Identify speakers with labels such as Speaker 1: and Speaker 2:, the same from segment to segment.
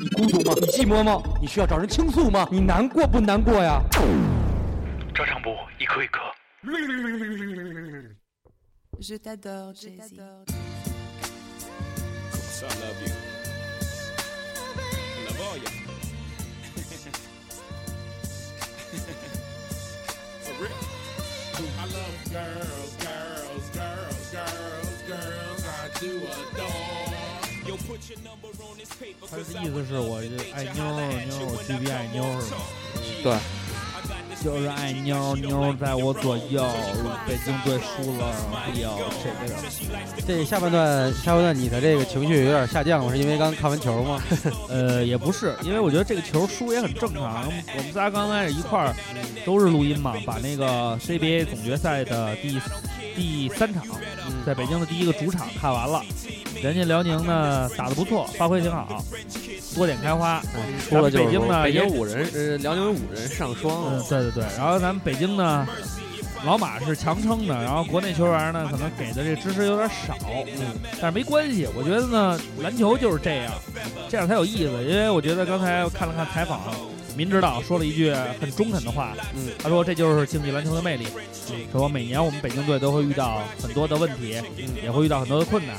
Speaker 1: 你孤独吗？你寂寞吗？你需要找人倾诉吗？你难过不难过呀？
Speaker 2: 照常不误，一颗一颗。
Speaker 3: Je
Speaker 1: 哦
Speaker 3: t'adore, Jay-Z.
Speaker 4: So I love you. Love all you. For real. I love girls, girls, girls, girls, girls. I do adore. Yo, put your number on this paper.
Speaker 5: 他的
Speaker 4: Cause I
Speaker 5: 意思
Speaker 4: would
Speaker 5: 是我是
Speaker 4: think
Speaker 5: 爱
Speaker 4: you
Speaker 5: 妞儿
Speaker 4: holla
Speaker 5: 妞
Speaker 4: at you
Speaker 5: 儿，我
Speaker 4: when
Speaker 5: 巨
Speaker 4: I
Speaker 5: 逼爱
Speaker 4: come
Speaker 5: 妞
Speaker 4: on
Speaker 5: 儿，
Speaker 4: top.
Speaker 1: 对，
Speaker 4: I got this
Speaker 5: 就是
Speaker 4: pretty
Speaker 5: 爱
Speaker 4: chick and
Speaker 5: 妞儿
Speaker 4: she don't
Speaker 5: 妞儿
Speaker 4: like
Speaker 5: 在
Speaker 4: the
Speaker 5: 我左
Speaker 4: road.
Speaker 5: 右
Speaker 4: Said she，
Speaker 5: 北京队输了，哎呦，这个
Speaker 4: said she likes the
Speaker 1: 这下半段，下半段你的这个情绪有点下降了，是因为刚看完球 吗？
Speaker 5: 呃，也不是，因为我觉得这个球输也很正常。我们仨刚开始一块儿都是录音嘛，把那个 CBA 总决赛的第第三场，在北京的第一个主场看完了。人家辽宁呢打得不错，发挥挺好，多点开花。
Speaker 6: 输了就是
Speaker 5: 咱们北京呢
Speaker 6: 北
Speaker 5: 也
Speaker 6: 京五人，呃，辽宁有五人上双啊
Speaker 5: 嗯
Speaker 6: 了，，
Speaker 5: 对对对。然后咱们北京呢，老马是强撑的，然后国内球员呢可能给的这支持有点少，嗯，但是没关系，我觉得呢，篮球就是这样，这样才有意思。因为我觉得刚才看了看采访，民指导说了一句很中肯的话，
Speaker 6: 嗯，
Speaker 5: 他说这就是竞技篮球的魅力，说每年我们北京队都会遇到很多的问题，嗯，也会遇到很多的困难。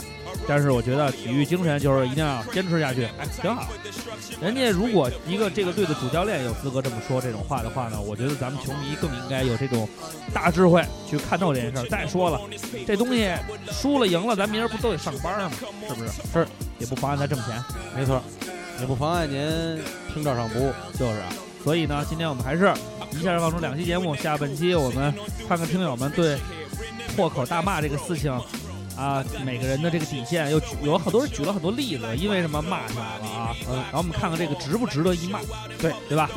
Speaker 5: 但是我觉得体育精神就是一定要坚持下去，哎，挺好。人家如果一个这个队的主教练有资格这么说这种话的话呢，我觉得咱们球迷更应该有这种大智慧去看透这件事儿。再说了，这东西输了赢了，咱明儿不都得上班儿吗？是不是？是，也不妨碍他挣钱。
Speaker 1: 没错，也不妨碍您听照上不误。
Speaker 5: 就是啊，所以呢，今天我们还是一下放出两期节目，下本期我们看看听友们对破口大骂这个事情。啊，每个人的这个底线又举有很多人举了很多例子，因为什么骂起来了啊？嗯，然后我们看看这个值不值得一骂，对对吧？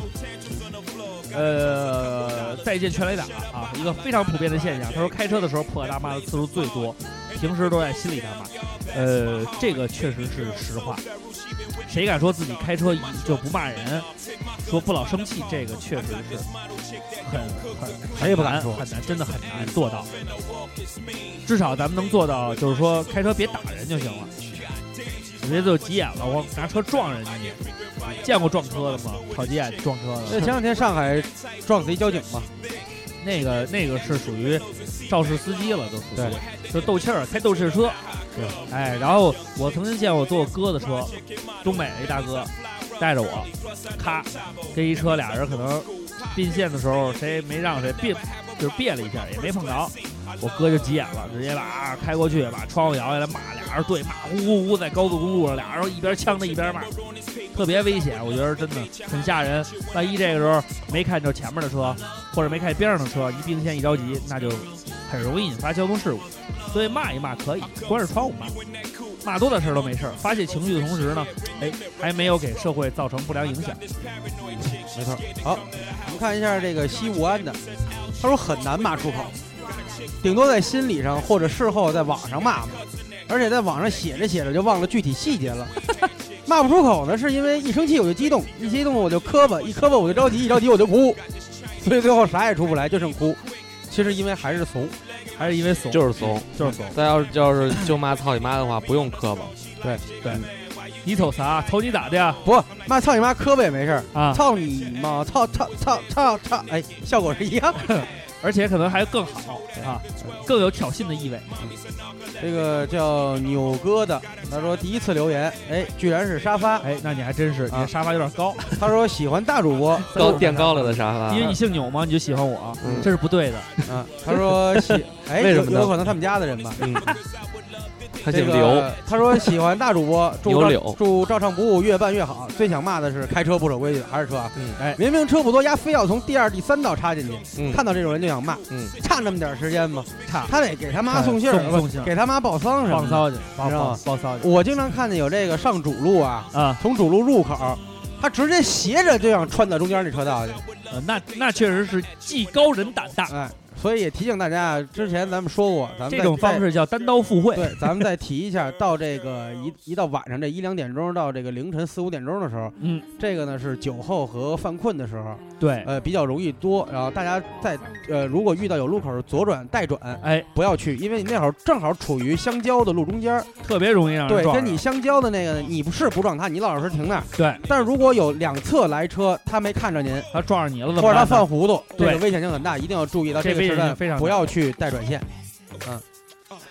Speaker 5: 呃，再见全垒打啊，一个非常普遍的现象。他说开车的时候破口大骂的次数最多，平时都在心里大骂。呃，这个确实是实话，谁敢说自己开车就不骂人，说不老生气，这个确实是很很
Speaker 1: 谁也不敢说
Speaker 5: 很难，真的很难做到。至少咱们能做到，就是说开车别打人就行了，别就急眼了，我拿车撞人家去。见过撞车的吗？好急眼撞车
Speaker 1: 那
Speaker 5: 的，
Speaker 1: 呃前两天上海撞死一交警嘛，
Speaker 5: 那个那个是属于肇事司机了，都属于就斗气儿，开斗气车。对，哎，然后我曾经见过坐我哥的车，东北一大哥带着我，咔，跟一车俩人可能并线的时候，谁没让谁别，就是别了一下，也没碰着。我哥就急眼了，直接把、啊、开过去，把窗户摇下来骂，俩人对骂，呜呜呜，在高速公路上，俩人一边呛着一边骂，特别危险，我觉得真的很吓人。万一这个时候没看着前面的车，或者没开边上的车，一并线一着急，那就很容易引发交通事故。所以骂一骂可以，关着窗户骂，骂多大事儿都没事儿。发泄情绪的同时呢，哎，还没有给社会造成不良影响。
Speaker 1: 没错。好，我们看一下这个西武安的，他说很难骂出口，顶多在心理上或者事后在网上骂骂，而且在网上写着写着就忘了具体细节了。骂不出口呢，是因为一生气我就激动，一激动我就磕巴，一磕巴我就着急，一着急我就哭，所以最后啥也出不来，就剩哭。其实因为还是怂，
Speaker 5: 还是因为怂，
Speaker 6: 就是怂。
Speaker 5: 就是怂。
Speaker 6: 再要是就是就骂操你妈的话，不用磕巴。
Speaker 5: 你瞅啥？瞅你咋的呀？
Speaker 1: 不骂操你妈磕巴也没事儿，
Speaker 5: 啊！
Speaker 1: 操你妈，操操操操操，哎，效果是一样的。
Speaker 5: 而且可能还更好啊，更有挑衅的意味。
Speaker 1: 这个叫扭哥的，他说第一次留言，哎，居然是沙发。
Speaker 5: 哎，那你还真是，你
Speaker 1: 啊
Speaker 5: 这沙发有点高，
Speaker 1: 他说喜欢大主播，
Speaker 6: 高垫高了的沙发
Speaker 5: 因，为你姓钮嘛，你就喜欢我，
Speaker 6: 啊嗯
Speaker 5: 这是不对的。
Speaker 1: 啊，他 说喜，哎，
Speaker 6: 为什么呢
Speaker 1: 有有可能他们家的人吧。
Speaker 6: 嗯，他
Speaker 1: 这
Speaker 6: 姓
Speaker 1: 个
Speaker 6: 刘，，
Speaker 1: 他说喜欢大主播，祝
Speaker 6: 牛
Speaker 1: 照
Speaker 6: 柳
Speaker 1: 祝照唱不误，越办越好。最想骂的是开车不守规矩的，还是车啊？
Speaker 6: 嗯
Speaker 1: 哎，明明车不多，丫非要从第二、第三道插进去，
Speaker 6: 嗯
Speaker 1: 看到这种人就想骂，
Speaker 6: 嗯，
Speaker 1: 差那么点时间吗？
Speaker 5: 差
Speaker 1: 他得给他妈
Speaker 5: 哎
Speaker 1: 送信
Speaker 5: 送
Speaker 1: 儿，
Speaker 5: 送信儿
Speaker 1: 给嗯他妈报丧什么
Speaker 5: 放
Speaker 1: 的。
Speaker 5: 骚去，放
Speaker 1: 知道吗
Speaker 5: 放放骚去
Speaker 1: 我经常看见有这个上主路啊，
Speaker 5: 啊！
Speaker 1: 从主路入口，他直接斜着就想穿到中间那车道去。
Speaker 5: 呃那那确实是技高人胆大，
Speaker 1: 哎，所以也提醒大家，之前咱们说过，咱们
Speaker 5: 这
Speaker 1: 在
Speaker 5: 种方
Speaker 1: 在
Speaker 5: 式叫单刀赴会。
Speaker 1: 对，咱们再提一下，到这个一一到晚上这一两点钟到这个凌晨四五点钟的时候，
Speaker 5: 嗯，哎
Speaker 1: 这个呢是酒后和犯困的时候，
Speaker 5: 对，
Speaker 1: 呃比较容易多。然后大家在呃如果遇到有路口儿左转待转，
Speaker 5: 哎，
Speaker 1: 不要去，因为你那会儿正好处于相交的路中间儿，
Speaker 5: 特别容易让人
Speaker 1: 对，
Speaker 5: 撞
Speaker 1: 跟
Speaker 5: 上
Speaker 1: 你相交的那个你不是不撞他，你老老实实停那儿。
Speaker 5: 对，
Speaker 1: 但是如果有两侧来车，他没看着您，
Speaker 5: 他撞上你了，怎么
Speaker 1: 或者他
Speaker 5: 办呢
Speaker 1: 犯糊涂，这个
Speaker 5: 对
Speaker 1: 危险性很大，一定要注意到
Speaker 5: 这
Speaker 1: 个
Speaker 5: 危
Speaker 1: 时
Speaker 5: 险性
Speaker 1: 段
Speaker 5: 非常大
Speaker 1: 不要去带转线。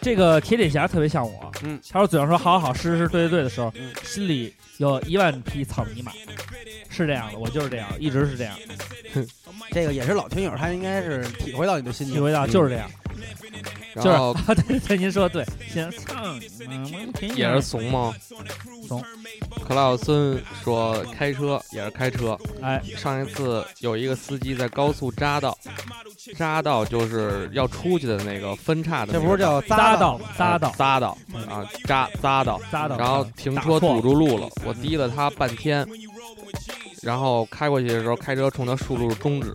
Speaker 5: 这个铁脸侠特别像我，
Speaker 1: 嗯，
Speaker 5: 他说嘴上说好好好，是是是对对对的时候，
Speaker 1: 嗯
Speaker 5: 心里有一万匹草泥马，是这样的，我就是这样，一直是这样，
Speaker 1: 这个也是老听友，他应该是体会到你的心情，嗯
Speaker 5: 体会到就是这样，就
Speaker 6: 嗯然
Speaker 5: 是
Speaker 6: 后
Speaker 5: 对对对，您说的对，行，唱你妈我挺
Speaker 6: 也是怂吗？
Speaker 5: 怂。
Speaker 6: 克劳森说开车也是开车，
Speaker 5: 哎，
Speaker 6: 上一次有一个司机在高速匝道，匝道就是要出去的那个分岔的那
Speaker 1: 这
Speaker 6: 个道，
Speaker 1: 不是叫
Speaker 5: 匝
Speaker 1: 匝
Speaker 5: 道匝道
Speaker 6: 匝道啊，匝匝道，
Speaker 5: 匝道，
Speaker 6: 然后停车堵住路了，我滴了他半天，然后开过去的时候，开车冲他竖路中指，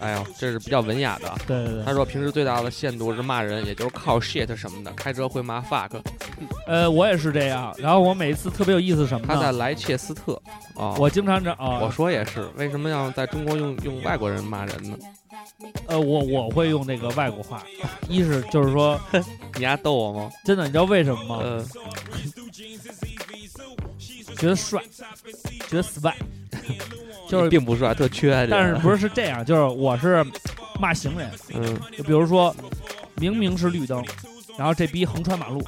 Speaker 6: 哎呦，这是比较文雅的。
Speaker 5: 对对
Speaker 6: 他
Speaker 5: 对，
Speaker 6: 说平时最大的限度是骂人，也就是靠 shit 什么的，开车会骂 fuck。
Speaker 5: 呃，我也是这样，然后我每次特别有意思是什么
Speaker 6: 他在
Speaker 5: 呢？
Speaker 6: 莱切斯特啊，
Speaker 5: 我经常这啊，
Speaker 6: 我说也是，为什么要在中国用用外国人骂人呢？
Speaker 5: 呃，我我会用这个外国话，一是就是说，
Speaker 6: 你丫逗我吗？
Speaker 5: 真的，你知道为什么吗？
Speaker 6: 呃，
Speaker 5: 觉得帅，觉得 swag，就 是
Speaker 6: 你并不帅，啊特缺。
Speaker 5: 但是不
Speaker 6: 是？
Speaker 5: 是是这样？就是我是骂行人，
Speaker 6: 嗯，
Speaker 5: 就比如说明明是绿灯，然后这逼横穿马路，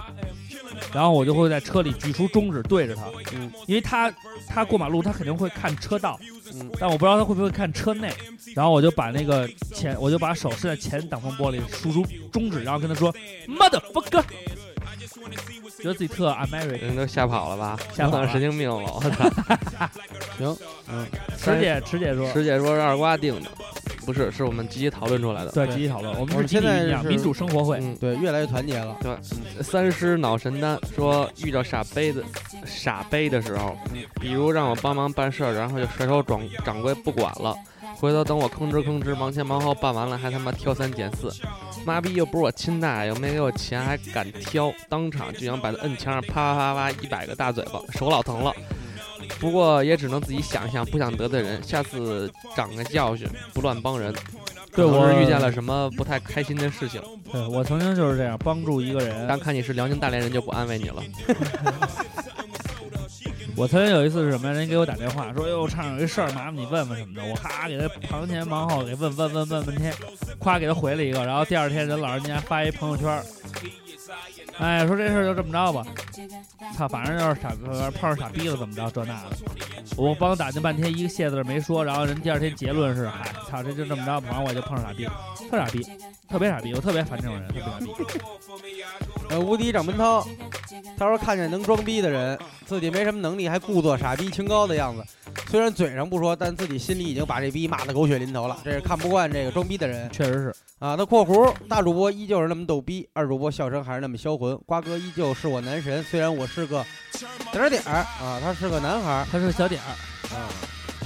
Speaker 5: 然后我就会在车里举出中指对着他，
Speaker 6: 嗯
Speaker 5: 因为他他过马路他肯定会看车道，
Speaker 6: 嗯
Speaker 5: 但我不知道他会不会看车内，然后我就把那个前我就把手伸在前挡风玻璃，竖出中指，然后跟他说 motherfucker，觉得自己特 American。
Speaker 6: 人都吓跑了吧？
Speaker 5: 吓跑 了
Speaker 6: 神经病了！我操！
Speaker 5: 池姐池姐说。
Speaker 6: 师姐说是二瓜定的，不是，是我们积极讨论出来的。
Speaker 5: 对，集体讨论，我们
Speaker 1: 我
Speaker 5: 是
Speaker 1: 们
Speaker 5: 集体
Speaker 1: 现在
Speaker 5: 酝酿
Speaker 1: 是
Speaker 5: 民主生活会，
Speaker 6: 嗯，
Speaker 1: 对，越来越团结了。
Speaker 6: 三师脑神丹说遇到傻杯的傻杯的时候，比如让我帮忙办事儿，然后就甩手掌掌柜不管了。回头等我吭哧吭哧忙前忙后办完了，还他妈挑三拣四，妈逼又不是我亲大爷，又没给我钱，还敢挑，当场就想把他摁墙上，啪啪啪啪一百个大嘴巴，手老疼了。不过也只能自己想想，不想得罪人，下次长个教训，不乱帮人。
Speaker 5: 对
Speaker 6: 可能是
Speaker 5: 我
Speaker 6: 遇见了什么不太开心的事情，
Speaker 5: 对我曾经就是这样帮助一个人，
Speaker 6: 但看你是辽宁大连人就不安慰你了。
Speaker 5: 我曾经有一次是什么呀？人给我打电话说：“哟，畅有一事儿，麻烦你问问什么的。”我咔给他忙前忙后给问问问问半天，夸给他回了一个，然后第二天人老人家发一朋友圈儿，哎，说这事儿就这么着吧，操，反正就是傻呃碰上傻逼了怎么着这那的。我帮他打听半天，一个谢字儿没说，然后人第二天结论是：嗨，操，这就这么着，反正我就碰上傻逼，特傻逼，特别傻逼，我特别烦这种人，特别傻逼。
Speaker 1: 呃，无敌掌门涛，他说看见能装逼的人，自己没什么能力还故作傻逼清高的样子，虽然嘴上不说，但自己心里已经把这逼骂得狗血淋头了。这是看不惯这个装逼的人
Speaker 5: 确实是，
Speaker 1: 啊。他括弧大主播依旧是那么逗逼，二主播笑声还是那么销魂，瓜哥依旧是我男神，虽然我是个点儿点儿啊，他是个男孩儿
Speaker 5: 他是个小点儿，
Speaker 1: 啊，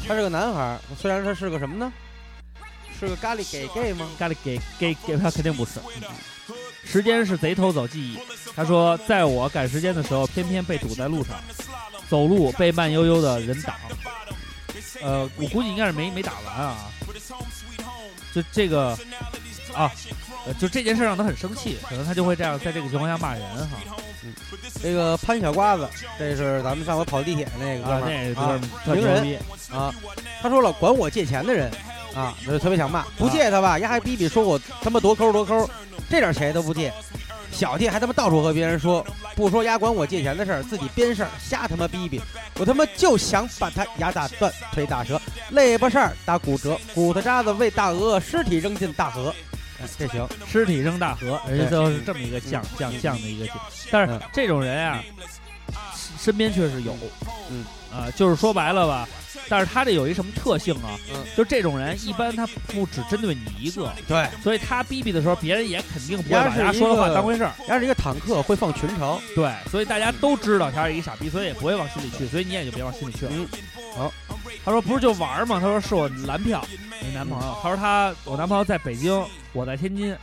Speaker 1: 他是个男孩儿，虽然他是个什么呢？是个咖喱给 gay 吗？
Speaker 5: 咖喱给给给他肯定不是。时间是贼偷走记忆。他说，在我赶时间的时候，偏偏被堵在路上，走路被慢悠悠的人挡。呃，我估计应该是没没打完啊。就这个啊，呃就这件事让他很生气，可能他就会这样，在这个情况下骂人哈。
Speaker 1: 这个潘小瓜子，这是咱们上回跑地铁那个哥
Speaker 5: 啊，
Speaker 1: 们
Speaker 5: 那
Speaker 1: 儿
Speaker 5: 个哥们儿特
Speaker 1: 名
Speaker 5: 牛
Speaker 1: 人
Speaker 5: 逼，
Speaker 1: 啊，他说了管我借钱的人啊，我就特别想骂，不借他吧，丫还逼逼说我他妈多抠多抠，这点钱都不借，小借还他妈到处和别人说，不说丫管我借钱的事儿，自己编事儿瞎他妈逼逼，我他妈就想把他牙打断，腿打折，肋巴扇儿打骨折，骨头渣子喂大鹅，尸体扔进大河，哎这行，
Speaker 5: 尸体扔大河，人家
Speaker 1: 对
Speaker 5: 最后是这么一个降降降的一个劲，但是
Speaker 1: 嗯
Speaker 5: 这种人啊，身身边确实有，
Speaker 1: 嗯，
Speaker 5: 啊，就是说白了吧，但是他这有一什么特性啊？
Speaker 6: 嗯
Speaker 5: 就这种人一般他不只针对你一个，
Speaker 1: 对，
Speaker 5: 所以他逼逼的时候，别人也肯定不会
Speaker 1: 他
Speaker 5: 把
Speaker 1: 是
Speaker 5: 他
Speaker 1: 一
Speaker 5: 说的话
Speaker 1: 个
Speaker 5: 当回事儿，
Speaker 1: 丫是一个坦克会放群嘲，
Speaker 5: 对，所以大家都知道他是一傻逼，所以也不会往心里去，所以你也就别往心里去了。
Speaker 1: 嗯，好，
Speaker 5: 他说不是就玩儿嘛，他说是我男票，你男朋友，他说他我男朋友在北京，我在天津，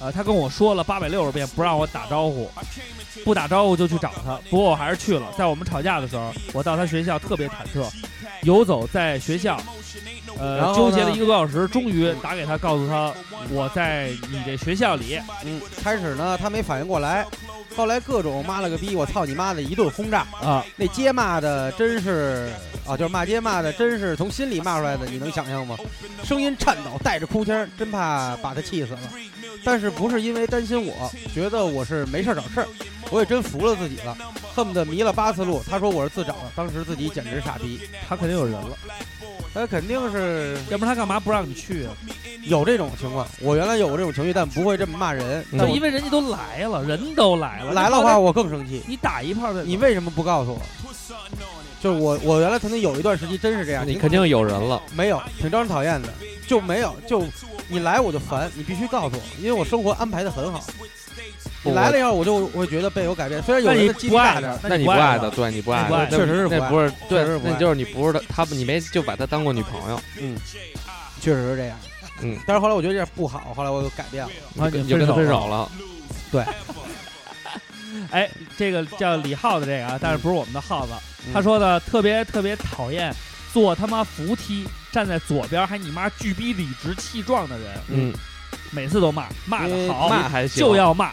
Speaker 5: 呃，他跟我说了八百六十遍不让我打招呼，不打招呼就去找他。不过我还是去了，在我们吵架的时候，我到他学校特别忐忑，游走在学校，
Speaker 1: 然
Speaker 5: 呃，
Speaker 1: 后
Speaker 5: 纠
Speaker 1: 呢
Speaker 5: 结了一个多小时，终于打给他，告诉他我在你这学校里。
Speaker 1: 嗯，开始呢他没反应过来，后来各种妈了个逼，我操你妈的一顿轰炸，
Speaker 5: 啊，
Speaker 1: 那街骂的真是啊，就是骂街骂的真是从心里骂出来的，你能想象吗？声音颤抖，带着哭腔儿，真怕把他气死了。但是不是因为担心我，觉得我是没事儿找事儿，我也真服了自己了，恨不得迷了八次路。他说我是自找的，当时自己简直傻逼。
Speaker 5: 他肯定有人了，
Speaker 1: 他肯定是
Speaker 5: 要不然他干嘛不让你去啊？
Speaker 1: 有这种情况，我原来有过这种情绪，但不会这么骂人。
Speaker 6: 嗯
Speaker 5: 就
Speaker 1: 但我
Speaker 5: 因为人家都来了，人都来了，
Speaker 1: 来
Speaker 5: 你
Speaker 1: 了
Speaker 5: 后来
Speaker 1: 话，我更生气。
Speaker 5: 你打一炮的，
Speaker 1: 你为什么不告诉我？就是我，我原来曾经有一段时期真是这样，
Speaker 6: 你肯定有人了。
Speaker 1: 没有，挺招人讨厌的，就没有，就你来我就烦，你必须告诉我，因为我生活安排的很好。你来了以后，我就我会觉得被我改变，虽然有
Speaker 5: 那
Speaker 1: 人
Speaker 5: 你
Speaker 1: 的几率
Speaker 5: 不爱
Speaker 1: 大点
Speaker 5: 他
Speaker 1: 儿，
Speaker 6: 那
Speaker 5: 你
Speaker 6: 不
Speaker 5: 不
Speaker 6: 爱
Speaker 5: 爱
Speaker 6: 他，
Speaker 5: 他
Speaker 6: 对你不
Speaker 5: 那
Speaker 6: 爱
Speaker 5: 你不
Speaker 6: 他，
Speaker 5: 爱
Speaker 6: 那
Speaker 1: 确实是不
Speaker 6: 那
Speaker 1: 爱
Speaker 6: 不是对
Speaker 1: 确实是，不
Speaker 6: 那
Speaker 1: 爱
Speaker 6: 就是你不是他，你没就把他当过女朋友，嗯，
Speaker 1: 确实是这样。
Speaker 6: 嗯，
Speaker 1: 但是后来我觉得这样不好，后来我就改变了。
Speaker 5: 啊，
Speaker 6: 你
Speaker 5: 你
Speaker 6: 就跟他分
Speaker 5: 了
Speaker 6: 手了，
Speaker 5: 哎，这个叫李浩的这个啊，但是不是我们的浩子，
Speaker 1: 嗯
Speaker 5: 他说的特别特别讨厌坐他妈扶梯站在左边还你妈巨逼理直气壮的人，
Speaker 6: 嗯，哦
Speaker 5: 每次都骂骂的好，
Speaker 6: 骂还行，
Speaker 5: 就要骂。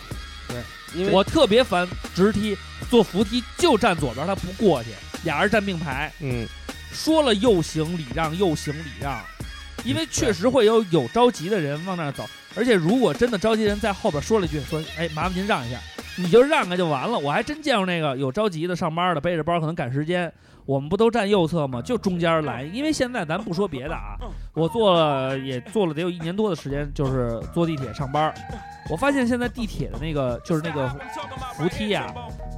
Speaker 1: 因为
Speaker 5: 我特别烦直梯坐扶梯就站左边，他不过去，俩人站并排，
Speaker 6: 嗯，
Speaker 5: 说了又行礼让又行礼让，因为确实会有有着急的人往那儿走，而且如果真的着急人在后边说了一句说，哎，麻烦您让一下，你就让开就完了。我还真见过那个有着急的上班的背着包可能赶时间，我们不都站右侧吗？就中间来，因为现在咱不说别的啊，我坐了也坐了得有一年多的时间，就是坐地铁上班，我发现现在地铁的那个就是那个扶梯呀、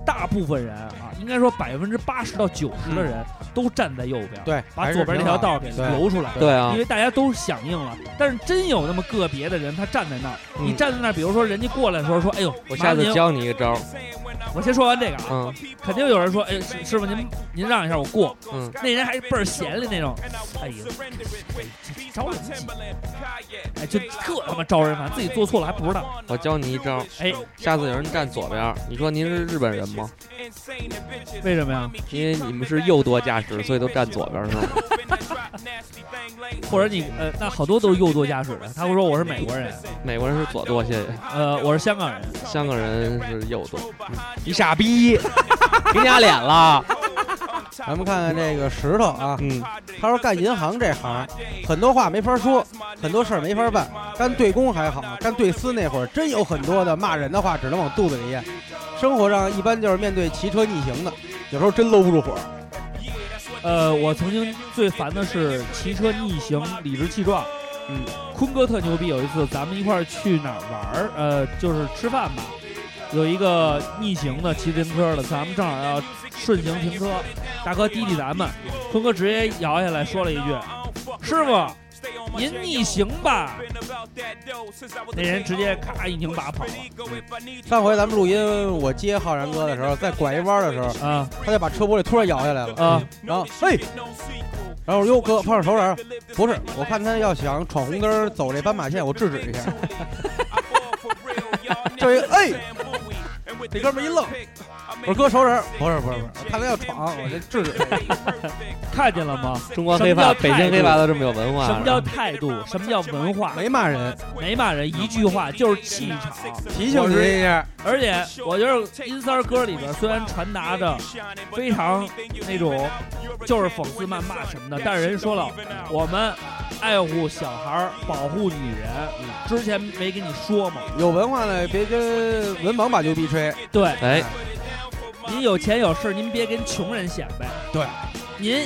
Speaker 5: 大部分人啊，应该说百分之八十到九十的人都站在右边，
Speaker 1: 对，
Speaker 5: 把
Speaker 1: 还是
Speaker 5: 左边那
Speaker 1: 挺
Speaker 5: 条
Speaker 1: 好
Speaker 5: 道给
Speaker 1: 对
Speaker 5: 留出来，
Speaker 6: 对啊
Speaker 5: 因，为大家都响应了。但是真有那么个别的人，他站在那儿，
Speaker 6: 嗯
Speaker 5: 你站在那儿，比如说人家过来的时候说：“哎呦，
Speaker 6: 我下
Speaker 5: 麻烦
Speaker 6: 次
Speaker 5: 您
Speaker 6: 教你一个招儿，
Speaker 5: 我先说完这个啊，
Speaker 6: 嗯
Speaker 5: 肯定有人说：“哎，师师傅您您让一下我过。”
Speaker 6: 嗯，
Speaker 5: 那人还倍儿闲的那种，哎呦，招人气，哎，就特他妈招人烦，自己做错了还不知道，
Speaker 6: 我教你一招儿，
Speaker 5: 哎，
Speaker 6: 下次有人站左边儿，你说您是日本人吗？
Speaker 5: 为什么呀？
Speaker 6: 因为你们是右舵驾驶，所以都站左边儿 是吗？
Speaker 5: 或者你呃，那好多都是右舵驾驶的，他会说我是美国人，
Speaker 6: 美国人是左舵，谢谢。
Speaker 5: 呃，我是香港人，
Speaker 6: 香港人是右舵， 你傻逼，给你俩脸了。
Speaker 1: 咱们看看这个石头啊，
Speaker 6: 嗯，
Speaker 1: 他说干银行这行，很多话没法说，很多事儿没法办。干对公还好，干对私那会儿真有很多的骂人的话，只能往肚子里咽。生活上一般就是面对骑车逆行的，有时候真搂不住火。
Speaker 5: 呃，我曾经最烦的是骑车逆行，理直气壮。
Speaker 1: 嗯，
Speaker 5: 坤哥特牛逼，有一次咱们一块儿去哪儿玩儿，呃，就是吃饭吧，有一个逆行的骑自行车的，咱们正好要顺行停车，大哥滴滴咱们，坤哥直接摇下来 说了一句：“师傅，您逆行吧。”那人
Speaker 7: Oh,
Speaker 5: 直接咔一拧把跑了
Speaker 1: 上回咱们录音，我接浩然哥的时候，在拐一弯的时候，
Speaker 5: 啊
Speaker 1: 他就把车玻璃突然摇下来了，
Speaker 5: 啊！
Speaker 1: 然后哎，然后我说哟哥碰上熟人，不是，我看他要想闯红灯儿走这斑马线，我制止一下。 这一哎，这哥们儿一愣，我说哥熟人，不是不是不是，我看他要闯，我就制 止。
Speaker 5: 看见了吗？
Speaker 6: 中国黑发，北京黑发都这么有文化。
Speaker 5: 什么叫态度？什么叫文化？
Speaker 1: 没骂人，
Speaker 5: 没骂人，一句话就是气场。
Speaker 1: 提醒你一下，
Speaker 5: 而且我觉得阴三儿歌里边虽然传达着非常那种就是讽刺、谩骂什么的，但是人说了，我们爱护小孩儿，保护女人。之前没跟你说吗？
Speaker 1: 有文化呢，别跟文盲把牛逼吹。
Speaker 5: 对，
Speaker 6: 哎，
Speaker 5: 您有钱有势，您别跟穷人显摆。
Speaker 1: 对，
Speaker 5: 您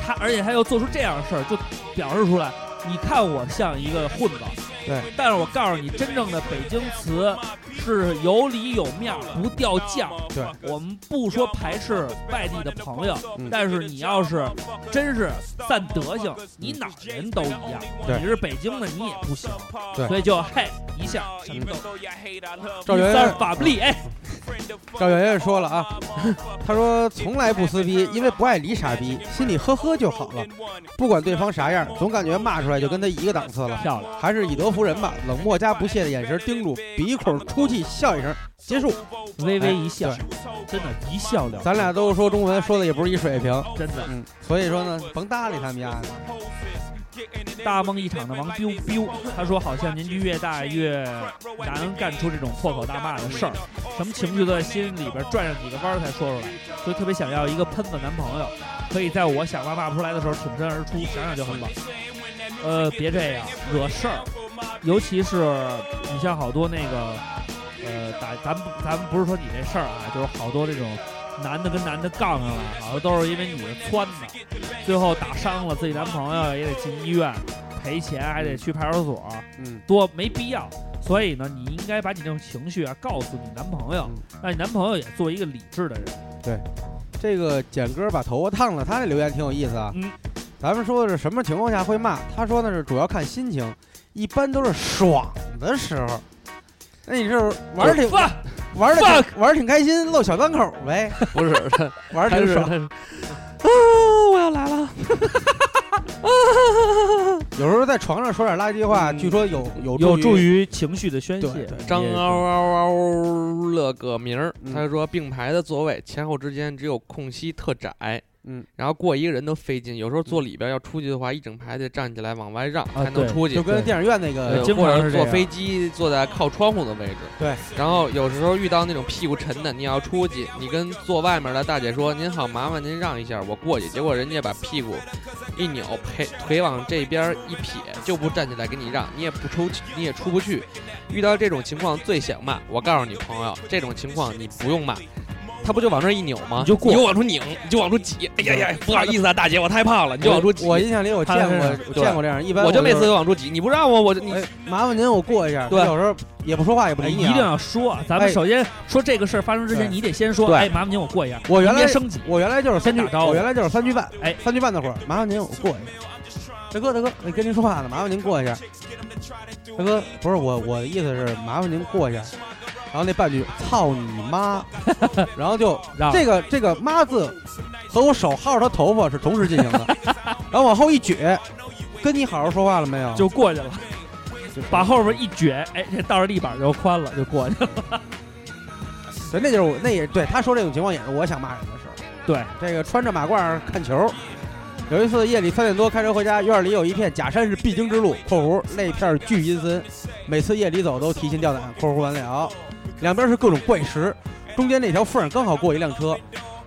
Speaker 5: 他而且他又做出这样的事儿，就表示出来，你看我像一个混子。
Speaker 1: 对，
Speaker 5: 但是我告诉你，真正的北京词是有理有面儿，不掉价。
Speaker 1: 对，
Speaker 5: 我们不说排斥外地的朋友，
Speaker 1: 嗯
Speaker 5: 但是你要是真是散德性，你哪儿人都一样。
Speaker 1: 对
Speaker 5: 你是北京的，你也不行。
Speaker 1: 对
Speaker 5: 所以就嘿一下什么都。
Speaker 1: 赵
Speaker 5: 一
Speaker 1: 源
Speaker 5: 三法布利，哎，
Speaker 1: 赵小爷说了啊，他说从来不撕逼，因为不爱理傻逼，心里呵呵就好了。不管对方啥样，总感觉骂出来就跟他一个档次了。
Speaker 5: 漂亮，
Speaker 1: 还是以德服人吧，冷漠加不屑的眼神盯住，鼻孔出气笑一声，结束。
Speaker 5: 微微一笑，真的，一笑了之，
Speaker 1: 咱俩都说中文，说的也不是一水平，
Speaker 5: 真的
Speaker 1: 嗯，所以说呢，甭搭理他们家的。
Speaker 5: 大梦一场的王 biu biu，他说好像年纪越大越难干出这种破口大骂的事儿，什么情绪都在心里边转上几个弯儿才说出来，所以特别想要一个喷子男朋友，可以在我想骂骂不出来的时候挺身而出，想想就很棒。呃，别这样，惹事儿，尤其是你像好多那个，呃，打咱不咱们不是说你这事儿啊，就是好多这种男的跟男的杠上了，好像都是因为女的撺的，最后打伤了自己男朋友也得进医院赔钱，还得去派出所，
Speaker 1: 嗯，
Speaker 5: 多没必要。所以呢，你应该把你这种情绪啊告诉你男朋友，
Speaker 1: 嗯
Speaker 5: 让你男朋友也做一个理智 的人。
Speaker 1: 这个简哥把头发烫了，他这留言挺有意思啊。
Speaker 5: 嗯
Speaker 1: 咱们说的是什么情况下会骂？他说的是主要看心情，一般都是爽的时候。那你是玩儿挺
Speaker 5: 放
Speaker 1: 玩的玩儿挺开心，露小脏口呗，
Speaker 6: 不是他，
Speaker 1: 玩的
Speaker 6: 他
Speaker 1: 挺
Speaker 6: 是
Speaker 1: 爽。
Speaker 6: 他是，啊，
Speaker 1: 哦
Speaker 6: 我要来了，
Speaker 1: 有时候在床上说点垃圾话，据说有嗯有
Speaker 5: 有助
Speaker 1: 于
Speaker 5: 于情绪的宣
Speaker 1: 对
Speaker 5: 泄
Speaker 1: 对。
Speaker 6: 张嗷嗷嗷了个名儿
Speaker 1: 嗯。
Speaker 6: 他说并排的座位前后之间只有空隙特窄，
Speaker 1: 嗯，
Speaker 6: 然后过一个人都费劲，有时候坐里边要出去的话，一整排得站起来往外让
Speaker 5: 啊
Speaker 6: 才能
Speaker 5: 对
Speaker 6: 出去
Speaker 1: 就。跟电影院那
Speaker 6: 呃
Speaker 1: 个
Speaker 5: 经
Speaker 6: 或
Speaker 5: 常
Speaker 6: 者
Speaker 5: 是这
Speaker 6: 坐
Speaker 5: 样
Speaker 6: 飞机坐在靠窗户的位置，
Speaker 1: 对。
Speaker 6: 然后有时候遇到那种屁股沉的，你要出去，你跟坐外面的大姐说：“您好，麻烦您让一下，我过去。”结果人家把屁股一扭，腿腿往这边一撇，就不站起来给你让，你也不 出去，你也出不去。遇到这种情况最想骂，我告诉你朋友，这种情况你不用骂。他不就往这一扭吗？
Speaker 5: 你就过
Speaker 6: 你就往出拧，你就往出挤。哎呀呀，不好意思啊，大姐，我太胖了，你就往出挤。
Speaker 1: 我印象里我见过
Speaker 5: 他
Speaker 6: 是
Speaker 1: 我见过这样，一般
Speaker 6: 我就每次
Speaker 1: 是
Speaker 6: 就往出挤，你不让我， 我就你
Speaker 1: 哎麻烦您我过一下，
Speaker 6: 对
Speaker 1: 有时候也不说话也不
Speaker 5: 哎，
Speaker 1: 理
Speaker 5: 一
Speaker 1: 你
Speaker 5: 定
Speaker 1: 啊。
Speaker 5: 要说啊，咱们
Speaker 1: 哎
Speaker 5: 首先说这个事儿发生之前，
Speaker 1: 对
Speaker 5: 你得先说，
Speaker 1: 对
Speaker 5: 哎，麻烦您我过一下，
Speaker 1: 我原
Speaker 5: 您别
Speaker 1: 来
Speaker 5: 升级，
Speaker 1: 我原来就是三句
Speaker 5: 先打招，呼
Speaker 1: 我原来就是三句半，
Speaker 5: 哎
Speaker 1: 三句半那会儿，麻烦您我过一下。大哥，大哥，那跟您说话呢，麻烦您过一下。大哥，不是我，我的意思是麻烦您过一下。然后那半句“操你 妈”，然后就
Speaker 5: 让
Speaker 1: 这个这个“妈”字和我手薅着他头发是同时进行 的，然后往后一撅，跟你好好说话了没有？
Speaker 5: 就过去了，把后边一卷，哎，这倒着立板就宽了，就过去了。
Speaker 1: 对，那就是我，那也对他说这种情况也是我想骂人的事儿。
Speaker 5: 对，
Speaker 1: 这个穿着马褂儿看球，有一次夜里三点多开车回家，院里有一片假山是必经之路（括弧那片儿巨阴森），每次夜里走都提心吊胆（括弧完了）。两边是各种怪石，中间那条缝儿刚好过一辆车，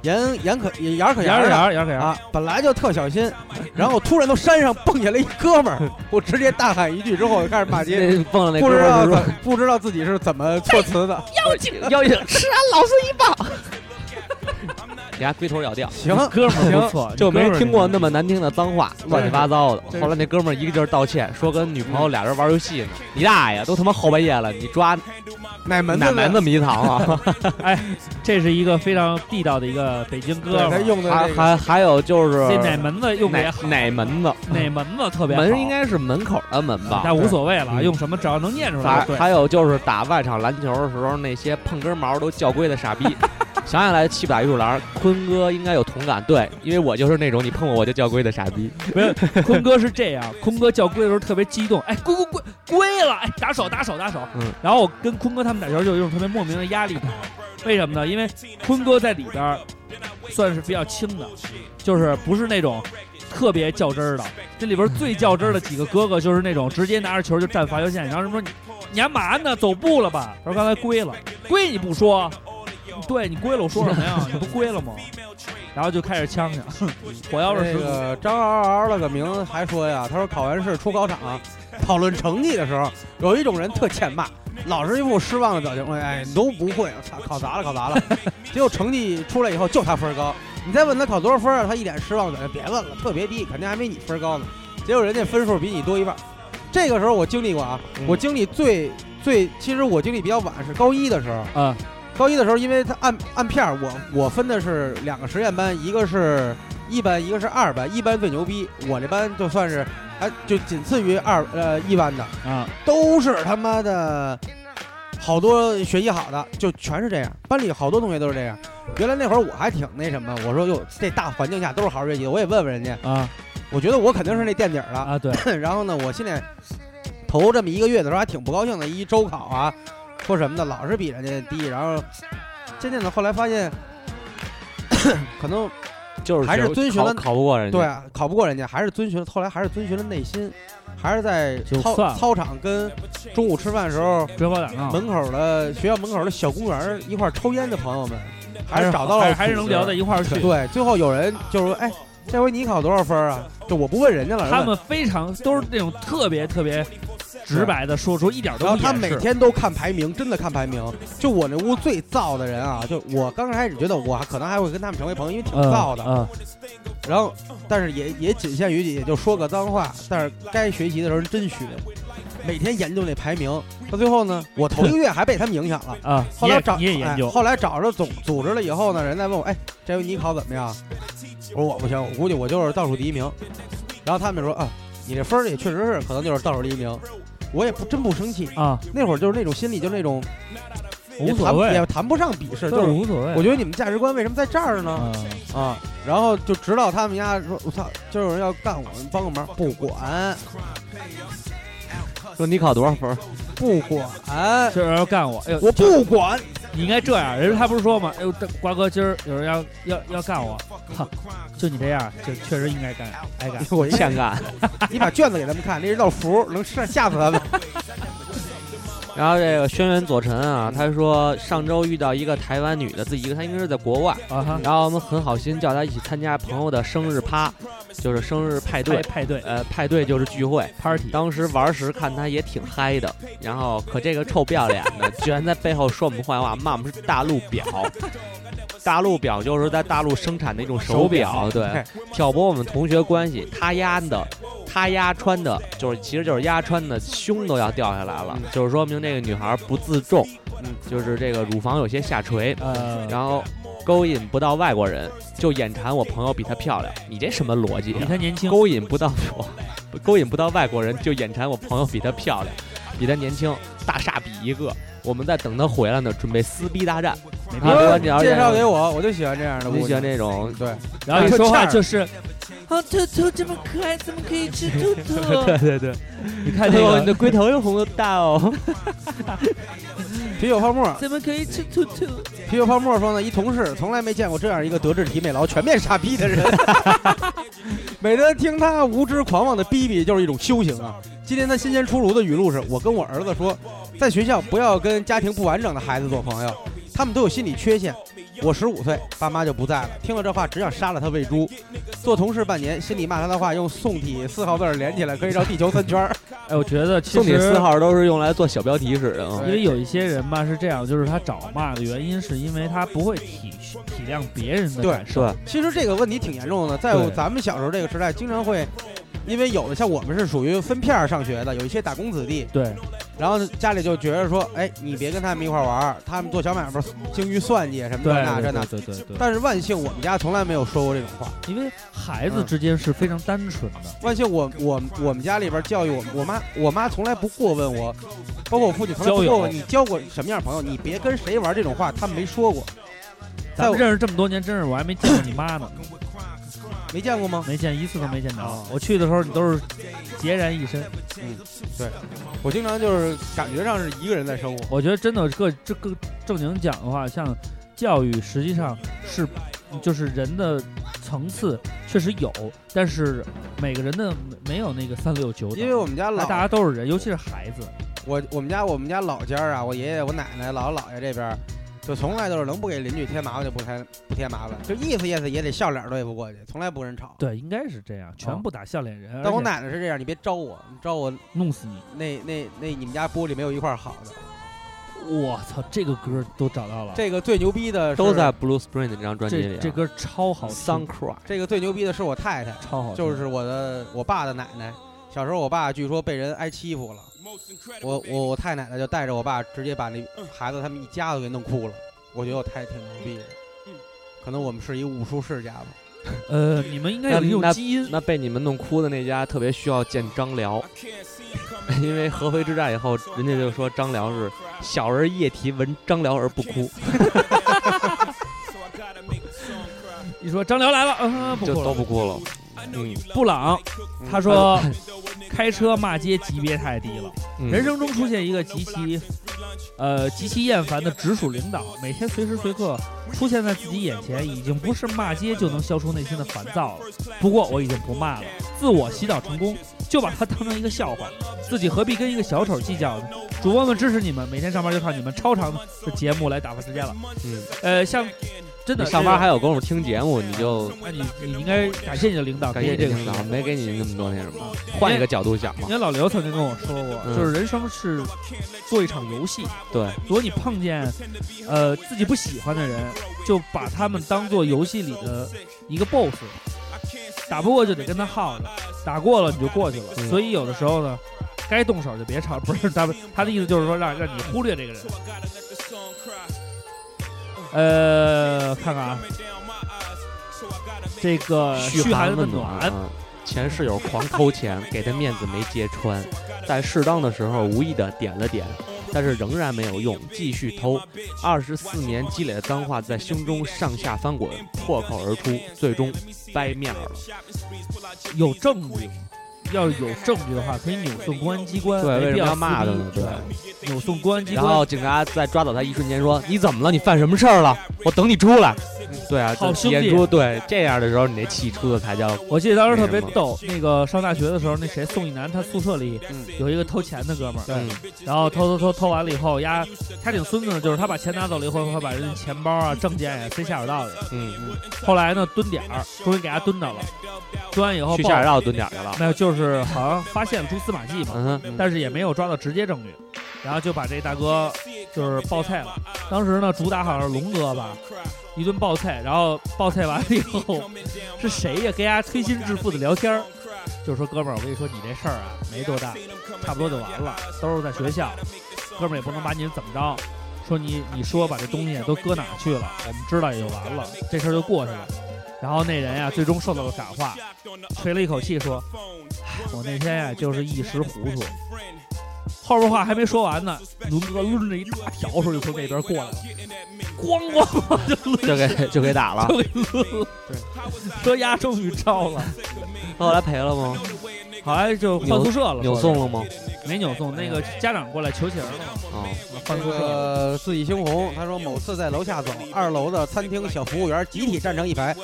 Speaker 1: 眼眼可眼儿可
Speaker 5: 牙
Speaker 1: 儿
Speaker 5: 儿
Speaker 1: 的
Speaker 5: 牙儿牙儿牙儿，
Speaker 1: 啊，本来就特小心，然后突然从山上蹦下来一哥们 儿，我直接大喊一句之后就开始骂街，
Speaker 6: 那蹦了那
Speaker 1: 不
Speaker 6: 哥
Speaker 1: 知
Speaker 6: 们
Speaker 1: 道
Speaker 6: 儿就说
Speaker 1: 怎不知道自己是怎么措 辞的。
Speaker 6: 妖精，妖精，吃俺老子一棒！牙龟哎头咬掉，
Speaker 1: 行，
Speaker 5: 哥们儿不
Speaker 1: 行，
Speaker 5: 错，
Speaker 6: 就没听过那
Speaker 5: 么
Speaker 6: 么难听的脏话，乱七八糟的。
Speaker 1: 对
Speaker 6: 后来那哥们儿一个劲儿道歉，说跟女朋友俩人玩游戏呢。你大爷，都他妈后半夜了，你抓
Speaker 1: 奶门子
Speaker 6: 哪
Speaker 1: 的
Speaker 6: 门子迷藏啊？
Speaker 5: 这是一个非常地道的一个北京哥
Speaker 6: 啊
Speaker 1: 对
Speaker 5: 们
Speaker 1: 他
Speaker 5: 儿。
Speaker 1: 用的
Speaker 6: 还
Speaker 1: 这个
Speaker 6: 还还有就是
Speaker 5: 这奶门子用的也
Speaker 6: 哪
Speaker 5: 好，
Speaker 6: 哪门子？
Speaker 5: 哪门子特别好，
Speaker 6: 门应该是门口的门吧
Speaker 5: 但？无所谓了，
Speaker 6: 嗯
Speaker 5: 用什么只要能念出来
Speaker 6: 还
Speaker 5: 就对。
Speaker 6: 还有就是打外场篮球的时候，那些碰根毛都叫龟的傻逼。 想起来气不打一处来，坤哥应该有同感，对，因为我就是那种你碰我我就叫龟的傻逼。
Speaker 5: 坤哥是这样，坤哥叫龟的时候特别激动，哎，龟龟龟龟了，哎，打手打手打手。
Speaker 6: 嗯
Speaker 5: 然后我跟坤哥他们打球就有一种特别莫名的压力感，为什么呢？因为坤哥在里边儿算是比较轻的，就是不是那种特别较真儿的。这里边最较真儿的几个哥哥就是那种直接拿着球就站罚球线，然后什么说你你干嘛呢？走步了吧？他说刚才龟了，龟你不说。对你龟了，我说什么呀？你不龟了吗？然后就开始呛呛，火药味
Speaker 1: 那
Speaker 5: 十足。
Speaker 1: 个张嗷嗷了个名还说呀，他说考完试出考场、讨论成绩的时候，有一种人特欠骂，老是一副失望的表情，哎，你都不会，操，考砸了，考砸了。 结果成绩出来以后，就他分儿高，你再问他考多少分儿啊，他一脸失望的表情，别问了，特别低，肯定还没你分儿高呢。结果人家分数比你多一半儿。这个时候我经历过啊，
Speaker 6: 嗯
Speaker 1: 我经历最最，其实我经历比较晚是高一的时候，
Speaker 5: 啊，
Speaker 1: 高一的时候，因为他按按片儿，我我分的是两个实验班，一个是一班，一个是二班。一班最牛逼，我这班就算是，哎，就仅次于二呃一班的，
Speaker 5: 啊，
Speaker 1: 都是他妈的好多学习好的就全是这样，班里好多同学都是这样。原来那会儿我还挺那什么，我说哟，这大环境下都是好好学习的，我也问问人家，
Speaker 5: 啊
Speaker 1: 我觉得我肯定是那垫底儿了。
Speaker 5: 啊，对，
Speaker 1: 然后呢，我心里头这么一个月的时候还挺不高兴的，一周考啊或什么的，老是比人家低。然后渐渐的后来发现， 可能
Speaker 6: 就是
Speaker 1: 还是
Speaker 6: 学不
Speaker 1: 遵循了
Speaker 6: 考考不过人家，
Speaker 1: 对啊考不过人家，还是遵循后来还是遵循了内心，还是在
Speaker 5: 就
Speaker 1: 操
Speaker 5: 算了嗯
Speaker 1: 操场跟中午吃饭的时候
Speaker 5: 追跑打闹，
Speaker 1: 门口的学校门口的小公园儿一块儿抽烟的朋友们，
Speaker 5: 还
Speaker 1: 是
Speaker 5: 是
Speaker 1: 找到了组
Speaker 5: 还是
Speaker 1: 织，
Speaker 5: 还是能聊到一块儿去。
Speaker 1: 对，最后有人就说：“哎，这回你考多少分儿啊？”就我不问人家了，
Speaker 5: 他们非常都是那种特别特别直白的说出，一点
Speaker 1: 然
Speaker 5: 都
Speaker 1: 后
Speaker 5: 不
Speaker 1: 他
Speaker 5: 掩
Speaker 1: 每
Speaker 5: 饰。
Speaker 1: 天都看排名，真的看排名。就我那屋最燥的人啊，就我刚开始觉得我还可能还会跟他们成为朋友，因为挺
Speaker 5: 嗯
Speaker 1: 燥的。
Speaker 5: 嗯
Speaker 1: 然后，但是也也仅限于也就说个脏话，但是该学习的时候真学，每天研究那排名。到最后呢，我头一个月还被他们影响了。
Speaker 5: 啊，
Speaker 1: 后
Speaker 5: 你
Speaker 1: 来
Speaker 5: 也
Speaker 1: 找
Speaker 5: 你也研究
Speaker 1: 哎，后来找着总组织了以后呢，人再问我，哎，这回你考怎么样？我说我不行，我估计我就是倒数第一名。然后他们就说啊，你这分儿也确实是可能就是倒数第一名。我也不真不生气，
Speaker 5: 啊，
Speaker 1: 那会儿就是那种心理，就那种也
Speaker 5: 无所
Speaker 1: 谈不
Speaker 5: 谓
Speaker 1: 也，谈不上鄙视，就
Speaker 5: 就是
Speaker 1: 是
Speaker 5: 无所谓。嗯
Speaker 1: 我觉得你们价值观为什么在这儿呢？啊，然后就直到他们家说，我操，就有人要干我，你帮个忙，不管
Speaker 6: 说你考多少分儿？
Speaker 1: 不管，
Speaker 5: 就是要干我，哎呦，
Speaker 1: 我
Speaker 5: 就
Speaker 1: 不管，
Speaker 5: 你应该这样。人家他不是说嘛，哎呦，这瓜哥今儿有人要要要干我，哈，就你这样，就确实应该干，挨干。
Speaker 1: 我一
Speaker 6: 欠干。
Speaker 1: 你把卷子给他们看，那是道符，能吓吓死他们。
Speaker 6: 然后这个轩辕左晨啊，他说上周遇到一个台湾女的，自己一个，她应该是在国外，
Speaker 5: 啊哈，
Speaker 6: 然后我们很好心叫她一起参加朋友的生日趴，就是生日派
Speaker 5: 派
Speaker 6: 对，
Speaker 5: 派对
Speaker 6: 呃，派对就是聚会。
Speaker 5: party，
Speaker 6: 当时玩时看她也挺嗨的，然后可这个臭不要脸的居然在背后说我们坏话，骂我们是大陆 表。大陆表就是在大陆生产的一种手表，对，挑拨我们同学关系。他丫的，他丫穿的，就是其实就是丫穿的，胸都要掉下来了，就是说明这个女孩不自重，嗯，就是这个乳房有些下垂。
Speaker 5: 呃，
Speaker 6: 然后勾引不到外国人，就眼馋我朋友比她漂亮，你这什么逻辑、
Speaker 5: 比
Speaker 6: 啊？
Speaker 5: 他年 轻，
Speaker 6: 勾引不到我，勾引不到外国人，就眼馋我朋友比她漂亮，比她年轻，大傻逼一个。我们在等她回来呢，准备撕逼大战。
Speaker 5: 没
Speaker 6: 啊
Speaker 5: 必要
Speaker 6: 你要
Speaker 1: 介绍给我，我就哎喜欢这样的。
Speaker 6: 你喜欢这种？
Speaker 1: 对，
Speaker 5: 然后一说话就是，
Speaker 8: 哦，兔兔这么可爱，怎么可以吃兔 兔？
Speaker 5: 对对，你看这
Speaker 6: 哦，你的
Speaker 5: 个
Speaker 6: 龟头又红又大哦。
Speaker 1: 啤酒泡沫，
Speaker 8: 怎么可以吃兔兔？
Speaker 1: 啤酒泡沫说呢，一同事从来没见过这样一个德智体美劳全面傻逼的人， 每天听他无知狂妄的逼逼就是一种修行啊。今天他新鲜出炉的语录是：我跟我儿子说，在学校不要跟家庭不完整的孩子做朋友，他们都有心理缺陷。我十五岁，爸妈就不在了。听了这话，只想杀了他喂猪。做同事半年，心里骂他的话用宋体四号字儿连起来，可以绕地球三圈儿。
Speaker 5: 哎，我觉得其
Speaker 6: 送你
Speaker 5: 实
Speaker 6: 四号都是用来做小标题使的啊。
Speaker 1: 对
Speaker 5: 因为有一些人吧是这样，就是他找骂的原因是因为他不会体体谅别人的
Speaker 1: 对
Speaker 5: 感受
Speaker 6: 对，，
Speaker 1: 其实这个问题挺严重的，在
Speaker 5: 对
Speaker 1: 咱们小时候这个时代，经常会，因为有的像我们是属于分片儿上学的，有一些打工子弟，
Speaker 5: 对，
Speaker 1: 然后家里就觉着说，哎，你别跟他们一块儿玩儿，他们做小买卖精于算计什么
Speaker 5: 对，
Speaker 1: 这那这那。
Speaker 5: 对对对对，
Speaker 1: 但是万幸我们家从来没有说过这种话，
Speaker 5: 因为孩
Speaker 1: 嗯
Speaker 5: 子之间是非常单纯的，
Speaker 1: 万幸我我我们家里边教育我我妈我妈从来不过问我，包括我父亲从来不过问
Speaker 5: 交友
Speaker 1: 你交过什么样的朋友，你别跟谁玩这种话，他们没说过，在
Speaker 5: 咱
Speaker 1: 我
Speaker 5: 们认识这么多年，真是我还没见过你妈呢，
Speaker 1: 没见过吗？
Speaker 5: 没见一次都没见着
Speaker 1: 哦。
Speaker 5: 我去的时候你都是孑然一身，
Speaker 1: 我经常就是感觉上是一个人在生活，
Speaker 5: 我觉得真的各这个正经讲的话，像教育实际上是就是人的层次确实有，但是每个人的没有那个三六九等，
Speaker 1: 因为我们家老
Speaker 5: 大家都是人，尤其是孩子。
Speaker 1: 我我们家我们家老家儿啊，我爷爷我奶奶姥姥姥爷这边儿，就从来都是能不给邻居添麻烦就不添不添麻烦，就意思意思也得笑脸儿对付过去，从来不跟人吵。
Speaker 5: 对，应该是这样，
Speaker 6: 哦
Speaker 5: 全部打笑脸人。
Speaker 1: 但我
Speaker 5: 而且
Speaker 1: 奶奶是这样，你别招我，你招我
Speaker 5: 弄死你！
Speaker 1: 那那那你们家玻璃没有一块儿好的。
Speaker 5: 啊我操，这个歌都找到了，
Speaker 1: 这个最牛逼的是
Speaker 6: 都在 Blue Spring 的这张专辑里
Speaker 5: 这
Speaker 6: 啊。
Speaker 5: 这歌超好
Speaker 6: Sun
Speaker 5: 听，
Speaker 6: Cry
Speaker 1: 这个最牛逼的是我太太，
Speaker 5: 超好听，
Speaker 1: 就是我的我爸的奶奶。小时候我爸据说被人挨欺负了，我我我太奶奶就带着我爸直接把那孩子他们一家都给弄哭了。我觉得我太挺牛逼的，可能我们是一武术世家吧。
Speaker 5: 呃，你们应该
Speaker 6: 那
Speaker 5: 有一
Speaker 6: 那
Speaker 5: 种基因，
Speaker 6: 那被你们弄哭的那家特 别需要见张辽，因为合肥之战以后，人家就说张辽是小儿夜啼闻张辽而不 哭，
Speaker 5: 一说张辽来了，嗯，不
Speaker 6: 就
Speaker 5: 哭
Speaker 6: 都
Speaker 5: 了。
Speaker 6: 不哭嗯了。嗯，
Speaker 5: 布朗，他 说开车骂街级别太低了。
Speaker 6: 嗯
Speaker 5: 人生中出现一个极其，呃，极其厌烦的直属领导，每天随时随刻出现在自己眼前，已经不是骂街就能消除内心的烦躁了。不过我已经不骂了，自我洗脑成功，就把它当成一个笑话，自己何必跟一个小丑计较呢？主播们支持你们，每天上班就靠你们超长的节目来打发时间了。
Speaker 6: 嗯，啊
Speaker 5: 呃，像真的
Speaker 6: 你上班还
Speaker 5: 有，
Speaker 6: 有功夫听节目，你就
Speaker 5: 那你你应该感谢你的领导，
Speaker 6: 感谢
Speaker 5: 给
Speaker 6: 嗯
Speaker 5: 你这
Speaker 6: 这
Speaker 5: 个
Speaker 6: 个领
Speaker 5: 时
Speaker 6: 导
Speaker 5: 间
Speaker 6: 没给你那么多那什么，换一个角度想嘛
Speaker 5: 因。为老刘曾经跟我说过，
Speaker 6: 嗯
Speaker 5: 就是人生是做一场游戏。
Speaker 6: 对，
Speaker 5: 如果你碰见呃自己不喜欢的人，就把他们当做游戏里的一个 BOSS，打不过就得跟他耗着，打过了你就过去了。
Speaker 6: 嗯
Speaker 5: 所以有的时候呢，该动手就别吵， 不是他们他的意思就是说让让你忽略这个人。呃，看看啊，这
Speaker 6: 呃
Speaker 5: 个嘘寒问暖，
Speaker 6: 嗯前室友狂偷 钱，给他面子没揭穿，在适当的时候无意的点了点，但是仍然没有用，继续偷。二十四年积累的脏话在胸中上下翻滚，破口而出，最终掰面儿了。
Speaker 5: 有证据，要是有证据的话，可以扭送公安机关。
Speaker 6: 对，
Speaker 5: 没
Speaker 6: 为
Speaker 5: 必
Speaker 6: 什么
Speaker 5: 要
Speaker 6: 要
Speaker 5: 撕
Speaker 6: 骂他
Speaker 5: 逼
Speaker 6: 呢？对。
Speaker 5: 对，扭送公安机
Speaker 6: 然
Speaker 5: 关。
Speaker 6: 后警察在抓走他一瞬间说：“你怎么了？你犯什么事儿了？我等你出来。”对啊，
Speaker 5: 好
Speaker 6: 就
Speaker 5: 兄弟
Speaker 6: 演出对这样的时候，你那气出的才叫
Speaker 5: 我记得当时特别逗，那个上大学的时候，那谁宋一楠他宿舍里有一个偷钱的哥们儿，
Speaker 6: 嗯
Speaker 5: 然后偷偷偷偷完了以后，丫他挺孙子的，就是他把钱拿走了以后，他把人家钱包啊、证件呀塞下水道里。
Speaker 6: 嗯，
Speaker 5: 后来呢，蹲点儿，终于给他蹲着了，蹲完以后
Speaker 6: 去
Speaker 5: 报
Speaker 6: 下水道蹲点儿去了。
Speaker 5: 没有，就是好像发现了蛛丝马迹嘛，
Speaker 6: 嗯哼，
Speaker 5: 但是也没有抓到直接证据，然后就把这大哥就是爆菜了。当时呢，主打好像是龙哥吧，一顿爆菜，然后爆菜完了以后， 是谁呀？跟大家推心置腹的聊天儿，就说哥们儿，我跟你说，你这事儿啊没多大，差不多就完了，都是在学校，哥们儿也不能把你怎么着。说你你说把这东西都搁哪儿去了，我们知道也就完了，这事儿就过去了。然后那人呀、最终受到了感化，吹了一口气说：“ 唉我那天呀、就是一时糊涂。”后边话还没说完呢，伦哥抡着一大笤帚就从那边过来了，咣咣就抡
Speaker 6: 就给就给打了。
Speaker 5: 就给抡了。说丫终于招了，
Speaker 6: 后来赔了吗？
Speaker 5: 好像就换宿舍了，
Speaker 6: 扭送了吗？
Speaker 5: 没扭送，那个家长过来求情了，啊
Speaker 6: 哦，
Speaker 5: 换
Speaker 1: 这
Speaker 5: 宿舍。
Speaker 1: 个自己猩红，他说某次在楼下走，二楼的餐厅小服务员集体站成一排，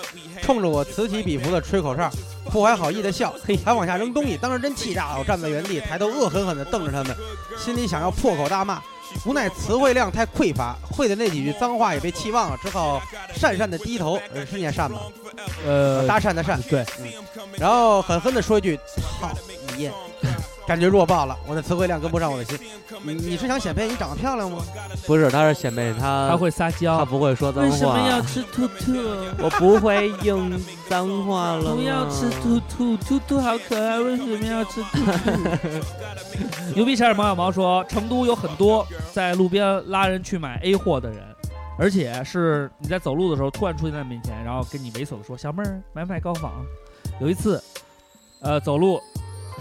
Speaker 1: 冲着我此起彼伏的吹口哨，不怀好意的笑，嘿，还往下扔东西。当时真气炸了，我站在原地，抬头恶狠狠地瞪着他们，心里想要破口大骂，无奈词汇量太匮乏，会的那几句脏话也被气忘了，只好讪讪的低头，呃是念讪吧，
Speaker 5: 呃，
Speaker 1: 搭讪的讪，
Speaker 5: 对，
Speaker 1: 然后狠狠地说一句讨厌。感觉弱爆了，我的词汇量跟不上我的心。你你是想显摆你长得漂亮吗？
Speaker 6: 不是，他是显摆
Speaker 5: 他
Speaker 6: 他，
Speaker 5: 会撒
Speaker 6: 他
Speaker 5: 娇，
Speaker 6: 不会说脏
Speaker 9: 为什么要
Speaker 6: 话。
Speaker 9: 吃兔兔？
Speaker 6: 我不会用脏话了。
Speaker 9: 不要吃兔兔，兔兔好可爱，为什么要吃兔
Speaker 5: 牛逼闪闪毛小毛说，成都有很多在路边拉人去买 A 货的人，而且是你在走路的时候突然出现在面前，然后跟你猥琐的说：“小妹儿，买不买高仿。”有一次，呃，走路，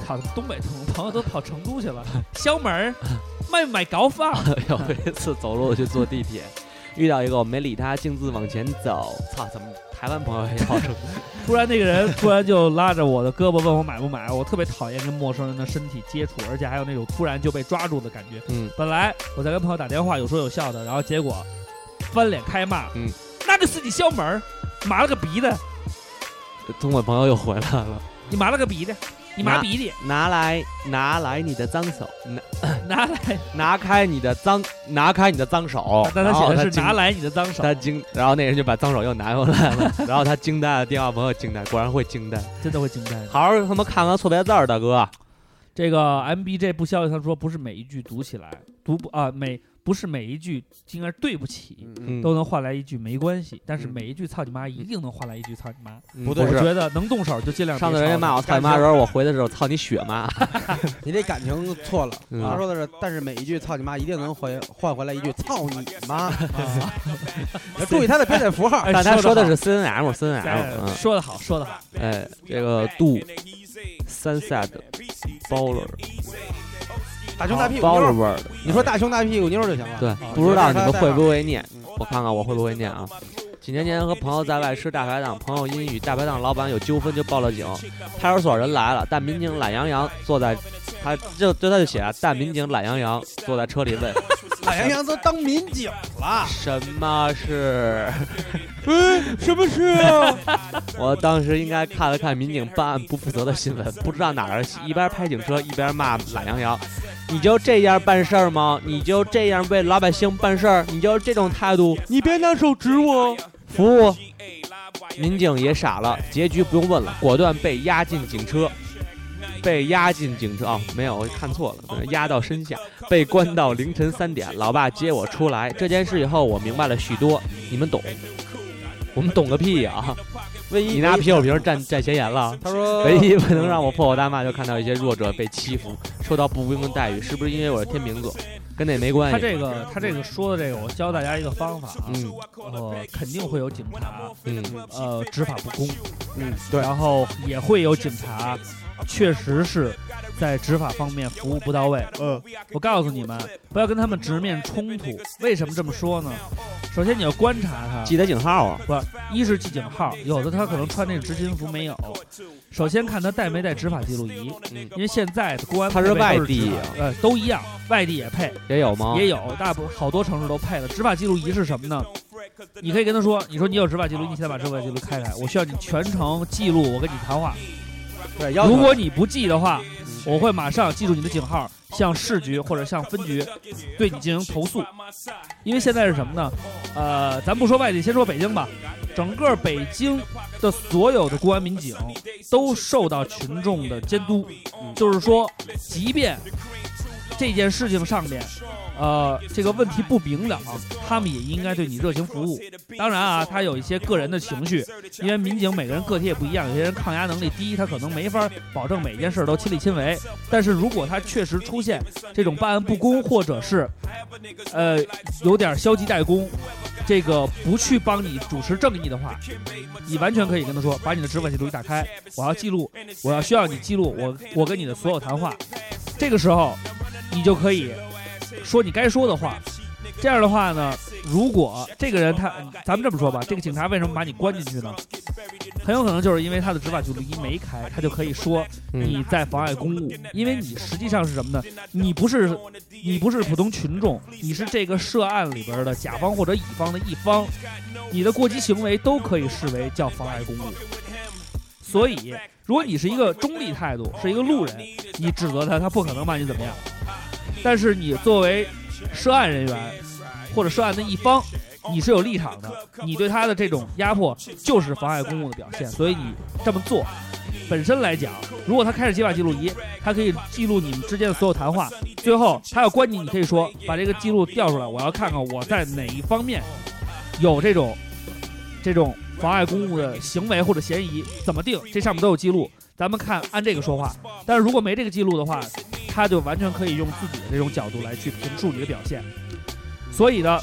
Speaker 5: 操，东北朋友都跑成都去了， 小妹儿，买不买高仿？
Speaker 6: 有一次走路去坐地铁，遇到一个我没理他，径自往前走。操，怎么台湾朋友也好成？
Speaker 5: 突然那个人突然就拉着我的胳膊问我买不买，我特别讨厌跟陌生人的身体接触，而且还有那种突然就被抓住的感觉。
Speaker 6: 嗯，
Speaker 5: 本来我在跟朋友打电话有说有笑的，然后结果翻脸开骂，
Speaker 6: 嗯，
Speaker 5: 那就是你小门儿，麻了个逼的，
Speaker 6: 东北朋友又回来了。
Speaker 5: 你麻了个逼的，你麻
Speaker 6: 麻
Speaker 5: 逼的，
Speaker 6: 拿来，拿来你的脏手，拿
Speaker 5: 拿来，
Speaker 6: 拿开你的脏，拿开你的脏手。
Speaker 5: 但他
Speaker 6: 然后
Speaker 5: 写的是
Speaker 6: 哦惊
Speaker 5: 拿。来你的脏手，
Speaker 6: 他惊，然后那人就把脏手又拿过来了， 然后他惊呆了，电话朋友惊呆，果然会惊呆。
Speaker 5: 真的会惊呆的。
Speaker 6: 好好他妈看看错别字儿，大哥。
Speaker 5: 这个 MBJ 不消息，他说不是每一句读起来读不啊每不是每一句应该是对不起。
Speaker 6: 嗯，
Speaker 5: 都能换来一句没关系，但是
Speaker 6: 嗯
Speaker 5: 每一句操你妈一定能换来一句操你妈。
Speaker 6: 不
Speaker 5: 我觉得能动手就尽量别吵。
Speaker 6: 上次人家骂我操你妈的时候，我回的时候操你血 妈。
Speaker 1: 你这感情错了。
Speaker 6: 嗯
Speaker 1: 他说的是，但是每一句“操你妈”一定能回换回来一句“操你妈”， 要注意他的标点符号。
Speaker 5: 哎
Speaker 6: 但他
Speaker 5: 说
Speaker 6: 说
Speaker 5: 得
Speaker 6: 的
Speaker 5: 好
Speaker 6: 是 C N M C N
Speaker 5: 哎
Speaker 6: M，
Speaker 5: 说的好，说的好。
Speaker 6: 嗯，哎，这个杜 Sunset Bowler，
Speaker 1: 大胸大屁股
Speaker 6: 包
Speaker 1: 妞
Speaker 6: 着
Speaker 1: 儿，
Speaker 6: 味儿的。
Speaker 1: 你说大胸大屁股妞儿就行了。
Speaker 6: 对，不知道你们会不会念，我看看我会不会念啊。几年前和朋友在外吃大排档，朋友因与大排档老板有纠纷就报了警，派出所人来了，但民警懒洋洋坐在，他就就他就写啊，但民警懒洋洋坐在车里问
Speaker 1: 懒洋洋都当民警了，
Speaker 6: 什么 是？哎
Speaker 1: 嗯，什么事啊？
Speaker 6: 我当时应该看了看民警办案不负责的新闻，不知道哪儿一边拍警车一边骂懒洋洋，你就这样办事儿吗？你就这样为老百姓办事儿？你就这种态度，你别拿手指我。服务，民警也傻了，结局不用问了，果断被押进警车，被押进警车啊、没有，我看错了，押到身下， 被关到凌晨三点。老爸接我出来，这件事以后我明白了许多，你们懂。 我们懂个屁呀、
Speaker 1: 唯一
Speaker 6: 你拿啤哎酒瓶占占闲言 了。
Speaker 1: 他说
Speaker 6: 唯一不能让我破口大骂，就看到一些弱者被欺负，受到不公的待遇，是不是因为我是天秤座？跟那没关
Speaker 5: 他
Speaker 6: 系。
Speaker 5: 这个他这个说的这个，我教大家一个方法啊，
Speaker 6: 嗯
Speaker 5: 呃，肯定会有警察，
Speaker 6: 嗯
Speaker 5: 呃，执法不公，
Speaker 1: 嗯，对，
Speaker 5: 然后也会有警察，确实是在执法方面服务不到位。
Speaker 1: 嗯，
Speaker 5: 我告诉你们，不要跟他们直面冲突。为什么这么说呢？首先你要观察他，
Speaker 6: 记得警号啊。
Speaker 5: 一是记警号，有的他可能穿那个执勤服没有。首先看他带没带执法记录仪，
Speaker 6: 嗯
Speaker 5: 因为现在的公安
Speaker 6: 他是
Speaker 5: 配备都
Speaker 6: 外地啊
Speaker 5: 执法呃，都一样，外地也配，
Speaker 6: 也有吗？
Speaker 5: 也有大部好多城市都配了。执法记录仪是什么呢？你可以跟他说，你说你有执法记录，你现在把执法记录开开，我需要你全程记录我跟你谈话。
Speaker 1: 对，要求嗯
Speaker 5: 如果你不记的话，我会马上记住你的警号，向市局或者向分局对你进行投诉。因为现在是什么呢？呃，咱不说外地，先说北京吧。整个北京的所有的公安民警都受到群众的监督，
Speaker 1: 嗯
Speaker 5: 就是说，即便这件事情上面，呃，这个问题不明朗，他们也应该对你热情服务。当然啊，他有一些个人的情绪，因为民警每个人个体也不一样，有些人抗压能力低，他可能没法保证每件事儿都亲力亲为。但是如果他确实出现这种办案不公，或者是呃有点消极怠工，这个不去帮你主持正义的话，你完全可以跟他说，把你的执法记录仪打开，我要记录，我要需要你记录我我跟你的所有谈话。这个时候，你就可以说你该说的话。这样的话呢，如果这个人他，咱们这么说吧，这个警察为什么把你关进去呢？很有可能就是因为他的执法记录仪没开，他就可以说你在妨碍公务，因为你实际上是什么呢？你不是你不是普通群众，你是这个涉案里边的甲方或者乙方的一方，你的过激行为都可以视为叫妨碍公务。所以，如果你是一个中立态度，是一个路人，你指责他，他不可能把你怎么样。但是你作为涉案人员或者涉案的一方，你是有立场的，你对他的这种压迫就是妨碍公务的表现，所以你这么做。本身来讲，如果他开始解码记录仪，他可以记录你们之间的所有谈话。最后他要关你，你可以说把这个记录调出来，我要看看我在哪一方面有这种这种妨碍公务的行为或者嫌疑，怎么定？这上面都有记录，咱们看按这个说话。但是如果没这个记录的话，他就完全可以用自己的这种角度来去评述你的表现。所以呢，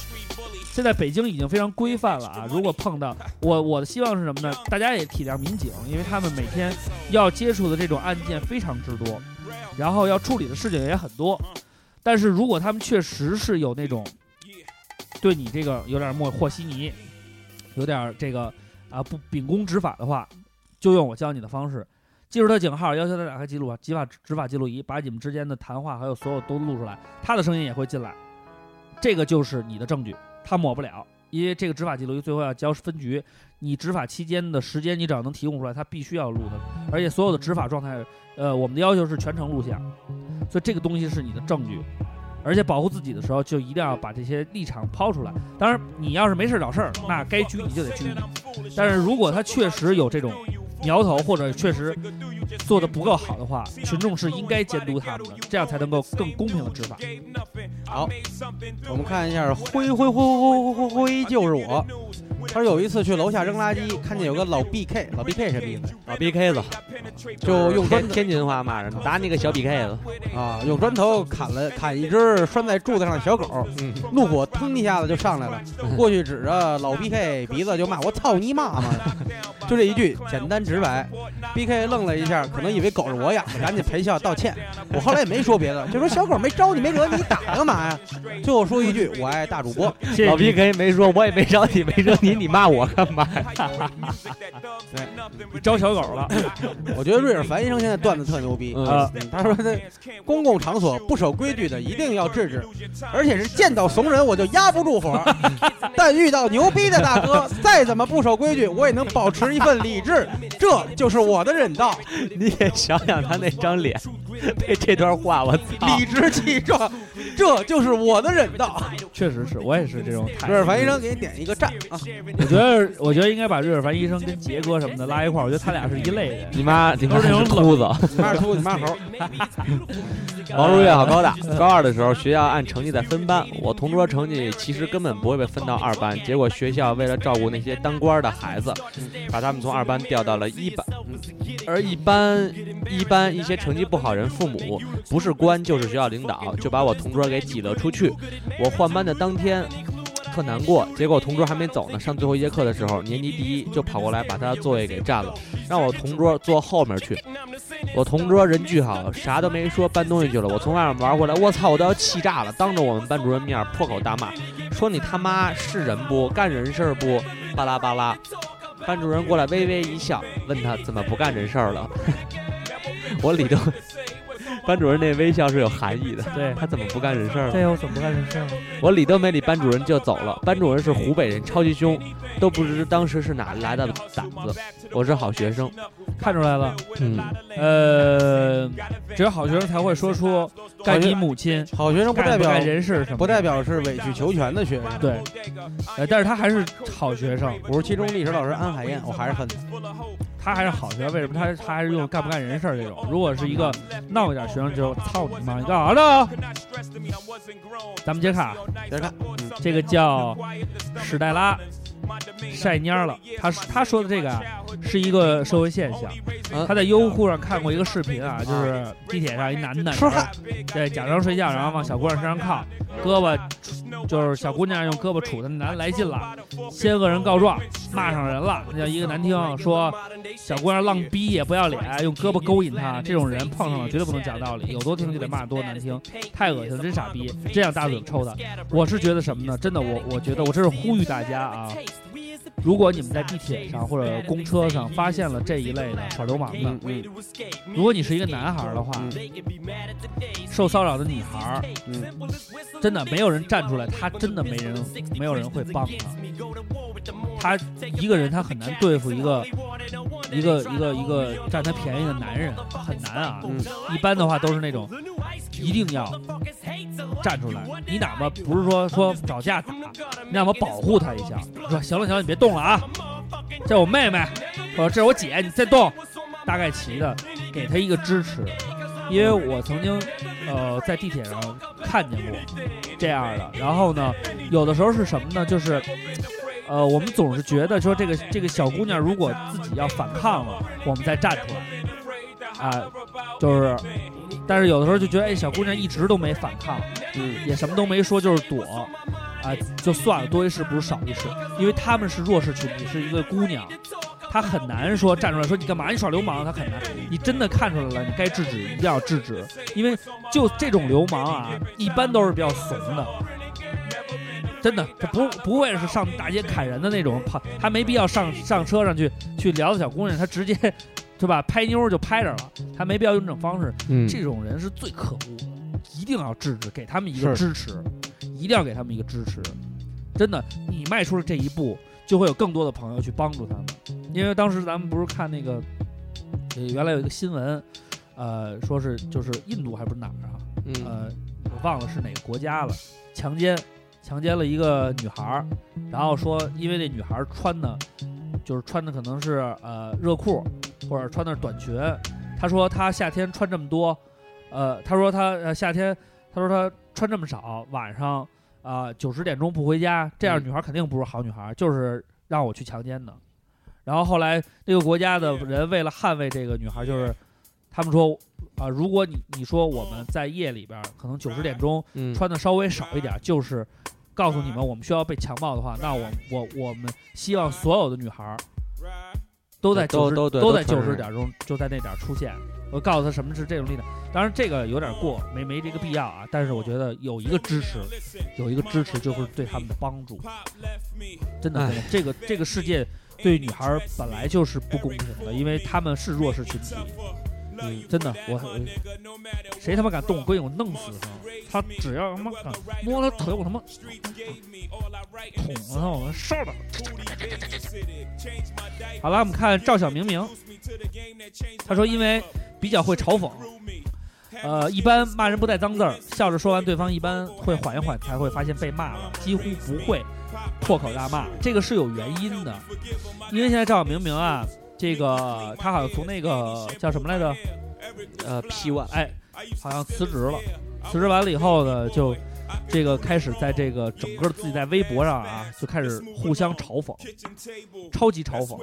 Speaker 5: 现在北京已经非常规范了啊！如果碰到我，我的希望是什么呢？大家也体谅民警，因为他们每天要接触的这种案件非常之多，然后要处理的事情也很多。但是如果他们确实是有那种对你这个有点莫和稀泥，有点这个啊不秉公执法的话，就用我教你的方式，记住他警号，要求他打开记录啊，执法执法记录仪，把你们之间的谈话还有所有都录出来，他的声音也会进来，这个就是你的证据，他抹不了，因为这个执法记录仪最后要交分局，你执法期间的时间你只要能提供出来，他必须要录的，而且所有的执法状态，呃，我们的要求是全程录像，所以这个东西是你的证据。而且保护自己的时候，就一定要把这些立场抛出来。当然，你要是没事儿找事儿，那该拘你就得拘你。但是如果他确实有这种苗头，或者确实做的不够好的话，群众是应该监督他们的，这样才能够更公平的执法。
Speaker 1: 好，我们看一下，挥挥挥挥挥挥挥就是我，他说有一次去楼下扔垃圾，看见有个老 BK，老 BK 什么意思？
Speaker 6: 老 BK 子，
Speaker 1: 就用砖
Speaker 6: 天
Speaker 1: 头
Speaker 6: 天津话骂人，
Speaker 1: 嗯
Speaker 6: 打你个小 BK 子，
Speaker 1: 啊， 用砖头砍了砍一只拴在柱子上的小狗，
Speaker 6: 嗯，
Speaker 1: 怒火腾一下子就上来了，
Speaker 5: 嗯
Speaker 1: 过去指着老 BK 鼻子就骂：“我操你妈嘛！”就这一句，简单直白。BK 愣了一下，可能以为狗是我养的，赶紧赔笑道歉。我后来也没说别的，就说小狗没招你，没惹你，你打干嘛呀？最后说一句：“我爱 大主播。
Speaker 5: 谢
Speaker 6: 老
Speaker 5: 谢你
Speaker 6: BK 没说，我也没找你，没惹你，你骂我干嘛？
Speaker 5: 你招小狗了，”
Speaker 1: 我觉得瑞尔凡医生现在段子特牛逼。
Speaker 5: 啊
Speaker 1: 嗯他说他公共场所不守规矩的一定要制止，而且是见到怂人我就压不住 火，但遇到牛逼的大哥，再怎么不守规矩，我也能保持一份理智，这就是我的忍道，
Speaker 6: 你也想想他那张 脸，被这段话我操！
Speaker 1: 理直气壮，这就是我的忍道。
Speaker 5: 确实是我也是这种态
Speaker 1: 瑞尔
Speaker 5: 度。
Speaker 1: 凡医生给你点一个赞啊！
Speaker 5: 我觉得，我觉得应该把瑞尔凡医生跟杰哥什么的拉一块儿，我觉得他俩是一类人。
Speaker 6: 你妈，你妈
Speaker 5: 都是那
Speaker 6: 是
Speaker 5: 种
Speaker 6: 秃子。
Speaker 1: 你妈是秃，你妈是猴，
Speaker 6: 王如月好高大。高二的时候，学校按成绩在分班，我同桌成绩其实根本不会被分到二班，结果学校为了照顾那些当官的孩子，把他们从二班调到了一班。嗯而一班一班一些成绩不好人父母不是官就是学校领导，就把我同桌给挤了出去。我换班的当天。特难过，结果同桌还没走呢，上最后一节课的时候，年级第一就跑过来把他的座位给占了，让我同桌坐后面去。我同桌人巨好，啥都没说，搬东西去了。我从外面玩回来，我操，我都要气炸了，当着我们班主任面破口大骂，说你他妈是人不？干人事儿不？巴拉巴拉。班主任过来微微一笑，问他怎么不干人事儿了。 我理都， 班主任那微笑是有含义的，
Speaker 5: 对
Speaker 6: 他怎么不干人事儿了？
Speaker 5: 对，我怎么不干这事儿呢？
Speaker 6: 我理都没理班主任就走了。班主任是湖北人，超级凶，都不知当时是哪来的胆子。我是好学生，
Speaker 5: 看出来了，
Speaker 6: 嗯，
Speaker 5: 呃，只有好学生才会说出“干你母亲
Speaker 1: 好学”，生不
Speaker 5: 干
Speaker 1: 代
Speaker 5: 不
Speaker 1: 表
Speaker 5: 干人事什么的，
Speaker 1: 不代表是委曲求全的学生。
Speaker 5: 对，呃，但是他还是好学生，
Speaker 1: 我是其中历史老师安海燕，我还是恨他。
Speaker 5: 他还是好学生。为什么他他还是用干不干人事儿这种？如果是一个闹一点学生，就操你妈，你干啥呢？咱 Oh 们接看啊，
Speaker 1: 别看，嗯，
Speaker 5: 这个叫史黛拉晒蔫儿了。他他说的这个啊，是一个社会现象。
Speaker 1: 嗯
Speaker 5: 他在优酷上看过一个视频啊，就是地铁上一男的
Speaker 1: 痴汉，
Speaker 5: 对，假装睡觉，然后往小姑娘身上靠，胳膊就是小姑娘用胳膊杵他，男的来劲了，先恶人告状，骂上人了，那叫一个难听，说小姑娘浪逼也不要脸，哎用胳膊勾引他，这种人碰上了绝对不能讲道理，有多听就得骂多难听，太恶心了，真傻逼，真想大嘴巴抽他。我是觉得什么呢？真的，我我觉得我这是呼吁大家啊。如果你们在地铁上或者公车上发现了这一类的耍流氓的，
Speaker 1: 嗯嗯
Speaker 5: 如果你是一个男孩儿的话，受骚扰的女孩儿，
Speaker 1: 嗯，
Speaker 5: 真的没有人站出来，他真的没人，没有人会帮他。他一个人，他很难对付一个一个一个一个占他便宜的男人，很难啊。一般的话都是那种一定要站出来，你哪怕不是说说找架打，你哪怕保护他一下，你说行了行了，你别动了啊，这是我妹妹，我这是我姐，你再动，大概齐的，给他一个支持。因为我曾经，呃，在地铁上看见过，这样的。然后呢，有的时候是什么呢？就是，呃，我们总是觉得说这个这个小姑娘如果自己要反抗了，我们再站出来，啊、就是，但是有的时候就觉得，哎，小姑娘一直都没反抗，
Speaker 1: 嗯，
Speaker 5: 也什么都没说，就是躲，啊、就算了，多一事不如少一事，因为她们是弱势群体，是一个姑娘。她很难说站出来说你干嘛？你耍流氓，她很难。你真的看出来了，你该制止，一定要制止，因为就这种流氓啊，一般都是比较怂的，真的，他不不会是上大街砍人的那种，怕他没必要上上车上去去撩小姑娘，他直接 是吧拍妞儿就拍着了，他没必要用这种方式。
Speaker 6: 嗯
Speaker 5: 这种人是最可恶的，一定要制止，给他们一个支持，一定要给他们一个支持。真的，你迈出了这一步，就会有更多的朋友去帮助他们。因为当时咱们不是看那个，呃原来有一个新闻，呃，说是就是印度还不是哪儿啊，
Speaker 6: 嗯，
Speaker 5: 呃，我忘了是哪个国家了，强奸强奸了一个女孩儿，然后说因为这女孩儿穿的，就是穿的可能是呃热裤或者穿的是短裙，她说她夏天穿这么多，呃，她说她呃夏天，她说她穿这么少，晚上啊九十点钟不回家，这样
Speaker 6: 嗯
Speaker 5: 女孩儿肯定不是好女孩儿，就是让我去强奸的。然后后来那个国家的人为了捍卫这个女孩，就是他们说啊、如果你你说我们在夜里边儿可能九十点钟
Speaker 6: 嗯，
Speaker 5: 穿的稍微少一点，就是告诉你们我们需要被强暴的话，那我我我们希望所有的女孩儿都在九
Speaker 6: 都
Speaker 5: 十
Speaker 6: 都对
Speaker 5: 都
Speaker 6: 都
Speaker 5: 在
Speaker 6: 承
Speaker 5: 九
Speaker 6: 认
Speaker 5: 十点钟就在那点儿出现。我告诉他什么是这种力量，当然这个有点过，没没这个必要啊。但是我觉得有一个支持，有一个支持就是对他们的帮助，真的，真的这个这个世界对女孩儿本来就是不公平的，因为她们是弱势群体。嗯，真的，我我谁他妈敢动我闺女，我弄死他！他只要他妈敢摸他腿，我他妈啊捅了他，我烧了他！好了，我们看赵小明明，他说因为比较会嘲讽，呃，一般骂人不带脏字儿，笑着说完，对方一般会缓一缓，才会发现被骂了，几乎不会破口大骂，这个是有原因的，因为现在赵小明明啊，这个他好像从那个叫什么来着？
Speaker 7: 呃，P one
Speaker 5: 哎，好像辞职了。 辞职完了以后呢，就这个开始在这个整个自己在微博上啊，就开始互相嘲讽，超级嘲讽。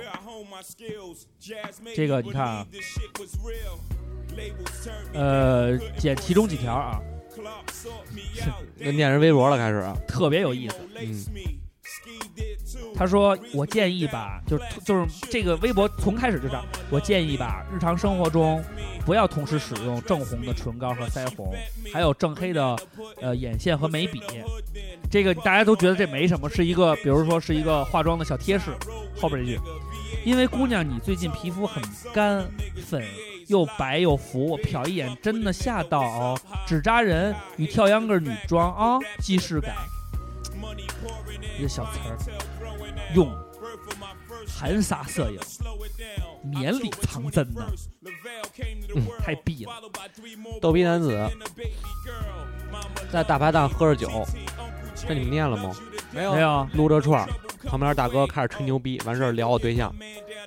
Speaker 5: 这个你看啊，呃，捡其中几条啊，
Speaker 6: 那念人微博了，开始。
Speaker 5: 特别有意思。
Speaker 6: 嗯，
Speaker 5: 他说：“我建议吧，就是就是这个微博从开始就这样。我建议吧，日常生活中不要同时使用正红的唇膏和腮红，还有正黑的呃眼线和眉笔。这个大家都觉得这没什么，是一个比如说是一个化妆的小贴士。后边一句，因为姑娘你最近皮肤很干粉。”又白又浮，我瞟一眼真的吓到哦！纸扎人与跳秧歌女装啊、既视感，一个小词儿，用含沙射影，绵里藏针呢，太逼了。
Speaker 7: 嗯逗逼男子在大排档喝着酒，
Speaker 6: 那你们念了吗？
Speaker 7: 没
Speaker 5: 没有，
Speaker 7: 撸着串儿，旁边大哥开始吹牛逼，完事儿聊我对象，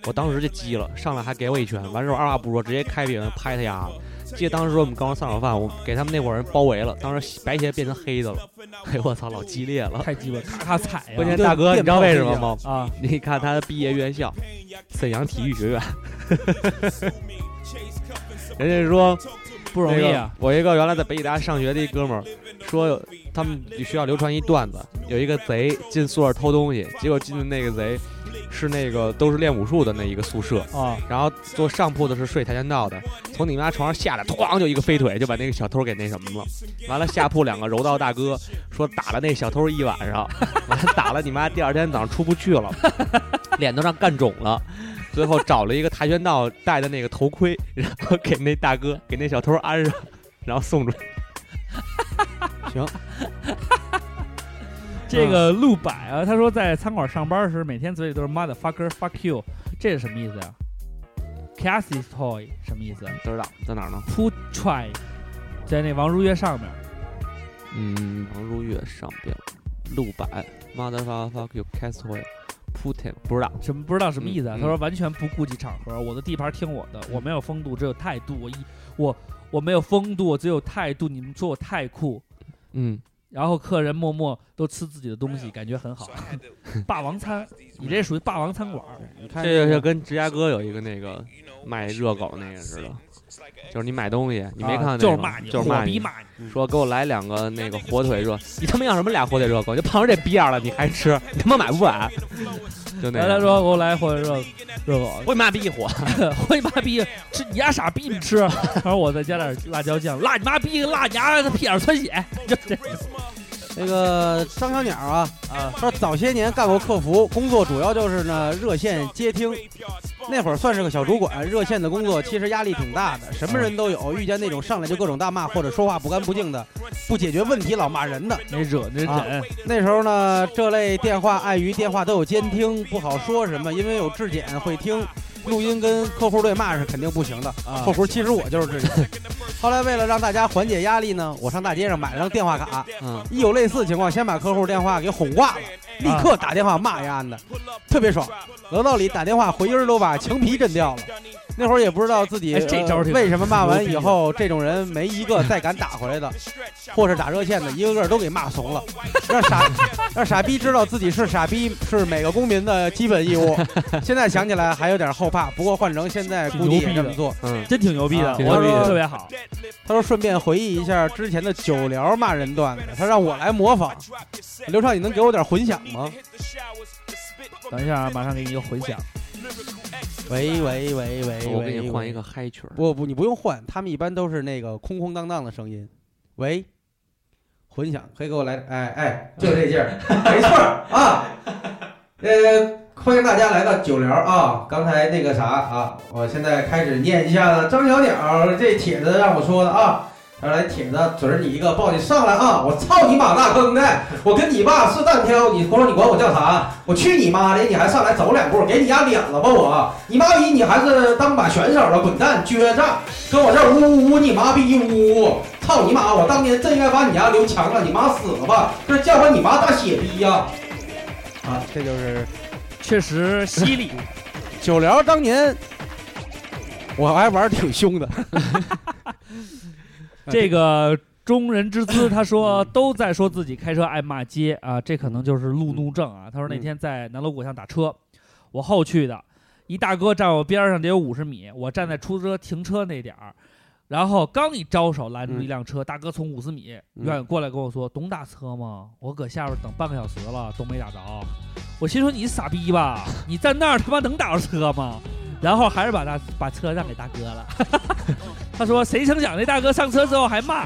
Speaker 7: 我 当时就急了，上来还给我一拳，完事儿我二话不说直接开扁拍他丫的。记得当时我们刚上散伙饭，我给他们那伙人包围了，当时白鞋变成黑的了，哎我操，老激烈了。
Speaker 5: 太鸡巴，咔咔踩
Speaker 7: 关键
Speaker 5: 呀！
Speaker 7: 大哥，你知道为什么吗？
Speaker 5: 啊，
Speaker 7: 你看他毕业院校，沈阳体育学院， 人家说
Speaker 5: 不容易啊！
Speaker 7: 那个我一个原来在北医大上学的一哥们儿说有，他们学校流传一段子，有一个贼进宿舍偷东西，结果进的那个贼是那个都是练武术的那一个宿舍，
Speaker 6: 哦
Speaker 5: 啊，
Speaker 7: 然后坐上铺的是睡跆拳道的，从你们家床上下来，哐就一个飞腿就把那个小偷给那什么了。完了，下铺两个柔道大哥说打了那小偷一晚上， 完了打了你妈，第二天早上出不去 了，脸都让干肿了。最后找了一个跆拳道戴的那个头盔， 然后给那大哥给那小偷安上， 然后送出去。
Speaker 5: 这个
Speaker 6: 嗯
Speaker 5: 陆柏啊，他说在餐馆上班时，每天嘴里都是 motherfucker fuck you，这是什么意思呀？Cassie toy 什么意思
Speaker 6: 不知道在哪儿呢？
Speaker 5: ？Who try？在那王如月上面，
Speaker 6: 嗯，王如月上边，陆柏，motherfucker you castaway。Putin 不知道，
Speaker 5: 什么不知道什么意思啊？
Speaker 6: 嗯
Speaker 5: 他说完全不顾及场合，我的地盘听我的，我没有风度，只有态度。我一我我没有风度，我只有态度。你们说我太酷，
Speaker 6: 嗯，
Speaker 5: 然后客人默默都吃自己的东西，感觉很好。霸王餐，你这属于霸王餐馆儿。啊
Speaker 1: 你看
Speaker 6: 这个就跟芝加哥有一个那个卖热狗那个似的，就是你买东西，你没看
Speaker 5: 啊
Speaker 6: 到那个
Speaker 5: 就是
Speaker 6: 吗
Speaker 5: 骂你，
Speaker 6: 就是
Speaker 5: 火
Speaker 6: 骂
Speaker 5: 逼
Speaker 6: 你，
Speaker 5: 骂你。
Speaker 6: 说给我来两个那个火腿热，你他妈要什么俩火腿热狗？就胖成这逼样了，你还吃？你他妈买不买？就那
Speaker 5: 来，他
Speaker 6: 个，
Speaker 5: 说给我来火热热 狗，
Speaker 6: 会骂逼一火，
Speaker 5: 我你妈逼吃你丫傻逼你吃，然后我再加点辣椒酱，辣你妈逼辣你丫的屁眼儿窜血， 就这
Speaker 1: 这个张小鸟啊，啊，说早些年干过客服，工作主要就是呢热线接听，那会儿算是个小主管，热线的工作其实压力挺大的，什么人都有，遇见那种上来就各种大骂或者说话不干不净的，不解决问题老骂人的，
Speaker 5: 没惹那
Speaker 1: 啊
Speaker 5: 人。
Speaker 1: 那时候呢，这类电话碍于电话都有监听，不好说什么，因为有质检会听，录音跟客户对骂是肯定不行的。
Speaker 5: 啊
Speaker 1: 客服其实我就是质检。后来为了让大家缓解压力呢，我上大街上买了张电话卡，
Speaker 6: 嗯，
Speaker 1: 一有类似情况，先把客户电话给哄挂了，立刻打电话骂丫的，特别爽。楼道里打电话回音儿都把墙皮震掉了。那会儿也不知道自己、
Speaker 5: 哎这招
Speaker 1: 呃
Speaker 5: 挺
Speaker 1: 为什么骂完
Speaker 5: 牛逼啊
Speaker 1: 以
Speaker 5: 的
Speaker 1: 后，这种人没一个再敢打回 来的，或是打热线的，一个个都给骂怂了，让 傻让傻逼知道自己是傻逼是每个公民的基本义 务。现在想起来还有点后怕，不过换成现在估计也这么做。
Speaker 6: 嗯，
Speaker 5: 真挺牛逼的，
Speaker 1: 啊
Speaker 5: 我
Speaker 1: 挺
Speaker 5: 觉
Speaker 1: 牛逼
Speaker 5: 得
Speaker 1: 的
Speaker 5: 特别好。
Speaker 1: 他说顺便回忆一下之前的九聊骂人段子，他让我来模仿。刘畅，你能给我点混响吗？
Speaker 5: 等一下啊，马上给你一个混响。
Speaker 1: 喂喂喂喂喂，
Speaker 6: 我给你换一个嗨曲儿。
Speaker 1: 不不，你不用换，他们一般都是那个空空荡荡的声音。喂，混响，可以给我来，哎哎，就这劲儿，没错儿啊。呃，欢迎大家来到九聊啊。刚才那个啥啊，我现在开始念一下子张小鸟这帖子让我说的啊。然后来帖子准儿你一个，报你上来啊！我操你妈大坑蛋！我跟你爸是单挑，你说你管我叫啥？我去你妈的！你还上来走两步，给你丫脸了吧我！你妈逼你还是当把选手了，滚蛋撅账！跟我这儿呜呜呜，你妈逼呜呜！操你妈！我当年真应该把你丫留强了，你妈死了吧！这是叫唤你妈大血逼呀、啊！这就是
Speaker 5: 确实犀利，
Speaker 1: 九聊当年，我还玩 挺凶的。
Speaker 5: 这个中人之姿，他说都在说自己开车爱骂街啊，这可能就是路怒症啊。他说那天在南锣鼓巷打车，我后去的，一大哥站我边上得有五十米，我站在出租车停车那点儿，然后刚一招手拦住一辆车，大哥从五十米
Speaker 1: 嗯
Speaker 5: 远过来跟我说：“懂打车吗？我搁下边等半个小时了，都没打着。”我心说你傻逼吧，你站那儿他妈能打着车吗？然后还是把大把车让给大哥了。他说：“谁成想那大哥上车之后还骂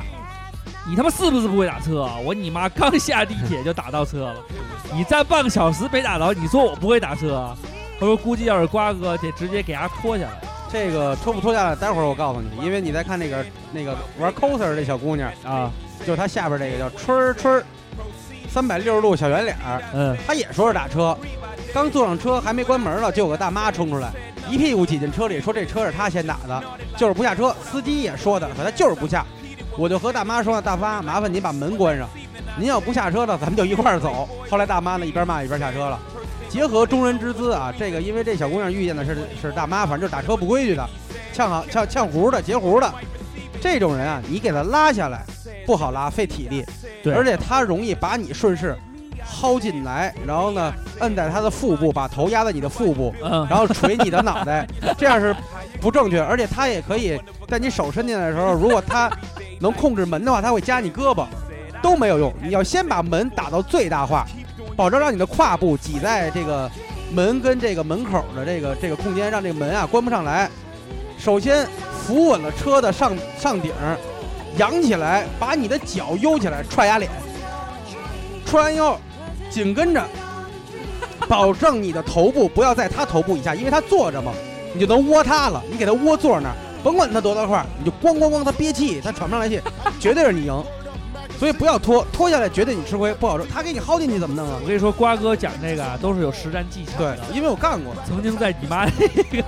Speaker 5: 你他妈是不是不会打车啊？我你妈刚下地铁就打到车了，你站半个小时没打着，你说我不会打车啊？他说估计要是瓜哥得直接给他拖下来。
Speaker 1: 这个脱不脱下来，待会儿我告诉你，因为你在看那个那个玩 coser 这小姑娘啊，就她下边这个叫春儿春儿，三百六十度小圆脸儿，
Speaker 5: 嗯，
Speaker 1: 她也说是打车，刚坐上车还没关门呢，就有个大妈冲出来，一屁股挤进车里，说这车是她先打的，就是不下车，司机也说的，可她就是不下，我就和大妈说，大妈麻烦您把门关上，您要不下车呢，咱们就一块儿走。后来大妈呢一边骂一边下车了。结合中人之姿啊，这个因为这小姑娘遇见的是是大妈，反正就是打车不规矩的，呛好呛呛胡的截胡的，这种人啊，你给他拉下来不好拉，费体力，
Speaker 5: 对
Speaker 1: 而且他容易把你顺势薅进来，然后呢摁在他的腹部，把头压在你的腹部，
Speaker 5: 嗯，
Speaker 1: 然后捶你的脑 袋，这样是不正确，而且他也可以在你手伸进来的时候，如果他能控制门的话，他会夹你胳膊，都没有用。你要先把门打到最大化，保证让你的胯部挤在这个门跟这个门口的这个这个空间，让这个门啊关不上来。首先扶稳了车的上上顶儿，扬起来，把你的脚悠起来，踹压脸，踹完以后，紧跟着。保证你的头部不要在他头部以下，因为他坐着嘛，你就能窝他了。你给他窝坐那儿，甭管他多大块儿，你就咣咣咣，他憋气，他喘不上来气，绝对是你赢。所以不要拖，拖下来绝对你吃亏，不好说。他给你薅进去怎么弄啊
Speaker 5: 我？跟你说，瓜哥讲这个啊都是有实战技巧
Speaker 1: 对
Speaker 5: 的。，
Speaker 1: 因为我干过，
Speaker 5: 曾经在你妈那个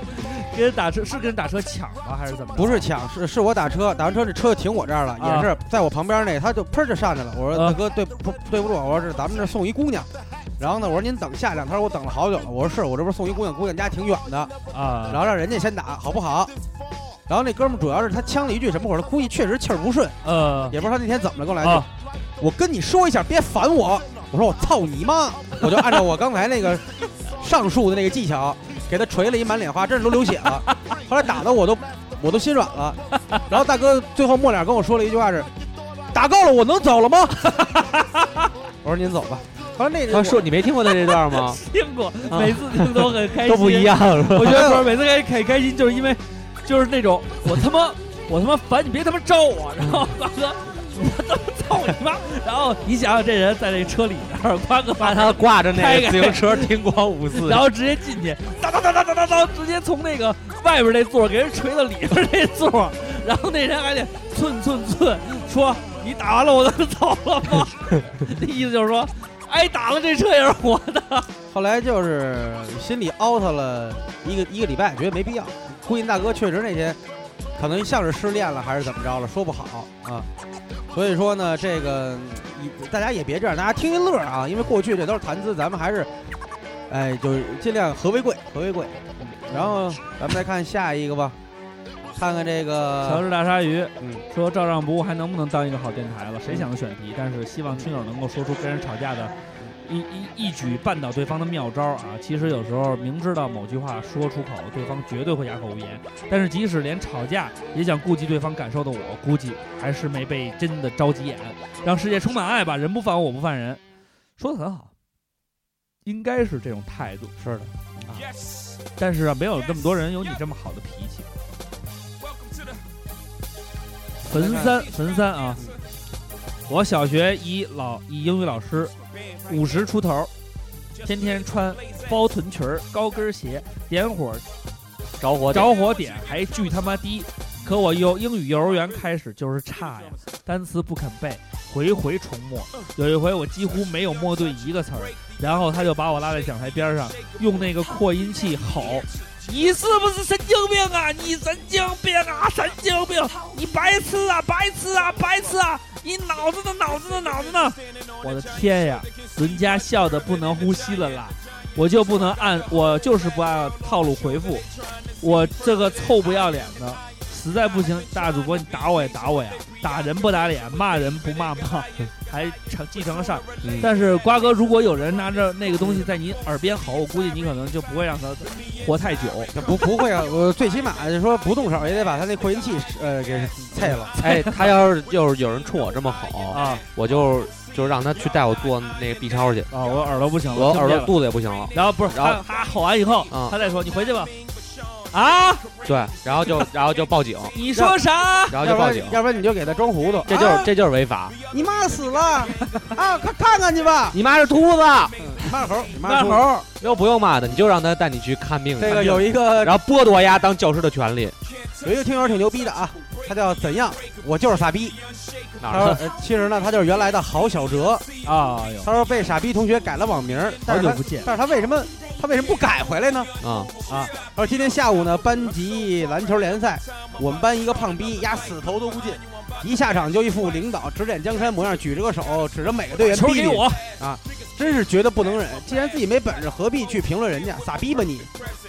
Speaker 5: 跟人打车是跟人打车抢了还是怎么着？
Speaker 1: 不是抢，是是我打车，打完车这车就停我这儿了，
Speaker 5: 啊
Speaker 1: 也是在我旁边那，他就砰就上去了。我说
Speaker 5: 啊
Speaker 1: 大哥对不对不住，我说这咱们这送一姑娘。然后呢，我说您等下一辆，他说我等了好久了。我说是我这不是送一姑娘，姑娘家挺远的。
Speaker 5: 啊，
Speaker 1: 然后让人家先打，好不好？然后那哥们儿主要是他呛了一句什么话，他估计确实气儿不顺，
Speaker 6: 啊
Speaker 5: 呃
Speaker 1: 也不知道他那天怎么了，跟我来一句
Speaker 5: 啊，
Speaker 1: 我跟你说一下，别烦我。我说我操 你妈！我就按照我刚才那个上述的那个技巧，给他捶了一满脸花，真是都流血了。后来打的我都我都心软了。然后大哥最后末了跟我说了一句话是：打够了，我能走了吗？ 我说您走吧。后来那
Speaker 6: 他说你没听过他这段吗？
Speaker 5: 听过，每次听都很开心，
Speaker 7: 都不一。样是 吧？
Speaker 5: 我觉得不是每次开开开心，就是因为就是那种我他妈我他妈烦你别他妈招我，然后瓜哥。我他妈操你妈！然后你想想，这人在这车里边，瓜哥把
Speaker 7: 把
Speaker 5: 他
Speaker 7: 他挂着那
Speaker 5: 开开
Speaker 7: 个自行车听光五四
Speaker 5: 然，后直接进去，当当当当当当当，直接从那个外边那座儿给人锤到里边那座儿，然后那人还得寸寸寸说：“你打完了我就 走了 吗？”那意思就是说，挨打了这车也是我的。
Speaker 1: 后来就是心里 out 了一个一个礼拜，觉得没必要。估计大哥确实那天可能像是失恋了还是怎么着了，说不好啊。所以说呢，这个嗯大家也别这样，大家听一乐啊，因为过去这都是谈资，咱们还是哎，就是尽量和为贵，和为贵。嗯然后咱们再看下一个吧，看看这
Speaker 5: 乔
Speaker 1: 个
Speaker 5: 治大鲨鱼
Speaker 1: 嗯
Speaker 5: 说：“照让不误还能不能当一个好电台了？谁想选题？但是希望听友能够说出跟人吵架的一一一举绊倒对方的妙招啊！其实有时候明知道某句话说出口，对方绝对会哑口无言。但是即使连吵架也想顾及对方感受的我，估计还是没被真的着急眼。让世界充满爱吧，人不犯我，我不犯人。说的很好，应该是这种态度。是的，啊，但是啊，没有那么多人有你这么好的脾气。”
Speaker 1: 再
Speaker 5: 坟
Speaker 1: 看
Speaker 5: 三，坟三啊！我小学一老一英语老师，五十出头，天天穿包臀裙儿、高跟鞋，点火
Speaker 7: 着火点
Speaker 5: 着火点还巨他妈低。可我幼英语幼儿园开始就是差呀，单词不肯背，回回重默。有一回我几乎没有默对一个词儿，然后他就把我拉在讲台边上，用那个扩音器吼：“你是不是神经病啊？你神经病啊！神经病！你白痴啊！白痴啊！白痴啊！你脑子呢？脑子呢？脑子呢？”我的天呀！伦家笑得不能呼吸了啦！我就不能按，我就是不按套路回复，我这个臭不要脸的，实在不行，大主播你打我也打我呀，打人不打脸，骂人不骂骂， 还成继承了上。
Speaker 7: 嗯
Speaker 6: 嗯
Speaker 5: 但是瓜哥，如果有人拿着那个东西在你耳边吼，我估计你可能就不会让他活太久。
Speaker 1: 不不会啊，我最起码就说不动手也得把他那扩音器呃给拆了。
Speaker 7: 哎，他要是就是有人冲我这么吼，
Speaker 5: 啊
Speaker 7: 我就就让他去带我做那个 B 超去，
Speaker 5: 啊！我耳朵不行了，
Speaker 7: 我耳朵
Speaker 5: 听不见了。
Speaker 7: 肚子也不行了。
Speaker 5: 然后不是
Speaker 7: 然
Speaker 5: 他
Speaker 7: 后
Speaker 5: 他吼完以后，
Speaker 7: 啊
Speaker 5: 他再说你回去吧。啊，
Speaker 7: 对，然后就然后就报警，
Speaker 5: 你说啥？
Speaker 7: 然
Speaker 1: 要
Speaker 7: 后就
Speaker 1: 不
Speaker 7: 报
Speaker 1: 然
Speaker 7: 警，
Speaker 1: 要不然你就给他装糊涂，
Speaker 7: 这就是
Speaker 1: 啊
Speaker 7: 这就是违法。
Speaker 1: 你妈死了啊！快看看去吧，
Speaker 7: 你妈是秃子，
Speaker 1: 你妈猴，你
Speaker 5: 大
Speaker 1: 妈猴。
Speaker 5: 猴，哎
Speaker 7: 又不用骂的，你就让他带你去看病去。
Speaker 1: 这个有一个
Speaker 7: 然后剥夺丫当教师的权利，
Speaker 1: 有一个听友挺牛逼的啊，他叫怎样？我就是傻逼。
Speaker 5: 啊
Speaker 7: 哪
Speaker 1: 他说
Speaker 7: 儿？
Speaker 1: 呃，其实呢，他就是原来的郝小哲。
Speaker 7: 啊
Speaker 5: 哎呦，
Speaker 1: 他说被傻逼同学改了网名儿，但是
Speaker 5: 好久
Speaker 1: 他
Speaker 5: 不见。
Speaker 1: 但是他为什么他为什么不改回来呢？
Speaker 7: 啊，
Speaker 1: 他说今天下午呢，班级篮球联赛，我们班一个胖逼压死头都不进，一下场就一副领导指点江山模样，举着个手指着每个队员，啊
Speaker 5: 球给我，
Speaker 1: 真是觉得不能忍。既然自己没本事，何必去评论人家？傻逼吧你！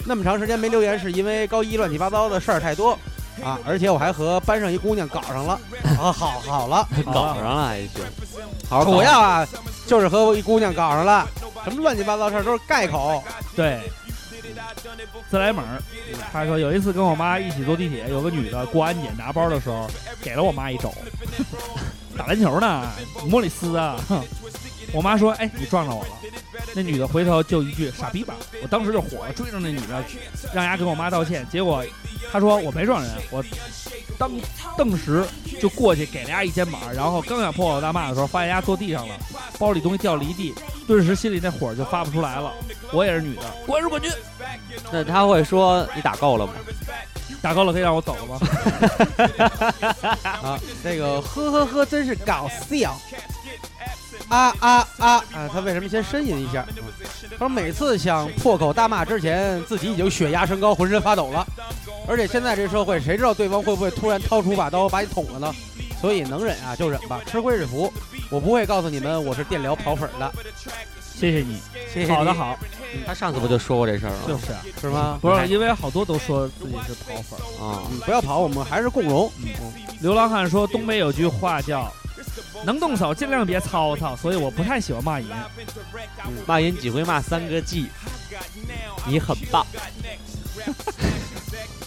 Speaker 1: 那么长时间没留言，是因为高一乱七八糟的事儿太多啊，而且我还和班上一姑娘搞上 了，啊，好好了，
Speaker 7: 搞上了还行。好好搞
Speaker 1: 主要啊就是和一姑娘搞上了，什么乱七八糟事儿都是盖口。
Speaker 5: 对，自来猛儿，他说有一次跟我妈一起坐地铁，有个女的过安检拿包的时候，给了我妈一肘，打篮球呢，莫里斯啊！哼我妈说：“哎，你撞着我了。”那女的回头就一句“傻逼吧”，我当时就火了，追上那女的，让丫跟我妈道歉。结果她说我没撞人，我当 顿时就过去给了丫一肩膀，然后刚想破口大骂的时候，发现丫坐地上了，包里东西掉离地，顿时心里那火就发不出来了。我也是女的，我是冠军，
Speaker 7: 那他会说你打够了吗？
Speaker 5: 打高了可以让我走了吗？
Speaker 1: 啊，这个呵呵呵，真是搞笑。啊啊啊啊！他为什么先呻吟一下？他说每次想破口大骂之前，自己已经血压升高，浑身发抖了。而且现在这社会，谁知道对方会不会突然掏出把刀把你捅了呢？所以能忍啊就忍吧，吃亏是福。我不会告诉你们我是电疗跑粉的。
Speaker 5: 谢谢你，
Speaker 1: 谢谢你
Speaker 5: 好的好，
Speaker 7: 他上次不就说过这事儿了
Speaker 5: 就是啊，
Speaker 1: 是吗？
Speaker 5: 不是因为好多都说自己是跑粉儿。
Speaker 7: 啊？
Speaker 1: 嗯，不要跑，我们还是共荣。
Speaker 5: 流浪汉说东北有句话叫“能动手尽量别操操”，所以我不太喜欢骂人。
Speaker 7: 骂人只会骂三个 G，你很棒。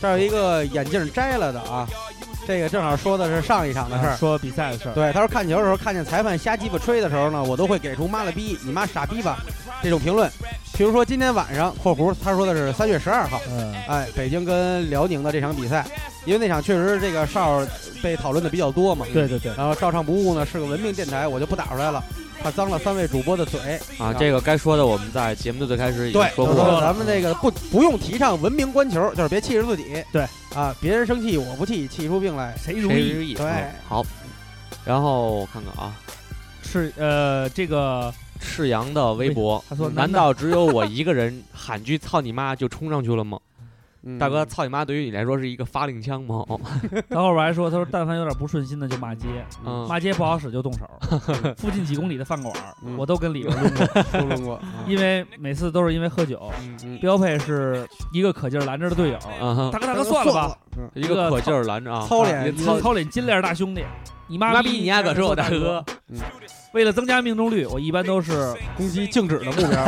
Speaker 1: 这儿有一个眼镜摘了的啊，这个正好说的是上一场的事儿。
Speaker 5: 说比赛的事儿，
Speaker 1: 对，他说看球的时候看见裁判瞎鸡巴吹的时候呢，我都会给出“妈了逼，你妈傻逼吧”这种评论。比如说今天晚上（括弧他说的是三月十二号
Speaker 5: 嗯，），
Speaker 1: 哎，北京跟辽宁的这场比赛，因为那场确实这个哨儿被讨论的比较多嘛。
Speaker 5: 对对对，
Speaker 1: 然后照唱不误呢是个文明电台，我就不打出来了，怕脏了三位主播的嘴。
Speaker 7: 啊，这个该说的我们在节目的最开始已经
Speaker 1: 对，
Speaker 7: 说
Speaker 1: 就是
Speaker 7: 过
Speaker 5: 说
Speaker 7: 了。
Speaker 5: 了
Speaker 1: 咱们这个不不用提倡文明观球，就是别气着自己。
Speaker 5: 对
Speaker 1: 啊，别人生气我不气，气出病来。
Speaker 5: 谁如
Speaker 7: 谁
Speaker 5: 意
Speaker 7: 之意？
Speaker 1: 对
Speaker 7: 嗯好。然后我看看啊，
Speaker 5: 是呃这个
Speaker 7: 赤阳的微博，
Speaker 5: 他说
Speaker 7: 难道只有我一个人喊句“操你妈”就冲上去了吗？
Speaker 1: 嗯
Speaker 6: 大哥，操你妈！对于你来说是一个发令枪吗？哦
Speaker 5: 他后边还说，他说但凡有点不顺心的就骂街，
Speaker 6: 嗯，
Speaker 5: 骂街不好使就动手。附近几公里的饭馆儿
Speaker 1: 嗯
Speaker 5: 我都跟里边抡过，
Speaker 1: 都抡过，啊
Speaker 5: 因为每次都是因为喝酒。
Speaker 1: 嗯
Speaker 5: 标配是一个可劲儿拦着的队友，
Speaker 6: 啊哈，
Speaker 5: 大哥大哥算了吧，，
Speaker 1: 嗯
Speaker 6: 一个可劲儿拦着啊，
Speaker 1: 操脸
Speaker 6: 你
Speaker 5: 操
Speaker 6: 操
Speaker 5: 操脸金链大兄弟，你妈
Speaker 6: 妈逼你丫
Speaker 5: 可
Speaker 6: 可是我大
Speaker 5: 哥
Speaker 6: 哥。
Speaker 1: 嗯
Speaker 5: 为了增加命中率，我一般都是
Speaker 1: 攻击静止的目标，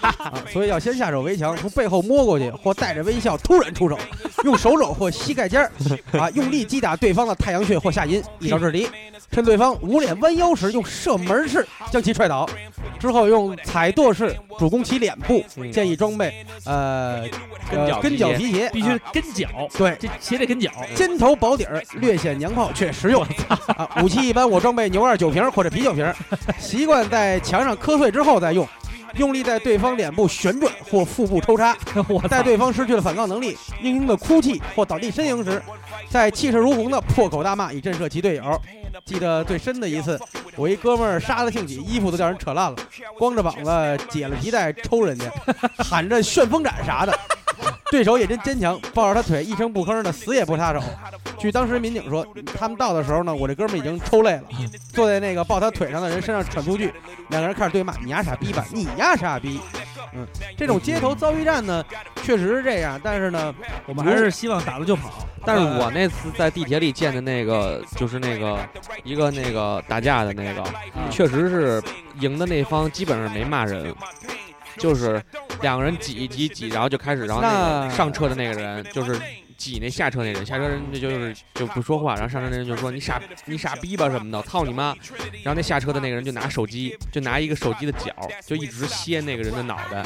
Speaker 1: 啊所以要先下手为强，从背后摸过去，或带着微笑突然出手，用手肘或膝盖尖儿啊，用力击打对方的太阳穴或下阴，一招制敌。趁对方捂脸弯腰时，用射门式将其踹倒，之后用踩跺式主攻其脸部。
Speaker 6: 嗯
Speaker 1: 建议装备呃
Speaker 6: 跟脚
Speaker 1: 呃跟脚皮鞋，
Speaker 5: 必须
Speaker 1: 啊
Speaker 5: 跟脚，
Speaker 1: 对。
Speaker 5: 这鞋得跟脚。
Speaker 1: 尖头薄底儿，略显娘炮却实用。啊，武器一般我装备牛二酒瓶或者啤酒瓶，习惯在墙上磕碎之后再用，用力在对方脸部旋转或腹部抽插，
Speaker 5: 我 操
Speaker 1: 在对方失去了反抗能力、嘤嘤的哭泣或倒地呻吟时，在气势如虹的破口大骂以震慑其队友。记得最深的一次，我一哥们儿杀了兴起，衣服都叫人扯烂了，光着膀子解了皮带抽人家，喊着旋风斩啥的。对手也真坚强，抱着他腿一声不吭的，死也不撒手。据当时民警说，他们到的时候呢，我这哥们儿已经抽累了，坐在那个抱他腿上的人身上喘粗气，两个人开始对骂：“你丫傻逼吧，你丫傻逼！”嗯，这种街头遭遇战呢，确实是这样，但是呢，
Speaker 5: 我们还是希望打了就跑。
Speaker 6: 但是我那次在地铁里见的那个，就是那个一个那个打架的那个，
Speaker 1: 嗯
Speaker 6: 确实是赢的那方基本上没骂人，就是两个人挤挤挤，然后就开始，然后那
Speaker 1: 那
Speaker 6: 个上车的那个
Speaker 5: 嗯
Speaker 6: 人就是挤那下车那人，下车人就就是就不说话，然后上车那人就说你傻你傻逼吧什么的，操你妈！然后那下车的那个人就拿手机，就拿一个手机的角，就一直掀那个人的脑袋，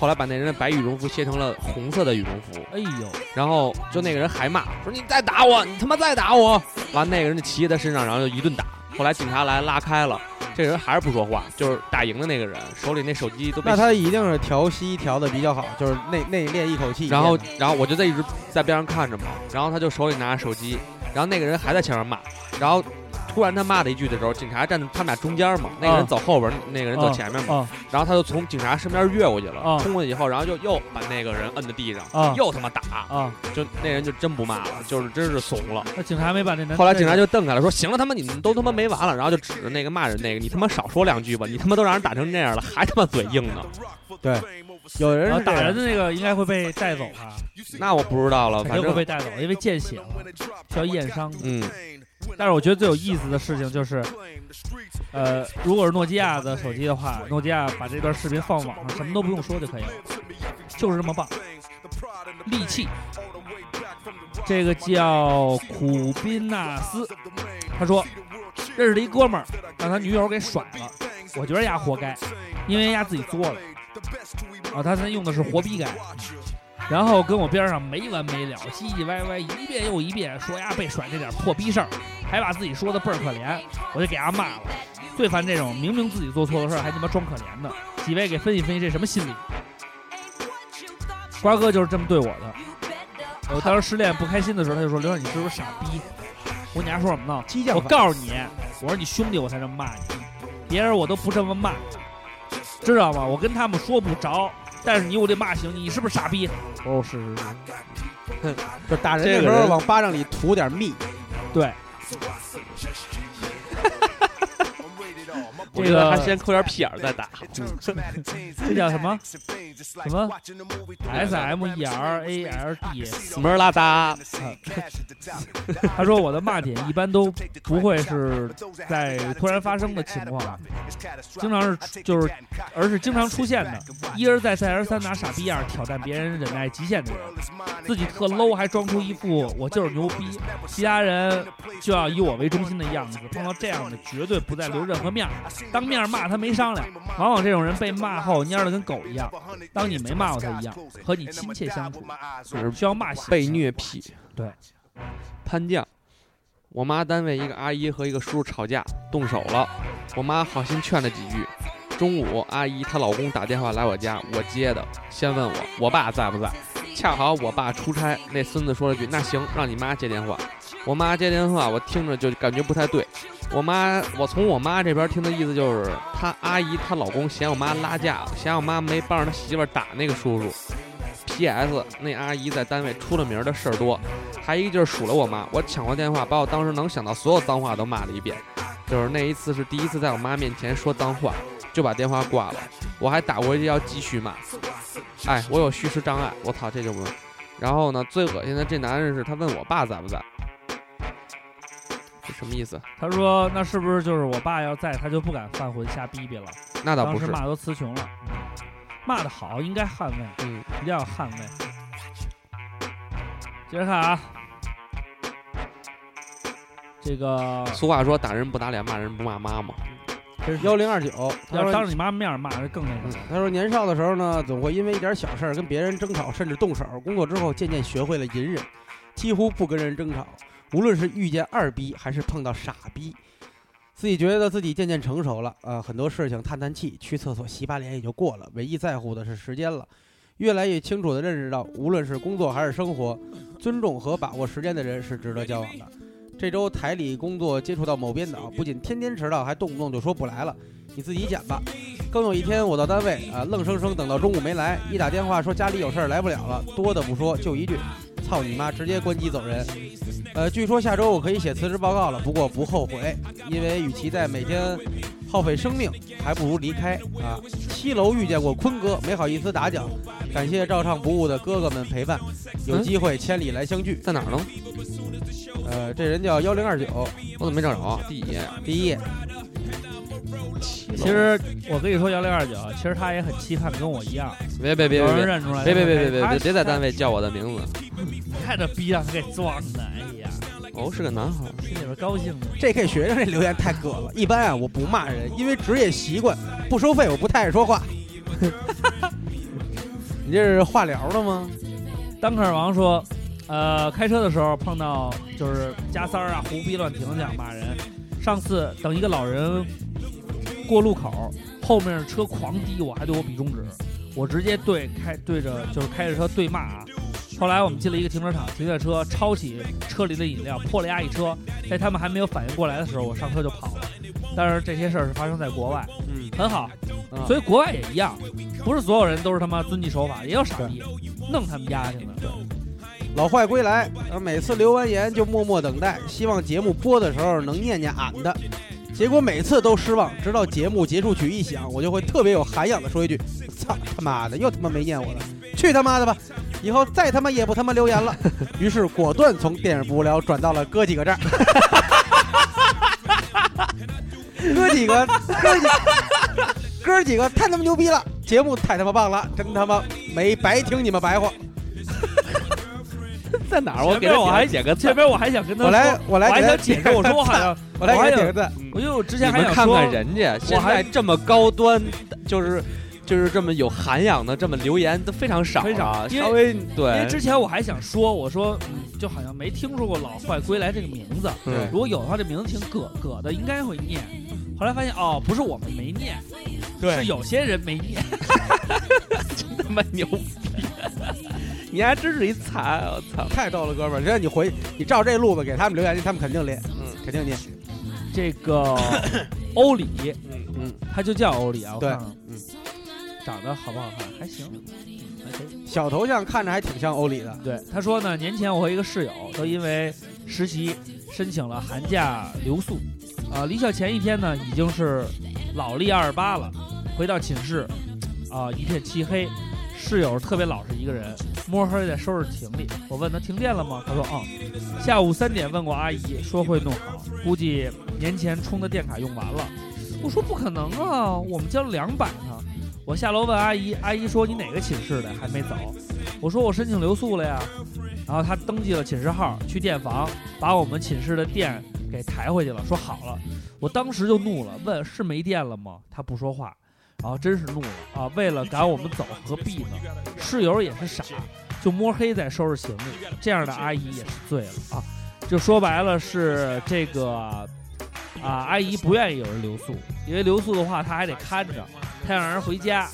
Speaker 6: 后来把那人的白羽绒服掀成了红色的羽绒服。
Speaker 5: 哎呦，
Speaker 6: 然后就那个人还骂说你再打我，你他妈再打我！完那个人就骑在他身上，然后就一顿打。后来警察来拉开了，这人还是不说话，就是打赢的那个人手里那手机都被
Speaker 1: 那他一定是调息调的比较好，就是内内练一口气。
Speaker 6: 然后然后我就在一直在边上看着嘛，然后他就手里拿着手机，然后那个人还在前面骂，然后突然他骂了一句的时候，警察站在他们俩中间嘛，那个人走后边，那个人走前面嘛，
Speaker 5: 啊
Speaker 6: 然后他就从警察身边越过去了，
Speaker 5: 啊
Speaker 6: 冲过去以后，然后就又把那个人摁在地上，
Speaker 5: 啊
Speaker 6: 又他妈打，
Speaker 5: 啊！
Speaker 6: 就那人就真不骂了，就是真是怂了。
Speaker 5: 那警察没把那男。
Speaker 6: 后来警察就瞪开了，说：“行了，他妈你们都他妈没完了。”然后就指着那个骂人那个：“你他妈少说两句吧，你他妈都让人打成这样了，还他妈嘴硬呢
Speaker 1: 对，有啊人
Speaker 5: 然后
Speaker 1: 是这
Speaker 5: 打
Speaker 1: 样
Speaker 5: 人的那个应该会被带走吧？？”
Speaker 6: 那我不知道了，
Speaker 5: 肯
Speaker 6: 反
Speaker 5: 定会
Speaker 6: 正
Speaker 5: 被带走，因为见血了，需要验伤。
Speaker 6: 嗯，
Speaker 5: 但是我觉得最有意思的事情就是，呃，如果是诺基亚的手机的话，诺基亚把这段视频放网上，什么都不用说就可以了，就是这么棒。利器，这个叫苦宾纳斯，他说认识了一哥们儿，让他女友给甩了，我觉得丫活该，因为丫自己作了。啊，他他用的是活逼该，然后跟我边上没完没了，唧唧歪歪一遍又一遍说呀被甩这点破逼事儿，还把自己说的倍儿可怜，我就给他骂了。最烦这种明明自己做错的事儿还他妈装可怜的，几位给分析分析这什么心理？瓜哥就是这么对我的。我当时失恋不开心的时候，他就说：“刘亮，你是不是傻逼？”我说：“你还说什么呢？”
Speaker 1: 激将
Speaker 5: 我
Speaker 1: 法
Speaker 5: 告诉你，我说你兄弟我才这么骂你，别人我都不这么骂，知道吗？我跟他们说不着，但是你我得骂醒你，你是不是傻逼？我说我是是是，
Speaker 1: 就打人
Speaker 6: 这个
Speaker 1: 的时候
Speaker 6: 人
Speaker 1: 往巴掌里涂点蜜，
Speaker 5: 对，
Speaker 6: 我觉
Speaker 5: 这
Speaker 6: 得
Speaker 5: 个
Speaker 6: 还先抠点屁眼儿再打。
Speaker 5: 这 叫什么什么 S M E R A L D？
Speaker 6: 门拉达，
Speaker 5: 他说我的骂点一般都不会是在突然发生的情况，经常是就是而是经常出现的，一而再再而三拿傻逼样挑战别人忍耐极限的人，自己特 low 还装出一副我就是牛逼，其他人就要以我为中心的样子。碰到这样的绝对不再留任何面儿，当面骂他没商量。往往这种人被骂后蔫的跟狗一样，当你没骂过他一样，和你亲切相处，
Speaker 6: 就是
Speaker 5: 需要骂醒。
Speaker 6: 被虐癖，
Speaker 5: 对，
Speaker 6: 潘酱。我妈单位一个阿姨和一个叔叔吵架，动手了。我妈好心劝了几句。中午，阿姨她老公打电话来我家，我接的，先问我我爸在不在。恰好我爸出差，那孙子说了句：“那行，让你妈接电话。”我妈接电话，我听着就感觉不太对。我妈，我从我妈这边听的意思就是，她阿姨她老公嫌我妈拉架，嫌我妈没帮着她媳妇儿打那个叔叔。 PS 那阿姨在单位出了名儿的事儿多，还一个就是数落我妈，我抢过电话，把我当时能想到所有脏话都骂了一遍，就是那一次是第一次在我妈面前说脏话，就把电话挂了，我还打回去要继续骂，哎，我有叙事障碍，我操，这就不。然后呢，最恶心的这男人是他问我爸在不在，这什么意思？
Speaker 5: 他说那是不是就是我爸要在，他就不敢犯浑瞎逼逼了？
Speaker 6: 那倒
Speaker 5: 当
Speaker 6: 不
Speaker 5: 时
Speaker 6: 是，
Speaker 5: 骂都词穷了，骂得好，应该捍卫，
Speaker 6: 嗯，
Speaker 5: 一定要捍卫。接着看啊，这个
Speaker 6: 俗话说打人不打脸，骂人不骂妈嘛。
Speaker 1: 幺零二九，他
Speaker 5: 要是
Speaker 1: 说
Speaker 5: 当着你妈面骂，那更那
Speaker 1: 嗯
Speaker 5: 个。
Speaker 1: 他说年少的时候呢，总会因为一点小事儿跟别人争吵，甚至动手。工作之后，渐渐学会了隐忍，几乎不跟人争吵。无论是遇见二逼，还是碰到傻逼，自己觉得自己渐渐成熟了，呃，很多事情叹叹气，去厕所洗把脸也就过了。唯一在乎的是时间了。越来越清楚地认识到，无论是工作还是生活，尊重和把握时间的人是值得交往的。这周台里工作接触到某编导，不仅天天迟到，还动不动就说不来了。你自己剪吧。更有一天，我到单位啊，愣生生等到中午没来，一打电话说家里有事儿来不了了，多的不说，就一句“操你妈”，直接关机走人。呃，据说下周我可以写辞职报告了，不过不后悔，因为与其在每天耗费生命，还不如离开啊。七楼遇见过坤哥，没好意思打搅，感谢照唱不误的哥哥们陪伴，有机会千里来相聚。
Speaker 6: 在哪儿呢？
Speaker 1: 呃，这人叫幺零二九，
Speaker 6: 我怎么没找着啊？第一页，
Speaker 1: 第一页，
Speaker 5: 其实我跟你说幺零二九，其实他也很期盼跟我一样，
Speaker 6: 别别别
Speaker 5: 有
Speaker 6: 别
Speaker 5: 人
Speaker 6: 别
Speaker 5: 认出来。
Speaker 6: 别别别别别别别在单
Speaker 5: 位，
Speaker 6: 位叫我的名字。
Speaker 5: 看着逼让他给撞的，哎呀，
Speaker 6: 哦，是个男孩儿。
Speaker 5: 心里边高兴的。
Speaker 1: 这 K 学生这留言太葛了。一般啊，我不骂人，因为职业习惯，不收费，我不太爱说话。 你这是话聊的吗？
Speaker 5: 单克尔王说，呃，开车的时候碰到就是加塞儿啊、胡逼乱停想骂人。上次等一个老人过路口，后面车狂滴我，还对我比中指，我直接对开对着就是开着车对骂啊。后来我们进了一个停车场，停下车抄起车里的饮料泼了丫一车，在他们还没有反应过来的时候，我上车就跑了。但是这些事儿是发生在国外，
Speaker 6: 嗯，
Speaker 5: 很好，
Speaker 1: 啊
Speaker 5: 所以国外也一样，不是所有人都是他妈遵纪守法，也有傻逼，弄他们家去了。
Speaker 1: 老坏归来，呃每次留完言就默默等待，希望节目播的时候能念念俺的。结果每次都失望，直到节目结束曲一响，我就会特别有涵养的说一句：“操他妈的，又他妈没念我了，去他妈的吧！以后再他妈也不他妈留言了。”于是果断从电影不无聊转到了哥几个这儿。哥几个，哥几个，哥几个太他妈牛逼了，节目太他妈棒了，真他妈没白听你们白话。
Speaker 6: 在哪儿？
Speaker 5: 我
Speaker 6: 我
Speaker 5: 给
Speaker 6: 给
Speaker 5: 他
Speaker 6: 他
Speaker 5: 写
Speaker 6: 写个
Speaker 5: 这
Speaker 6: 字。
Speaker 5: 边我还想跟他
Speaker 1: 我
Speaker 5: 说，
Speaker 1: 来，我来
Speaker 5: 我
Speaker 1: 给
Speaker 5: 还
Speaker 1: 他
Speaker 5: 想解释，我说我好像，
Speaker 1: 我来给他点个赞。
Speaker 5: 我就之
Speaker 6: 你
Speaker 5: 前还
Speaker 6: 们
Speaker 5: 想
Speaker 6: 看
Speaker 5: 说，
Speaker 6: 看人家现在这么高端，就是就是这么有涵养的，这么留言都非常少
Speaker 5: 非常
Speaker 6: 了，
Speaker 5: 因为
Speaker 6: 稍微
Speaker 5: 因为
Speaker 6: 对。
Speaker 5: 之前我还想说，我说嗯，就好像没听说过“老坏归来”这个名字，
Speaker 6: 对
Speaker 5: 如果有的话，这名字挺葛葛的，应该会念。后来发现哦，不是我们没念，是有些人 没念。
Speaker 6: 他妈牛逼！你还真是一才，我操！
Speaker 1: 太逗了，哥们儿！只要你回，你照这路子给他们留言去，他们肯定连，
Speaker 6: 嗯
Speaker 1: 肯定念。
Speaker 5: 这个欧里，
Speaker 1: 嗯，
Speaker 5: 他就叫欧里啊，我
Speaker 1: 对
Speaker 5: 看看，
Speaker 1: 嗯，
Speaker 5: 长得好不好看？还行，还可以。
Speaker 1: 小头像看着还挺像欧里的，
Speaker 5: 对，他说呢，年前我和一个室友都因为实习申请了寒假留宿，啊、离校前一天呢已经是老历二十八了，回到寝室，啊、一片漆黑，室友特别老实一个人，摸黑在收拾行李。我问他停电了吗？他说嗯。下午三点问过阿姨，说会弄好，估计年前充的电卡用完了。我说不可能啊，我们交了两百呢。我下楼问阿姨，阿姨说你哪个寝室的还没走？我说我申请留宿了呀，然后他登记了寝室号，去电房把我们寝室的电给抬回去了，说好了。我当时就怒了，问是没电了吗？他不说话，然后真是怒了啊！为了赶我们走，何必呢？室友也是傻，就摸黑在收拾行李，这样的阿姨也是醉了啊！就说白了是这个啊，阿姨不愿意有人留宿，因为留宿的话她还得看着，她让人回家，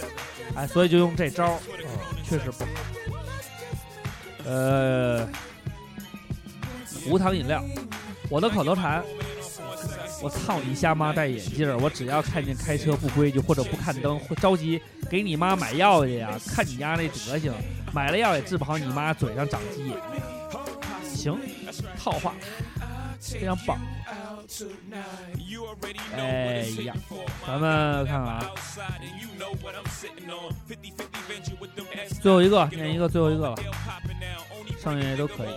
Speaker 5: 哎，所以就用这招儿，嗯确实不好。呃，无糖饮料，我的口头禅，我操你瞎妈戴眼镜儿！我只要看见开车不规矩或者不看灯，会着急给你妈买药去呀！看你丫那德行，买了药也治不好你妈嘴上长鸡眼。行，套话，非常棒。哎呀，咱们看看啊，最后一个念一个，最后一个了，剩下的都可以，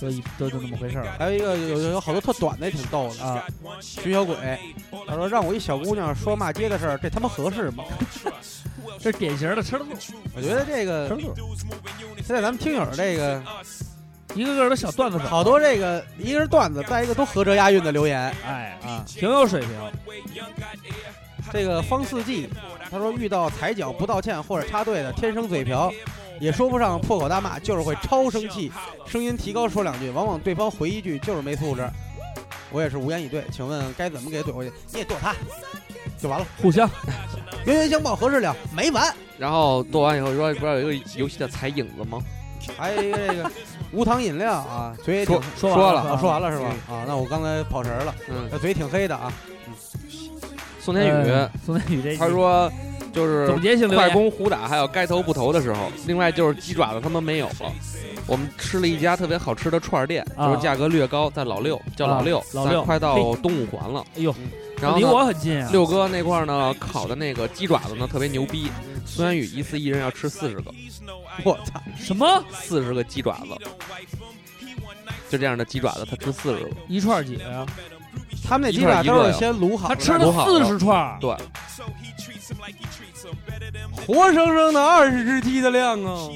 Speaker 5: 都一都就那么回事儿了。
Speaker 1: 还有一个有有有好多特短的也挺逗的
Speaker 5: 啊，
Speaker 1: 徐小鬼，他说让我一小姑娘说骂街的事儿，这他妈合适吗？
Speaker 5: 这是典型的吃了
Speaker 1: 我觉得这个现在咱们听友这个
Speaker 5: 一个个都小段子手，
Speaker 1: 好多这个一个是段子，再一个都合辙押韵的留言
Speaker 5: 哎，
Speaker 1: 啊。
Speaker 5: 挺有水平。
Speaker 1: 这个方四季，他说遇到踩脚不道歉或者插队的，天生嘴瓢，也说不上破口大骂，就是会超生气，声音提高说两句，往往对方回一句就是没素质。我也是无言以对，请问该怎么给怼回去？你也怼他，就完了。
Speaker 5: 互相
Speaker 1: 冤冤相报何时了？没完。
Speaker 6: 然后做完以后说，不是有一个游戏叫踩影子吗？
Speaker 1: 还有一个哎这个无糖饮料啊，嘴也挺
Speaker 6: 说
Speaker 5: 说
Speaker 6: 说
Speaker 5: 了
Speaker 6: 了
Speaker 1: 啊，说完了是吧？啊，那我刚才跑神儿了，
Speaker 6: 嗯，
Speaker 1: 那嘴挺黑的啊。
Speaker 6: 宋
Speaker 5: 宋
Speaker 6: 天宇、
Speaker 5: 宋天哎宇这
Speaker 6: 他说就是
Speaker 5: 总结性留
Speaker 6: 快
Speaker 5: 言，
Speaker 6: 攻胡打，还有该投不投的时候。另外就是鸡爪子他们没有了。我们吃了一家特别好吃的串儿店，
Speaker 5: 啊
Speaker 6: 就是价格略高，在老六，叫老六
Speaker 5: 啊，老六
Speaker 6: 咱快到东五环了。嗯
Speaker 5: 哎呦，
Speaker 6: 然后
Speaker 5: 离
Speaker 6: 呢
Speaker 5: 我很近啊。
Speaker 6: 六哥那块儿呢烤的那个鸡爪子呢特别牛逼，孙元宇一次一人要吃四十个，
Speaker 1: 我操，
Speaker 5: 什么
Speaker 6: 四十个鸡爪子，就这样的鸡爪子他吃四十个，
Speaker 5: 一串几个呀？
Speaker 1: 他们那鸡
Speaker 6: 一块
Speaker 1: 爪
Speaker 6: 儿一个
Speaker 1: 都是
Speaker 6: 呀
Speaker 1: 先卤好
Speaker 5: 他
Speaker 1: 的，
Speaker 5: 吃
Speaker 6: 多
Speaker 5: 了
Speaker 6: 好
Speaker 5: 四
Speaker 6: 啊
Speaker 5: 十串儿，
Speaker 6: 对，
Speaker 1: 活生生的二十只鸡的量啊！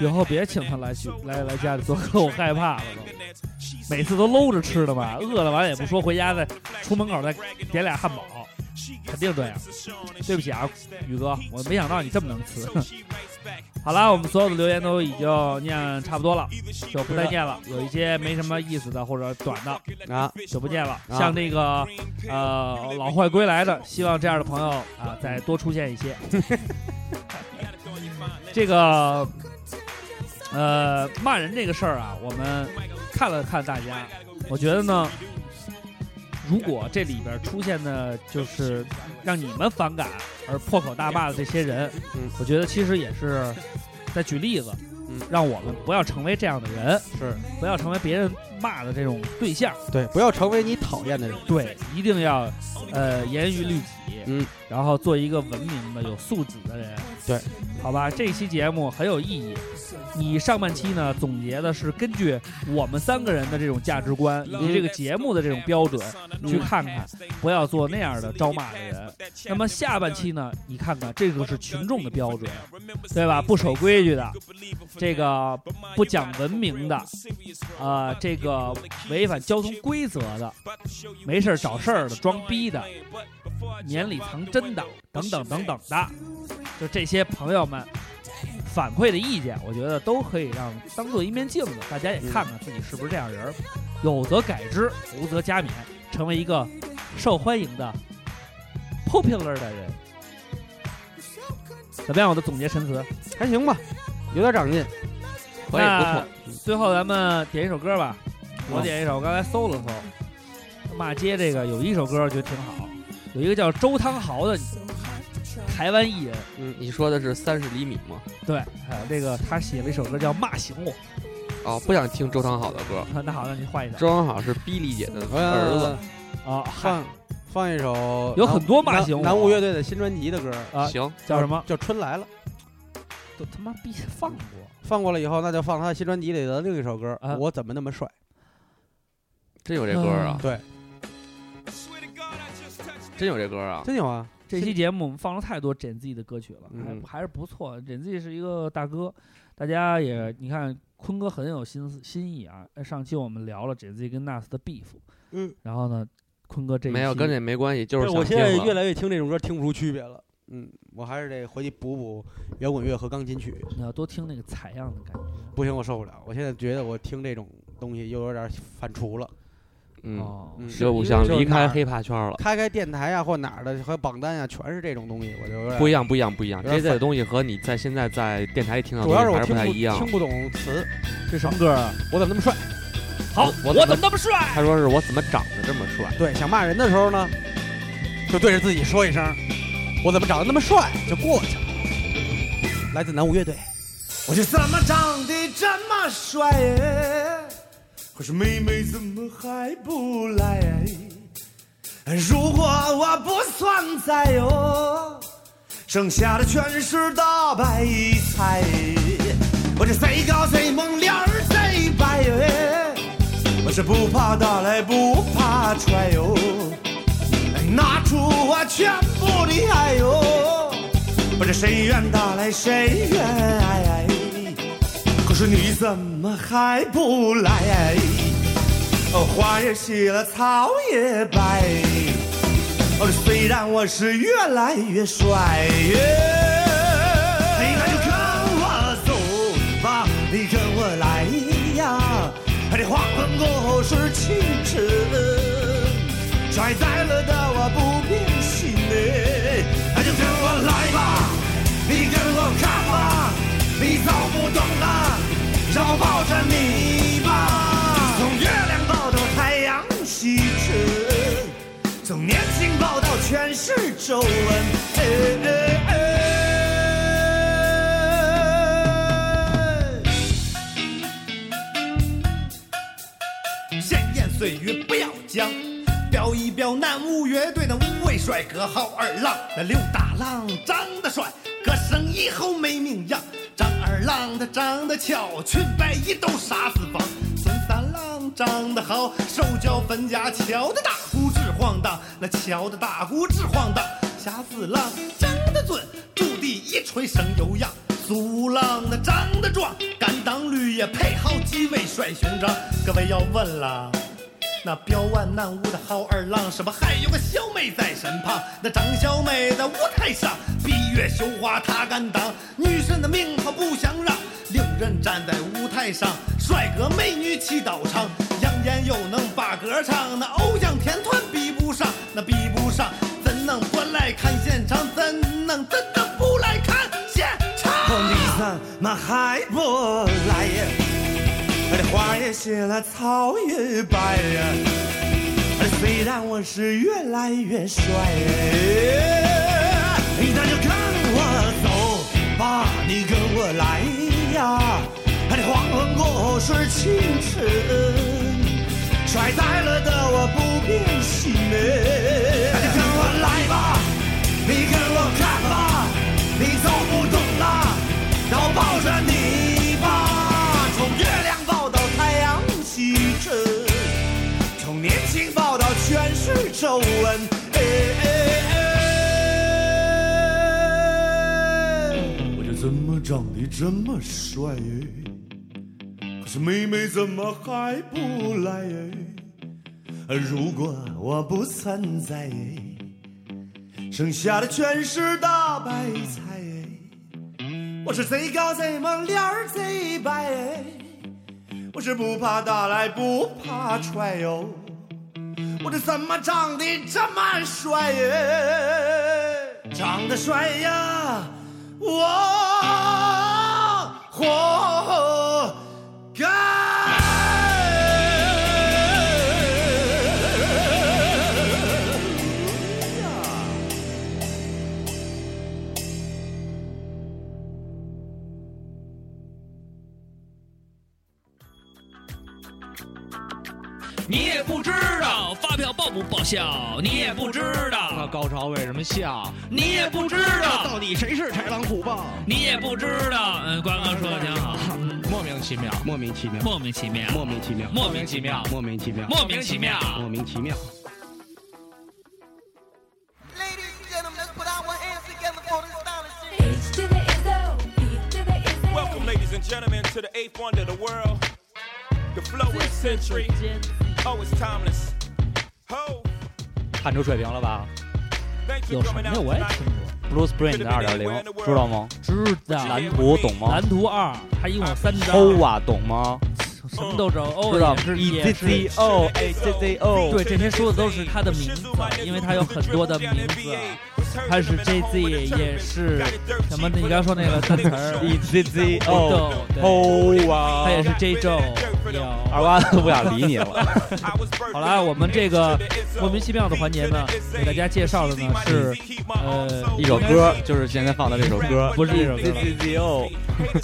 Speaker 5: 以后别请他来去来来家里做客，我害怕了都。每次都搂着吃的吧，饿了完也不说，回家再出门口再点俩汉堡，肯定这样。对不起啊，宇哥，我没想到你这么能吃。 好了，我们所有的留言都已经念差不多了，就不再念了。有一些没什么意思的或者短的，
Speaker 1: 啊，
Speaker 5: 就不见了。像这个呃老坏归来的，希望这样的朋友啊再多出现一些。 这个呃骂人这个事儿啊，我们看了看大家，我觉得呢，如果这里边出现的就是让你们反感而破口大骂的这些人，
Speaker 1: 嗯
Speaker 5: 我觉得其实也是在举例子。
Speaker 1: 嗯
Speaker 5: 让我们不要成为这样的人，
Speaker 1: 是
Speaker 5: 不要成为别人骂的这种对象。
Speaker 1: 对，不要成为你讨厌的人。
Speaker 5: 对，一定要呃严于律己，
Speaker 1: 嗯，
Speaker 5: 然后做一个文明的、有素质的人。
Speaker 1: 对，
Speaker 5: 好吧，这期节目很有意义。你上半期呢总结的是根据我们三个人的这种价值观以及这个节目的这种标准、去看看，不要做那样的招骂的人。那么下半期呢，你看看这个是群众的标准，对吧？不守规矩的，这个不讲文明的，啊，这个违反交通规则的，没事儿找事儿的，装逼的，年里藏针的，等等等等的，就这些朋友们反馈的意见，我觉得都可以让当做一面镜子，大家也看看自己是不是这样人儿，有则改之，无则加勉，成为一个受欢迎的 popular 的人。怎么样？我的总结陈词
Speaker 1: 还行吧，有点长进。
Speaker 6: 可以不
Speaker 5: 那
Speaker 6: 错。
Speaker 5: 最后咱们点一首歌吧，我点一首，我刚才搜了搜，骂街这个有一首歌我觉得挺好，有一个叫周汤豪的台湾艺人，
Speaker 6: 嗯，你说的是三十厘米吗？
Speaker 5: 对，还有这个他写了一首歌叫《骂醒我
Speaker 6: 哦，不想听周汤好的歌，》，
Speaker 5: 那好，那你换一首
Speaker 6: 周汤好是逼丽姐的
Speaker 7: 哎
Speaker 6: 儿子。
Speaker 1: 呃，
Speaker 5: 啊，嗨
Speaker 1: 放放一首
Speaker 5: 有很多骂
Speaker 1: 南
Speaker 5: 醒我
Speaker 1: 南无乐队的新专辑的歌，
Speaker 5: 啊
Speaker 6: 行，
Speaker 5: 叫什么？
Speaker 1: 啊叫《春来了》。
Speaker 5: 都他妈逼放过，
Speaker 1: 放过了以后，那就放他的新专辑里的另一首歌
Speaker 5: 啊
Speaker 1: 《我怎么那么帅》。
Speaker 6: 真有这歌啊
Speaker 5: 嗯？
Speaker 1: 对，
Speaker 6: 真有这歌啊？
Speaker 1: 真有啊！
Speaker 5: 这期节目我们放了太多 Gen Z 的歌曲了，还
Speaker 6: 嗯
Speaker 5: 还是不错。Gen Z 是一个大哥，大家也你看，坤哥很有心思心意啊。呃上期我们聊了 Gen Z 跟 Nas 的 beef，
Speaker 1: 嗯，
Speaker 5: 然后呢，坤哥这一
Speaker 6: 没有，
Speaker 5: 期
Speaker 6: 跟这没关系，就是
Speaker 1: 我
Speaker 6: 想
Speaker 1: 现在
Speaker 6: 听了。
Speaker 1: 越来越听这种歌，听不出区别了。嗯，我还是得回去补补摇滚乐和钢琴曲。
Speaker 5: 你要多听那个采样的感觉。
Speaker 1: 不行，我受不了。我现在觉得我听这种东西又有点反刍了。
Speaker 6: 嗯，
Speaker 5: 哦，
Speaker 1: 嗯
Speaker 5: 是
Speaker 6: 就我想
Speaker 1: 就是
Speaker 6: 离开
Speaker 1: 哪儿
Speaker 6: 黑怕圈了。
Speaker 1: 开开电台啊呀、或哪儿的和榜单呀、啊全是这种东西，我就有点
Speaker 6: 不一样，不一样，不一样。
Speaker 1: 有
Speaker 6: 这
Speaker 1: 点
Speaker 6: 类的
Speaker 1: 反
Speaker 6: 东西和你在现在在电台里听到的
Speaker 1: 主要
Speaker 6: 东
Speaker 1: 是
Speaker 6: 西
Speaker 1: 我
Speaker 6: 还是不
Speaker 1: 听
Speaker 6: 太
Speaker 1: 不
Speaker 6: 一样
Speaker 1: 听。不懂词，
Speaker 5: 这什么歌啊？
Speaker 1: 我怎么那么帅？
Speaker 5: 好，
Speaker 6: 我
Speaker 5: 我
Speaker 6: 我怎么
Speaker 5: 怎么那么帅？
Speaker 6: 他说是我怎么长得这么帅？
Speaker 1: 对，想骂人的时候呢，就对着自己说一声：“我怎么长得那么帅？”就过去了。来自南无乐队，
Speaker 10: 我就怎么长得这么帅耶？可是妹妹怎么还不来？如果我不算在哟，剩下的全是大白菜。我这谁高谁猛，脸儿贼白耶，我是不怕打来不怕踹哟，哎拿出我全部的爱哟。不知谁愿打来谁愿挨，哎可是你怎么还不来？哦，花也谢了，草也白。哦，虽然我是越来越帅，你看就跟我走吧，你跟我来呀，这黄昏过后是清晨，摔在了的我不变心哎，那就跟我来吧，你跟我看吧，你走不动了，让我抱着你吧，从月亮抱到太阳西沉。从年轻抱到全是皱纹。哎哎哎闲言碎语不要讲，表一表南舞乐队的五位帅哥好二郎，那刘大郎长得帅，歌声以后没名扬；张二郎他长得俏，裙摆一抖杀四方；孙三郎长得好，手脚分家，翘的大鼓直晃荡，那翘的大鼓直晃荡；侠四郎长得俊，驻地一吹声悠扬。苏浪那长得壮，敢当绿叶配好几位帅兄长。各位要问了，那彪腕南舞的好二郎，什么还有个小妹在身旁？那张小妹在舞台上，闭月羞花她敢当，女神的命她不想让。令人站在舞台上，帅哥美女齐到场，扬言又能把歌唱，那偶像天团比不上，那比不上，怎能不来看现场？怎能怎能不来看现场？你怎么还不来呀？这花也谢了，草也白呀。虽然我是越来越帅，那就跟我走吧，你跟我来呀。这黄昏过后是清晨，摔在了的我不变心哎。那就跟我来吧，你跟我看吧，你走不动了，让我抱着你吧，从月亮抱到太阳西沉。从年轻报道全是皱纹。哎哎哎！我这怎么长得这么帅？可是妹妹怎么还不来？如果我不存在，剩下的全是大白菜。我是贼高贼猛，脸儿贼白。我是不怕打来不怕踹哟，我这怎么长得这么帅耶？长得帅呀，我活该。
Speaker 5: 你也不知道发票报不报销，你也不知道高潮为什么笑，你也不知道到底谁是豺狼虎豹，你也不知道。嗯，关哥说的挺好，嗯莫名其妙，
Speaker 11: 莫名其妙，
Speaker 5: 莫名其妙，
Speaker 11: 莫名其妙，
Speaker 5: 莫名其妙，
Speaker 11: 莫名其妙，
Speaker 5: 莫名其妙。
Speaker 11: 莫名其妙。
Speaker 12: H to the Izzo, P to the Izzo.
Speaker 4: Welcome, ladies and gentlemen, to the eighth wonder of the world. The flow is century. Oh, it's timeless.
Speaker 5: Oh,
Speaker 4: Ho,
Speaker 7: 看出水平了吧
Speaker 4: thank you
Speaker 5: 有
Speaker 4: for
Speaker 5: 什么
Speaker 4: coming
Speaker 5: 呀？
Speaker 4: out
Speaker 5: 我也听
Speaker 4: tonight.
Speaker 7: ？Blue
Speaker 5: 过，
Speaker 7: Sprint 二点零，知道吗？
Speaker 5: 知道。
Speaker 7: 蓝图懂吗
Speaker 5: 蓝图二，它一共三张，
Speaker 7: 欧啊，懂吗？
Speaker 5: 什么都整，欧
Speaker 7: 知道
Speaker 5: 也
Speaker 7: 吗
Speaker 5: 是
Speaker 7: ？E
Speaker 5: 也
Speaker 7: Z
Speaker 5: 是
Speaker 7: Z O A Z Z O。
Speaker 5: 啊对，这些说的都是他的名字，因为他有很多的名字，啊他是 JZ，也是什么？你刚说那个单词儿
Speaker 7: E Z Z
Speaker 5: 豆
Speaker 7: O，
Speaker 5: 对，
Speaker 7: 哦啊
Speaker 5: 他也是 J Joe。
Speaker 7: 二瓜都不想理你了。
Speaker 5: 好了，我们这个莫名其妙的环节呢，给大家介绍的呢是呃
Speaker 7: 一首歌，就是现在放的这首歌，
Speaker 5: 不是这首歌
Speaker 7: Z Z Z 哦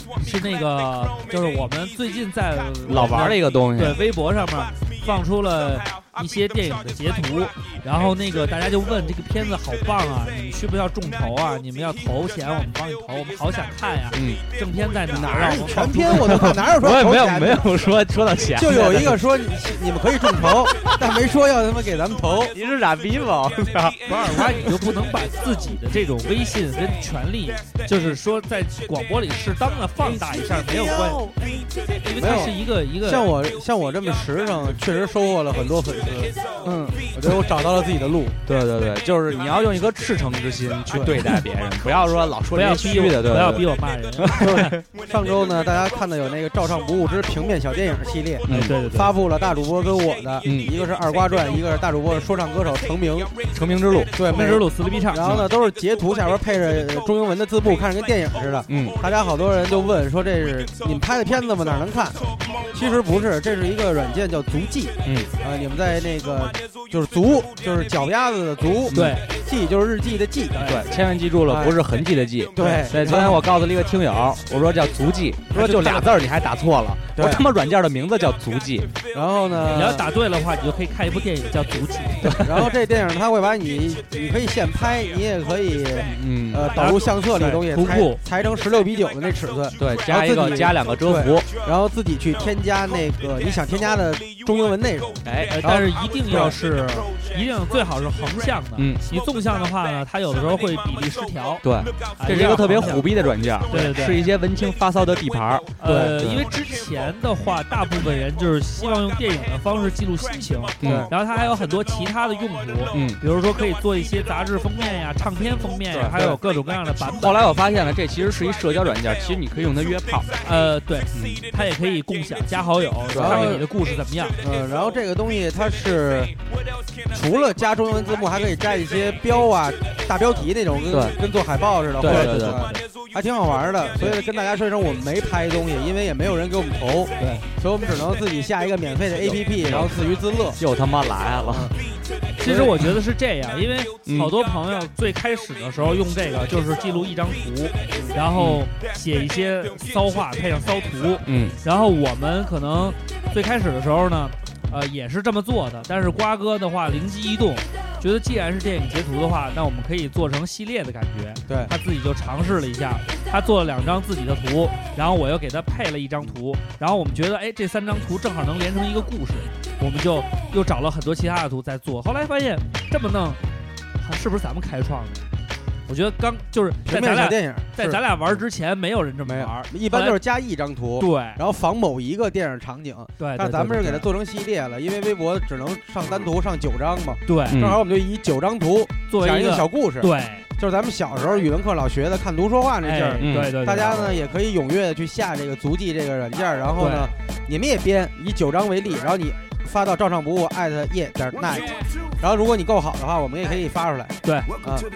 Speaker 7: O，
Speaker 5: 是那个，就是我们最近在
Speaker 7: 老玩儿
Speaker 5: 那
Speaker 7: 这个
Speaker 6: 嗯
Speaker 7: 东西
Speaker 5: 对，微博上面放出了一些电影的截图，然后那个大家就问这个片子好棒啊，你们需不需要众筹啊？你们要投钱，我们帮你投，我们好想看呀、
Speaker 7: 嗯，
Speaker 5: 正片在哪儿啊？我们
Speaker 1: 全篇我都看，哪有
Speaker 7: 我
Speaker 1: 说
Speaker 7: 也
Speaker 1: 投
Speaker 7: 没有
Speaker 1: 钱
Speaker 7: 没
Speaker 1: 的，
Speaker 7: 有说说到钱，
Speaker 1: 就有一个说你你们可以众筹，但没说要他妈给咱们投。
Speaker 7: 你是傻逼吗？
Speaker 5: 不是，那你就不能把自己的这种威信跟权利，就是说在广播里适当的放大一下没有关系，因为它是一个一个
Speaker 1: 像我像我这么实诚，确实收获了很多粉丝。嗯，我觉得我找到了自己的路。
Speaker 7: 对对对，就是你要用一个赤诚之心去对待别人，不要说老说
Speaker 5: 不
Speaker 7: 这
Speaker 5: 要
Speaker 7: 些
Speaker 5: 逼我
Speaker 7: 虚的，对，
Speaker 5: 不要逼
Speaker 7: 我，
Speaker 5: 我骂 人。
Speaker 1: 上周呢，大家看到有那个《照唱不误之平面小电影》系列，
Speaker 7: 嗯，对，
Speaker 5: 对对对，
Speaker 1: 发布了大主播跟我的，
Speaker 7: 嗯
Speaker 1: 一个是二瓜传，一个是大主播说唱歌手成名，
Speaker 7: 成名之路，
Speaker 1: 对，
Speaker 5: 梦之。路斯利比唱，
Speaker 1: 然后呢，都是截图下边配着中英文的字幕，看着跟电影似的。
Speaker 7: 嗯，
Speaker 1: 大家好多人就问说这是你们拍的片子吗？哪能看？其实不是，这是一个软件叫足迹。
Speaker 7: 嗯，
Speaker 1: 啊、你们在那个就是足，就是脚丫子的足，
Speaker 5: 对，
Speaker 1: 记就是日记的记，
Speaker 7: 对，千万记住了，
Speaker 1: 哎
Speaker 7: 不是痕迹的迹。
Speaker 1: 对
Speaker 7: 对，昨天我告诉了一个听友，我说叫足迹，他
Speaker 6: 哎
Speaker 7: 说就俩字儿，你还打错了。我
Speaker 1: 对
Speaker 7: 说他妈软件的名字叫足迹，
Speaker 1: 然后呢，
Speaker 5: 你要打对的话，你就可以看一部电影叫《足迹》，
Speaker 1: 然后这电影它会把你，你可以现拍，你也可以
Speaker 7: 嗯，
Speaker 1: 呃导入相册里的东西
Speaker 5: 对，
Speaker 1: 裁
Speaker 5: 图库
Speaker 1: 裁成十六比九的那尺寸，
Speaker 7: 对，加一
Speaker 1: 然后
Speaker 7: 个
Speaker 1: 自己
Speaker 7: 加两个遮幅，
Speaker 1: 然后自己去添加那个你想添加的中英文内容。
Speaker 7: 哎
Speaker 5: 呃，但是一定要是，一定最好是横向的。
Speaker 7: 嗯，
Speaker 5: 你纵向的话呢，它有的时候会比例失调。
Speaker 7: 对，
Speaker 5: 啊
Speaker 7: 这是一个特别虎。
Speaker 5: 一定要横向
Speaker 7: 逼的软件，
Speaker 5: 对对对
Speaker 7: 是一些文青发骚的地盘儿。
Speaker 5: 呃，
Speaker 7: 对
Speaker 5: 因为之前的话，大部分人就是希望用电影的方式记录心情，
Speaker 7: 嗯
Speaker 5: 然后它还有很多其他的用途，
Speaker 7: 嗯
Speaker 5: 比如说可以做一些杂志封面呀、唱片封面呀，还有各种各样的版本。
Speaker 7: 后来我发现了，这其实是一社交软件，其实你可以用它约炮。
Speaker 5: 呃，对，它也可以共享、加好友，看看你的故事怎么样。
Speaker 1: 嗯，然后这个东西它是除了加中文字幕，还可以加一些标啊、大标题那种，
Speaker 7: 对
Speaker 1: 跟跟做海报似的，或
Speaker 7: 对
Speaker 1: 者
Speaker 7: 对
Speaker 1: 怎么样还挺好玩的。所以跟大家说一声，我们没拍东西，因为也没有人给我们投，
Speaker 7: 对，
Speaker 1: 所以我们只能自己下一个免费的 APP，然后自娱自乐。
Speaker 7: 又他妈来了，
Speaker 5: 其实我觉得是这样，因
Speaker 7: 嗯
Speaker 5: 为好多朋友最开始的时候用这个就是记录一张图，然后写一些骚话配上骚图，
Speaker 7: 嗯，
Speaker 5: 然后我们可能最开始的时候呢，呃也是这么做的，但是瓜哥的话灵机一动，觉得既然是电影截图的话，那我们可以做成系列的感觉，
Speaker 1: 对，
Speaker 5: 他自己就尝试了一下，他做了两张自己的图，然后我又给他配了一张图，然后我们觉得，哎，这三张图正好能连成一个故事，我们就又找了很多其他的图在做。后来发现这么弄，啊是不是咱们开创的？我觉得刚就是
Speaker 1: 平
Speaker 5: 在咱
Speaker 1: 面小
Speaker 5: 俩
Speaker 1: 电影，
Speaker 5: 在
Speaker 1: 是
Speaker 5: 咱俩玩之前，没有人这么
Speaker 1: 没有
Speaker 5: 玩，，
Speaker 1: 一般就是加一张图，
Speaker 5: 对哎
Speaker 1: 然后仿某一个电影场景。
Speaker 5: 对，
Speaker 1: 但
Speaker 5: 对
Speaker 1: 咱们
Speaker 5: 对
Speaker 1: 是给它做成系列了，因为微博只能上单图上九张嘛，
Speaker 5: 对
Speaker 7: 嗯
Speaker 1: 正好我们就以九张图
Speaker 5: 作
Speaker 1: 讲
Speaker 5: 为
Speaker 1: 一
Speaker 5: 个
Speaker 1: 个小故事，
Speaker 5: 对，
Speaker 1: 就是咱们小时候语文课老学的看图说话那
Speaker 5: 哎
Speaker 1: 劲儿。
Speaker 7: 嗯
Speaker 5: 对对，对
Speaker 1: 大家呢也可以踊跃的去下这个足迹这个软件儿，然后呢，你们也编以九张为例，然后你发到照上不误艾特夜点 night，然后如果你够好的话，我们也可以发出来。
Speaker 5: 对
Speaker 1: 啊，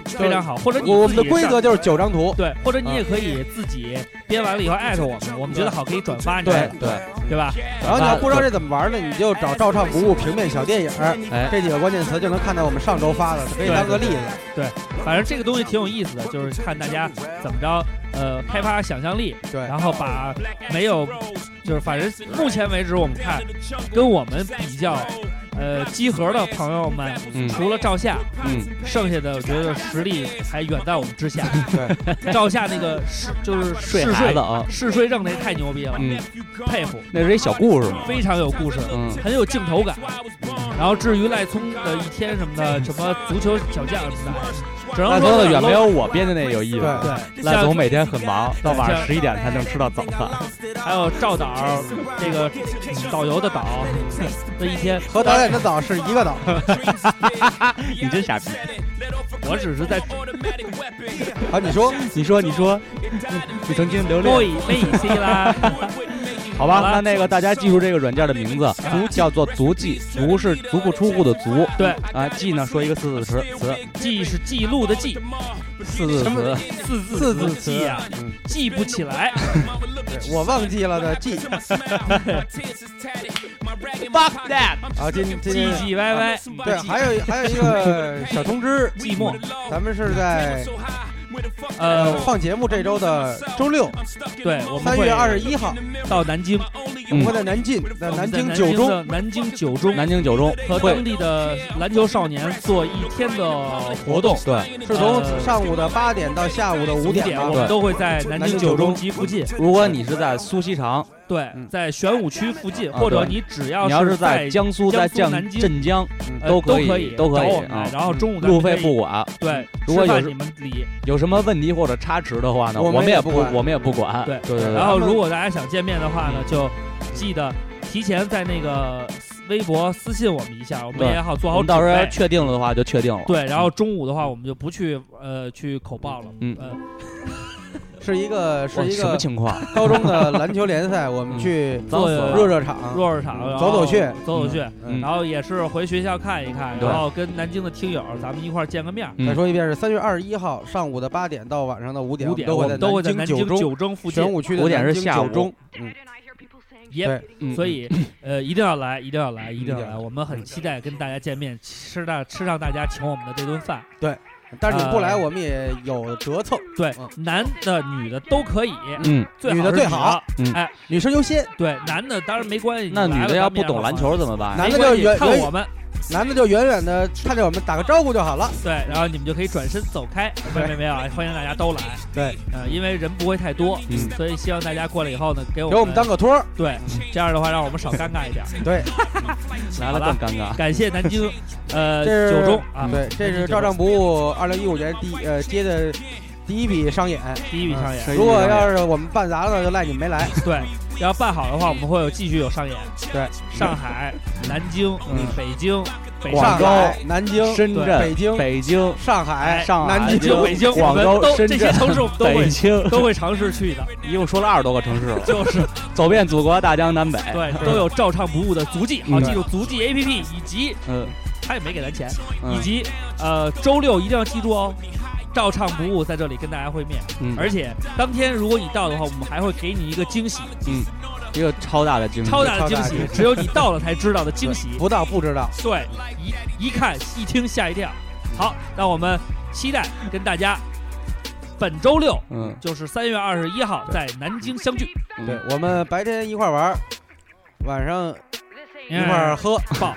Speaker 5: 非常好，或者你
Speaker 1: 我我
Speaker 5: 自
Speaker 1: 们
Speaker 5: 己
Speaker 1: 的规
Speaker 5: 上
Speaker 1: 则就是嗯九张图，
Speaker 5: 对，或者你也可以自己编完了以后艾特我们，我们觉得好可以转发你，
Speaker 1: 对
Speaker 5: 对
Speaker 1: 对。
Speaker 5: 对吧？
Speaker 1: 然后你要不知道这怎么玩呢，你就找照唱不误平面小电影儿
Speaker 7: 哎
Speaker 1: 这几个关键词，就能看到我们上周发的，可以当个例子。
Speaker 5: 反正这个东西挺有意思的，就是看大家怎么着，呃，开发想象力，
Speaker 1: 对
Speaker 5: 然后把没有，就是反正目前为止我们看，跟我们比较，呃，集合的朋友们，
Speaker 7: 嗯
Speaker 5: 除了赵夏，
Speaker 7: 嗯，
Speaker 5: 剩下的我觉得实力还远在我们之下。
Speaker 1: 对，
Speaker 5: 赵夏那个嗜就是
Speaker 7: 睡
Speaker 5: 嗜
Speaker 7: 孩
Speaker 5: 睡
Speaker 7: 子啊，
Speaker 5: 嗜睡症那太牛逼了，
Speaker 7: 嗯，
Speaker 5: 佩服，
Speaker 7: 那是一小故事嘛，
Speaker 5: 非常有故事，
Speaker 7: 嗯
Speaker 5: 很有镜头感。然后至于赖聪的一天什么的，什么足球小将什么的，只能
Speaker 7: 嗯赖
Speaker 5: 说
Speaker 7: 总的远没
Speaker 5: 有。
Speaker 7: 有我编的那有意思。
Speaker 1: 对
Speaker 5: 对，
Speaker 7: 赖
Speaker 5: 像
Speaker 7: 总每天很忙，到晚上
Speaker 5: 像
Speaker 7: 十一点才能吃到早饭。
Speaker 5: 还有赵导这个导游的导 这一天，
Speaker 1: 和导演的岛是一个岛。
Speaker 7: 你真傻逼！
Speaker 5: 我只是在
Speaker 1: 好，你说，
Speaker 7: 你说，你说，你你曾经留恋
Speaker 5: 妹妹西啦，
Speaker 7: 好吧，
Speaker 5: 好吧
Speaker 7: 那那个大家记住这个软件的名字，足叫做足迹，足是足不出户的足，
Speaker 5: 对
Speaker 7: 啊，记呢说一个四字词词
Speaker 5: 记是记录的记，
Speaker 7: 四字词，
Speaker 5: 四字
Speaker 1: 四字
Speaker 5: 记啊，记不起来。
Speaker 7: 嗯
Speaker 1: 我忘记了的 记
Speaker 5: Fuck that，
Speaker 1: 啊，今今
Speaker 5: 唧
Speaker 1: 天
Speaker 5: 唧歪歪。
Speaker 7: 啊
Speaker 1: 对，还有一还有一个小通知，
Speaker 5: 寂寞。
Speaker 1: 咱们是在
Speaker 5: 呃，
Speaker 1: 放节目这周的周六，
Speaker 5: 对，我们
Speaker 1: 三
Speaker 5: 会
Speaker 1: 月二十一号，
Speaker 5: 到南京，
Speaker 1: 我们会在南京，在南京九
Speaker 5: 中，
Speaker 1: 中
Speaker 5: 南京九中
Speaker 7: 南京九中
Speaker 5: 和
Speaker 7: 会
Speaker 5: 当地的篮球少年做一天的活动，
Speaker 7: 对。
Speaker 1: 是从上午的八点到下午的呃五点
Speaker 5: 我
Speaker 1: 吧
Speaker 5: 们。都会在南京九中及附近。
Speaker 7: 如果你是在苏锡常，
Speaker 5: 对，在玄武区附近，
Speaker 7: 嗯啊
Speaker 5: 或者
Speaker 7: 对
Speaker 5: 你只要
Speaker 7: 你要是
Speaker 5: 在
Speaker 7: 在江苏、在
Speaker 5: 江苏
Speaker 7: 江
Speaker 5: 南京
Speaker 7: 镇江，
Speaker 5: 呃
Speaker 7: 都
Speaker 5: 可
Speaker 7: 可以
Speaker 5: 都
Speaker 7: 都可以
Speaker 5: 找我们来
Speaker 7: 啊
Speaker 5: 然后中午咱们
Speaker 7: 路费
Speaker 5: 可以
Speaker 7: 不管。
Speaker 5: 对，
Speaker 7: 如果
Speaker 5: 吃
Speaker 7: 有
Speaker 5: 饭
Speaker 7: 时
Speaker 5: 你们理。
Speaker 7: 有什么问题或者差池的话呢，
Speaker 1: 我
Speaker 7: 我
Speaker 1: 们
Speaker 7: 们
Speaker 1: 也
Speaker 7: 也
Speaker 1: 不
Speaker 7: 不
Speaker 1: 管
Speaker 7: 我们也不管。
Speaker 5: 对
Speaker 7: 对对
Speaker 5: 然后如果大家想见面的话呢，就记得提前在那个微博私信我们一下，我们
Speaker 7: 对
Speaker 5: 也好做
Speaker 7: 我
Speaker 5: 好
Speaker 7: 们
Speaker 5: 准
Speaker 7: 到时候要
Speaker 5: 备。
Speaker 7: 确定了的话就确定了。
Speaker 5: 对，然后中午的话，我们就不去呃去口爆了，
Speaker 7: 嗯
Speaker 5: 呃，
Speaker 1: 是一个是
Speaker 7: 哇，
Speaker 1: 一
Speaker 7: 什么
Speaker 1: 个
Speaker 7: 情况？
Speaker 1: 高中的篮球联赛，我们去
Speaker 7: 脏死
Speaker 5: 做
Speaker 7: 了
Speaker 1: 热嗯热场，
Speaker 5: 弱热场，然后
Speaker 1: 走走穴
Speaker 5: 走走去，
Speaker 1: 嗯
Speaker 5: 然后也是回学校看一看，
Speaker 7: 对
Speaker 5: 然后跟南京的听友咱们一块儿见个面儿。
Speaker 7: 嗯
Speaker 1: 再说一遍，是三月二十一号上午的八点到晚上的五点，
Speaker 5: 五点
Speaker 1: 我
Speaker 5: 我
Speaker 1: 们
Speaker 5: 们
Speaker 1: 都
Speaker 5: 都
Speaker 1: 会
Speaker 5: 会
Speaker 1: 在
Speaker 5: 在
Speaker 1: 南
Speaker 5: 南
Speaker 1: 京
Speaker 5: 京
Speaker 1: 九中
Speaker 5: 九中附近
Speaker 1: 玄。武区的
Speaker 7: 五点是
Speaker 1: 南京
Speaker 7: 下午
Speaker 1: 九中，
Speaker 5: 耶，
Speaker 7: 嗯
Speaker 5: 所以呃，一定要来，一定要来，一定要
Speaker 1: 一定嗯
Speaker 5: 来！我们很期待跟大家见面，吃大吃上大家请我们的这顿饭。
Speaker 1: 但是你不来，
Speaker 5: 呃
Speaker 1: 我们也有折蹭，
Speaker 5: 对
Speaker 1: 嗯，
Speaker 5: 男的、女的都可以，
Speaker 7: 嗯，
Speaker 5: 最
Speaker 1: 女的
Speaker 5: 是
Speaker 1: 最好
Speaker 7: 嗯
Speaker 5: 哎，
Speaker 1: 女生优先，
Speaker 5: 对，男的当然没关系。
Speaker 7: 那
Speaker 5: 你来
Speaker 7: 女
Speaker 5: 了
Speaker 7: 的要
Speaker 5: 咱
Speaker 7: 不
Speaker 5: 们也
Speaker 7: 懂篮球怎么办？
Speaker 1: 男的
Speaker 5: 没关
Speaker 1: 就
Speaker 5: 系
Speaker 1: 远
Speaker 5: 看
Speaker 1: 远
Speaker 5: 我们，
Speaker 1: 男的就远远的看着我们打个招呼就好了。
Speaker 5: 对，然后你们就可以转身走开。没有没有没有，欢迎大家都来。
Speaker 1: 对，
Speaker 5: 呃，因为人不会太多，所以希望大家过来以后呢，给
Speaker 1: 嗯
Speaker 5: 我
Speaker 1: 给我们当个嗯托儿，
Speaker 5: 对，这样的话让我们少尴尬一点。
Speaker 1: 对，
Speaker 7: 来了更尴尬。嗯
Speaker 5: 感谢南 京，呃，
Speaker 1: 这是
Speaker 5: 九中啊，
Speaker 1: 对，这是照
Speaker 5: 照
Speaker 1: 账不误二零一五年第呃接的第一笔商演。嗯
Speaker 5: 第一
Speaker 7: 嗯
Speaker 5: 笔上演。
Speaker 1: 如果要是我们办砸了，就赖你们没来。
Speaker 5: 对，要办好的话，我们会有继续有上演。
Speaker 1: 对，
Speaker 5: 上海、南京、
Speaker 1: 嗯
Speaker 5: 北京、北
Speaker 1: 上
Speaker 5: 上哎
Speaker 1: 海、南京、
Speaker 7: 深
Speaker 5: 对
Speaker 7: 圳、
Speaker 1: 北京
Speaker 7: 北京、
Speaker 1: 上海、
Speaker 7: 哎上海
Speaker 1: 南
Speaker 5: 哎北京、北京、
Speaker 7: 广
Speaker 5: 我们
Speaker 7: 州
Speaker 5: 都
Speaker 7: 深
Speaker 5: 这些
Speaker 7: 圳
Speaker 5: 城市我们都
Speaker 7: 北
Speaker 5: 会
Speaker 7: 京，
Speaker 5: 都会尝试去的，
Speaker 7: 一共说了二十多个城市了，
Speaker 5: 就是
Speaker 7: 走遍祖国大江南北。
Speaker 5: 对，都有照唱不误的足迹。好，
Speaker 7: 嗯
Speaker 5: 记住足迹 APP 以及
Speaker 7: 嗯，
Speaker 5: 他也没给咱钱，
Speaker 7: 嗯
Speaker 5: 以及呃周六一定要记住哦。照唱不误在这里跟大家会面，
Speaker 7: 嗯
Speaker 5: 而且当天如果你到的话，我们还会给你一个惊喜，
Speaker 7: 一个超大的惊喜。
Speaker 5: 超大的惊
Speaker 1: 超
Speaker 5: 喜
Speaker 1: 大的，
Speaker 5: 只有你到了才知道的惊喜。
Speaker 1: 不到不知道。
Speaker 5: 对，一一看一听吓一跳。好，那我们期待跟大家本周六，
Speaker 7: 嗯，
Speaker 5: 就是三月二十一号在南京相聚，
Speaker 1: 对嗯我们白天一块儿玩儿，晚上一块儿喝。
Speaker 5: 哎抱抱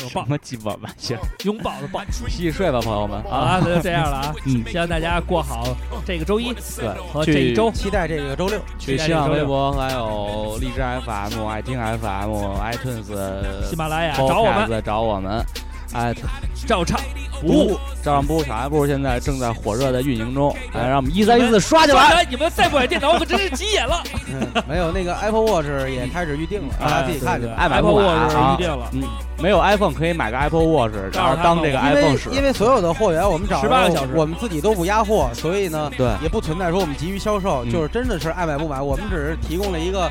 Speaker 5: 拥
Speaker 7: 什
Speaker 5: 抱
Speaker 7: 么鸡巴玩意儿？
Speaker 5: 拥抱的抱。
Speaker 7: 洗洗睡吧，朋友们
Speaker 5: 好
Speaker 7: 啊！
Speaker 5: 了，那就这样了啊！
Speaker 7: 嗯
Speaker 5: 希望大家过好这个周一
Speaker 7: 对，
Speaker 5: 和这一周。
Speaker 1: 期待这个周六，
Speaker 7: 去新浪微博还有荔枝 FM、爱听 FM、iTunes、
Speaker 5: 喜马拉雅找我们，
Speaker 7: 找我们。哎，
Speaker 5: 照唱不
Speaker 7: 不
Speaker 5: 误。，
Speaker 7: 照样不误，小卖部现在正在火热的运营中，哎，让我们一三一四刷起来。！
Speaker 5: 你们再不买电脑，我可真是急 眼了。
Speaker 1: 嗯，没有那个 Apple Watch 也开始预定了，
Speaker 7: 哎
Speaker 1: 大家自己看去吧。
Speaker 7: 爱买
Speaker 5: Apple
Speaker 7: 不买
Speaker 5: Watch
Speaker 7: 啊
Speaker 5: 预定了，
Speaker 7: 嗯，没有 iPhone 可以买个 Apple Watch，然后当这个
Speaker 1: 因
Speaker 7: iPhone
Speaker 1: 为
Speaker 7: 使。
Speaker 1: 因为所有的货源我们找
Speaker 5: 18个小时
Speaker 1: 我们自己都不压货，所以呢，
Speaker 7: 对
Speaker 1: 也不存在说我们急于销售，
Speaker 7: 嗯
Speaker 1: 就是真的是爱买不买。我们只是提供了一个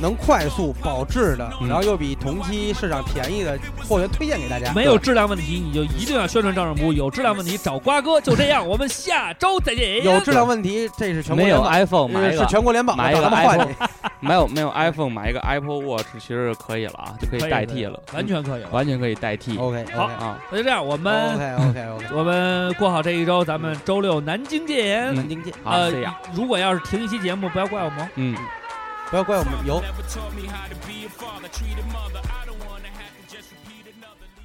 Speaker 1: 能快速保质的，
Speaker 7: 嗯
Speaker 1: 然后又比同期市场便宜的货源推荐给大家。
Speaker 5: 没有质量问题，你就一定要宣传照上不误。有质量问题找瓜哥，就这样，我们下周再见。
Speaker 1: 有质量问题，这是全国
Speaker 7: 没
Speaker 1: 联
Speaker 7: 有
Speaker 1: 保，
Speaker 7: iPhone 买
Speaker 1: 是
Speaker 7: 一
Speaker 1: 是
Speaker 7: 个，
Speaker 1: 全国联保的，
Speaker 7: 买一
Speaker 1: 找
Speaker 7: 个
Speaker 1: 他们换
Speaker 7: iPhone，
Speaker 1: 你。
Speaker 7: 没有没有 iPhone 买一个 Apple Watch 其实可以了啊，就可以
Speaker 5: 可以
Speaker 7: 代替了，
Speaker 5: 完全可以了。
Speaker 7: 完全可以代替
Speaker 1: OK，
Speaker 5: 好
Speaker 7: 啊。
Speaker 5: 那就这样，我们
Speaker 1: ，OK OK OK，
Speaker 5: 我们过好这一周，咱们周六南京见。
Speaker 1: 南京见，
Speaker 7: 好，
Speaker 5: 呃
Speaker 7: 这样，，
Speaker 1: 啊
Speaker 5: 如果要是停一期节目，不要怪我们哦。
Speaker 7: 嗯。
Speaker 1: 不要怪我们油。
Speaker 4: Never taught me how to be a father, treat a mother. I don't wanna have to just repeat another.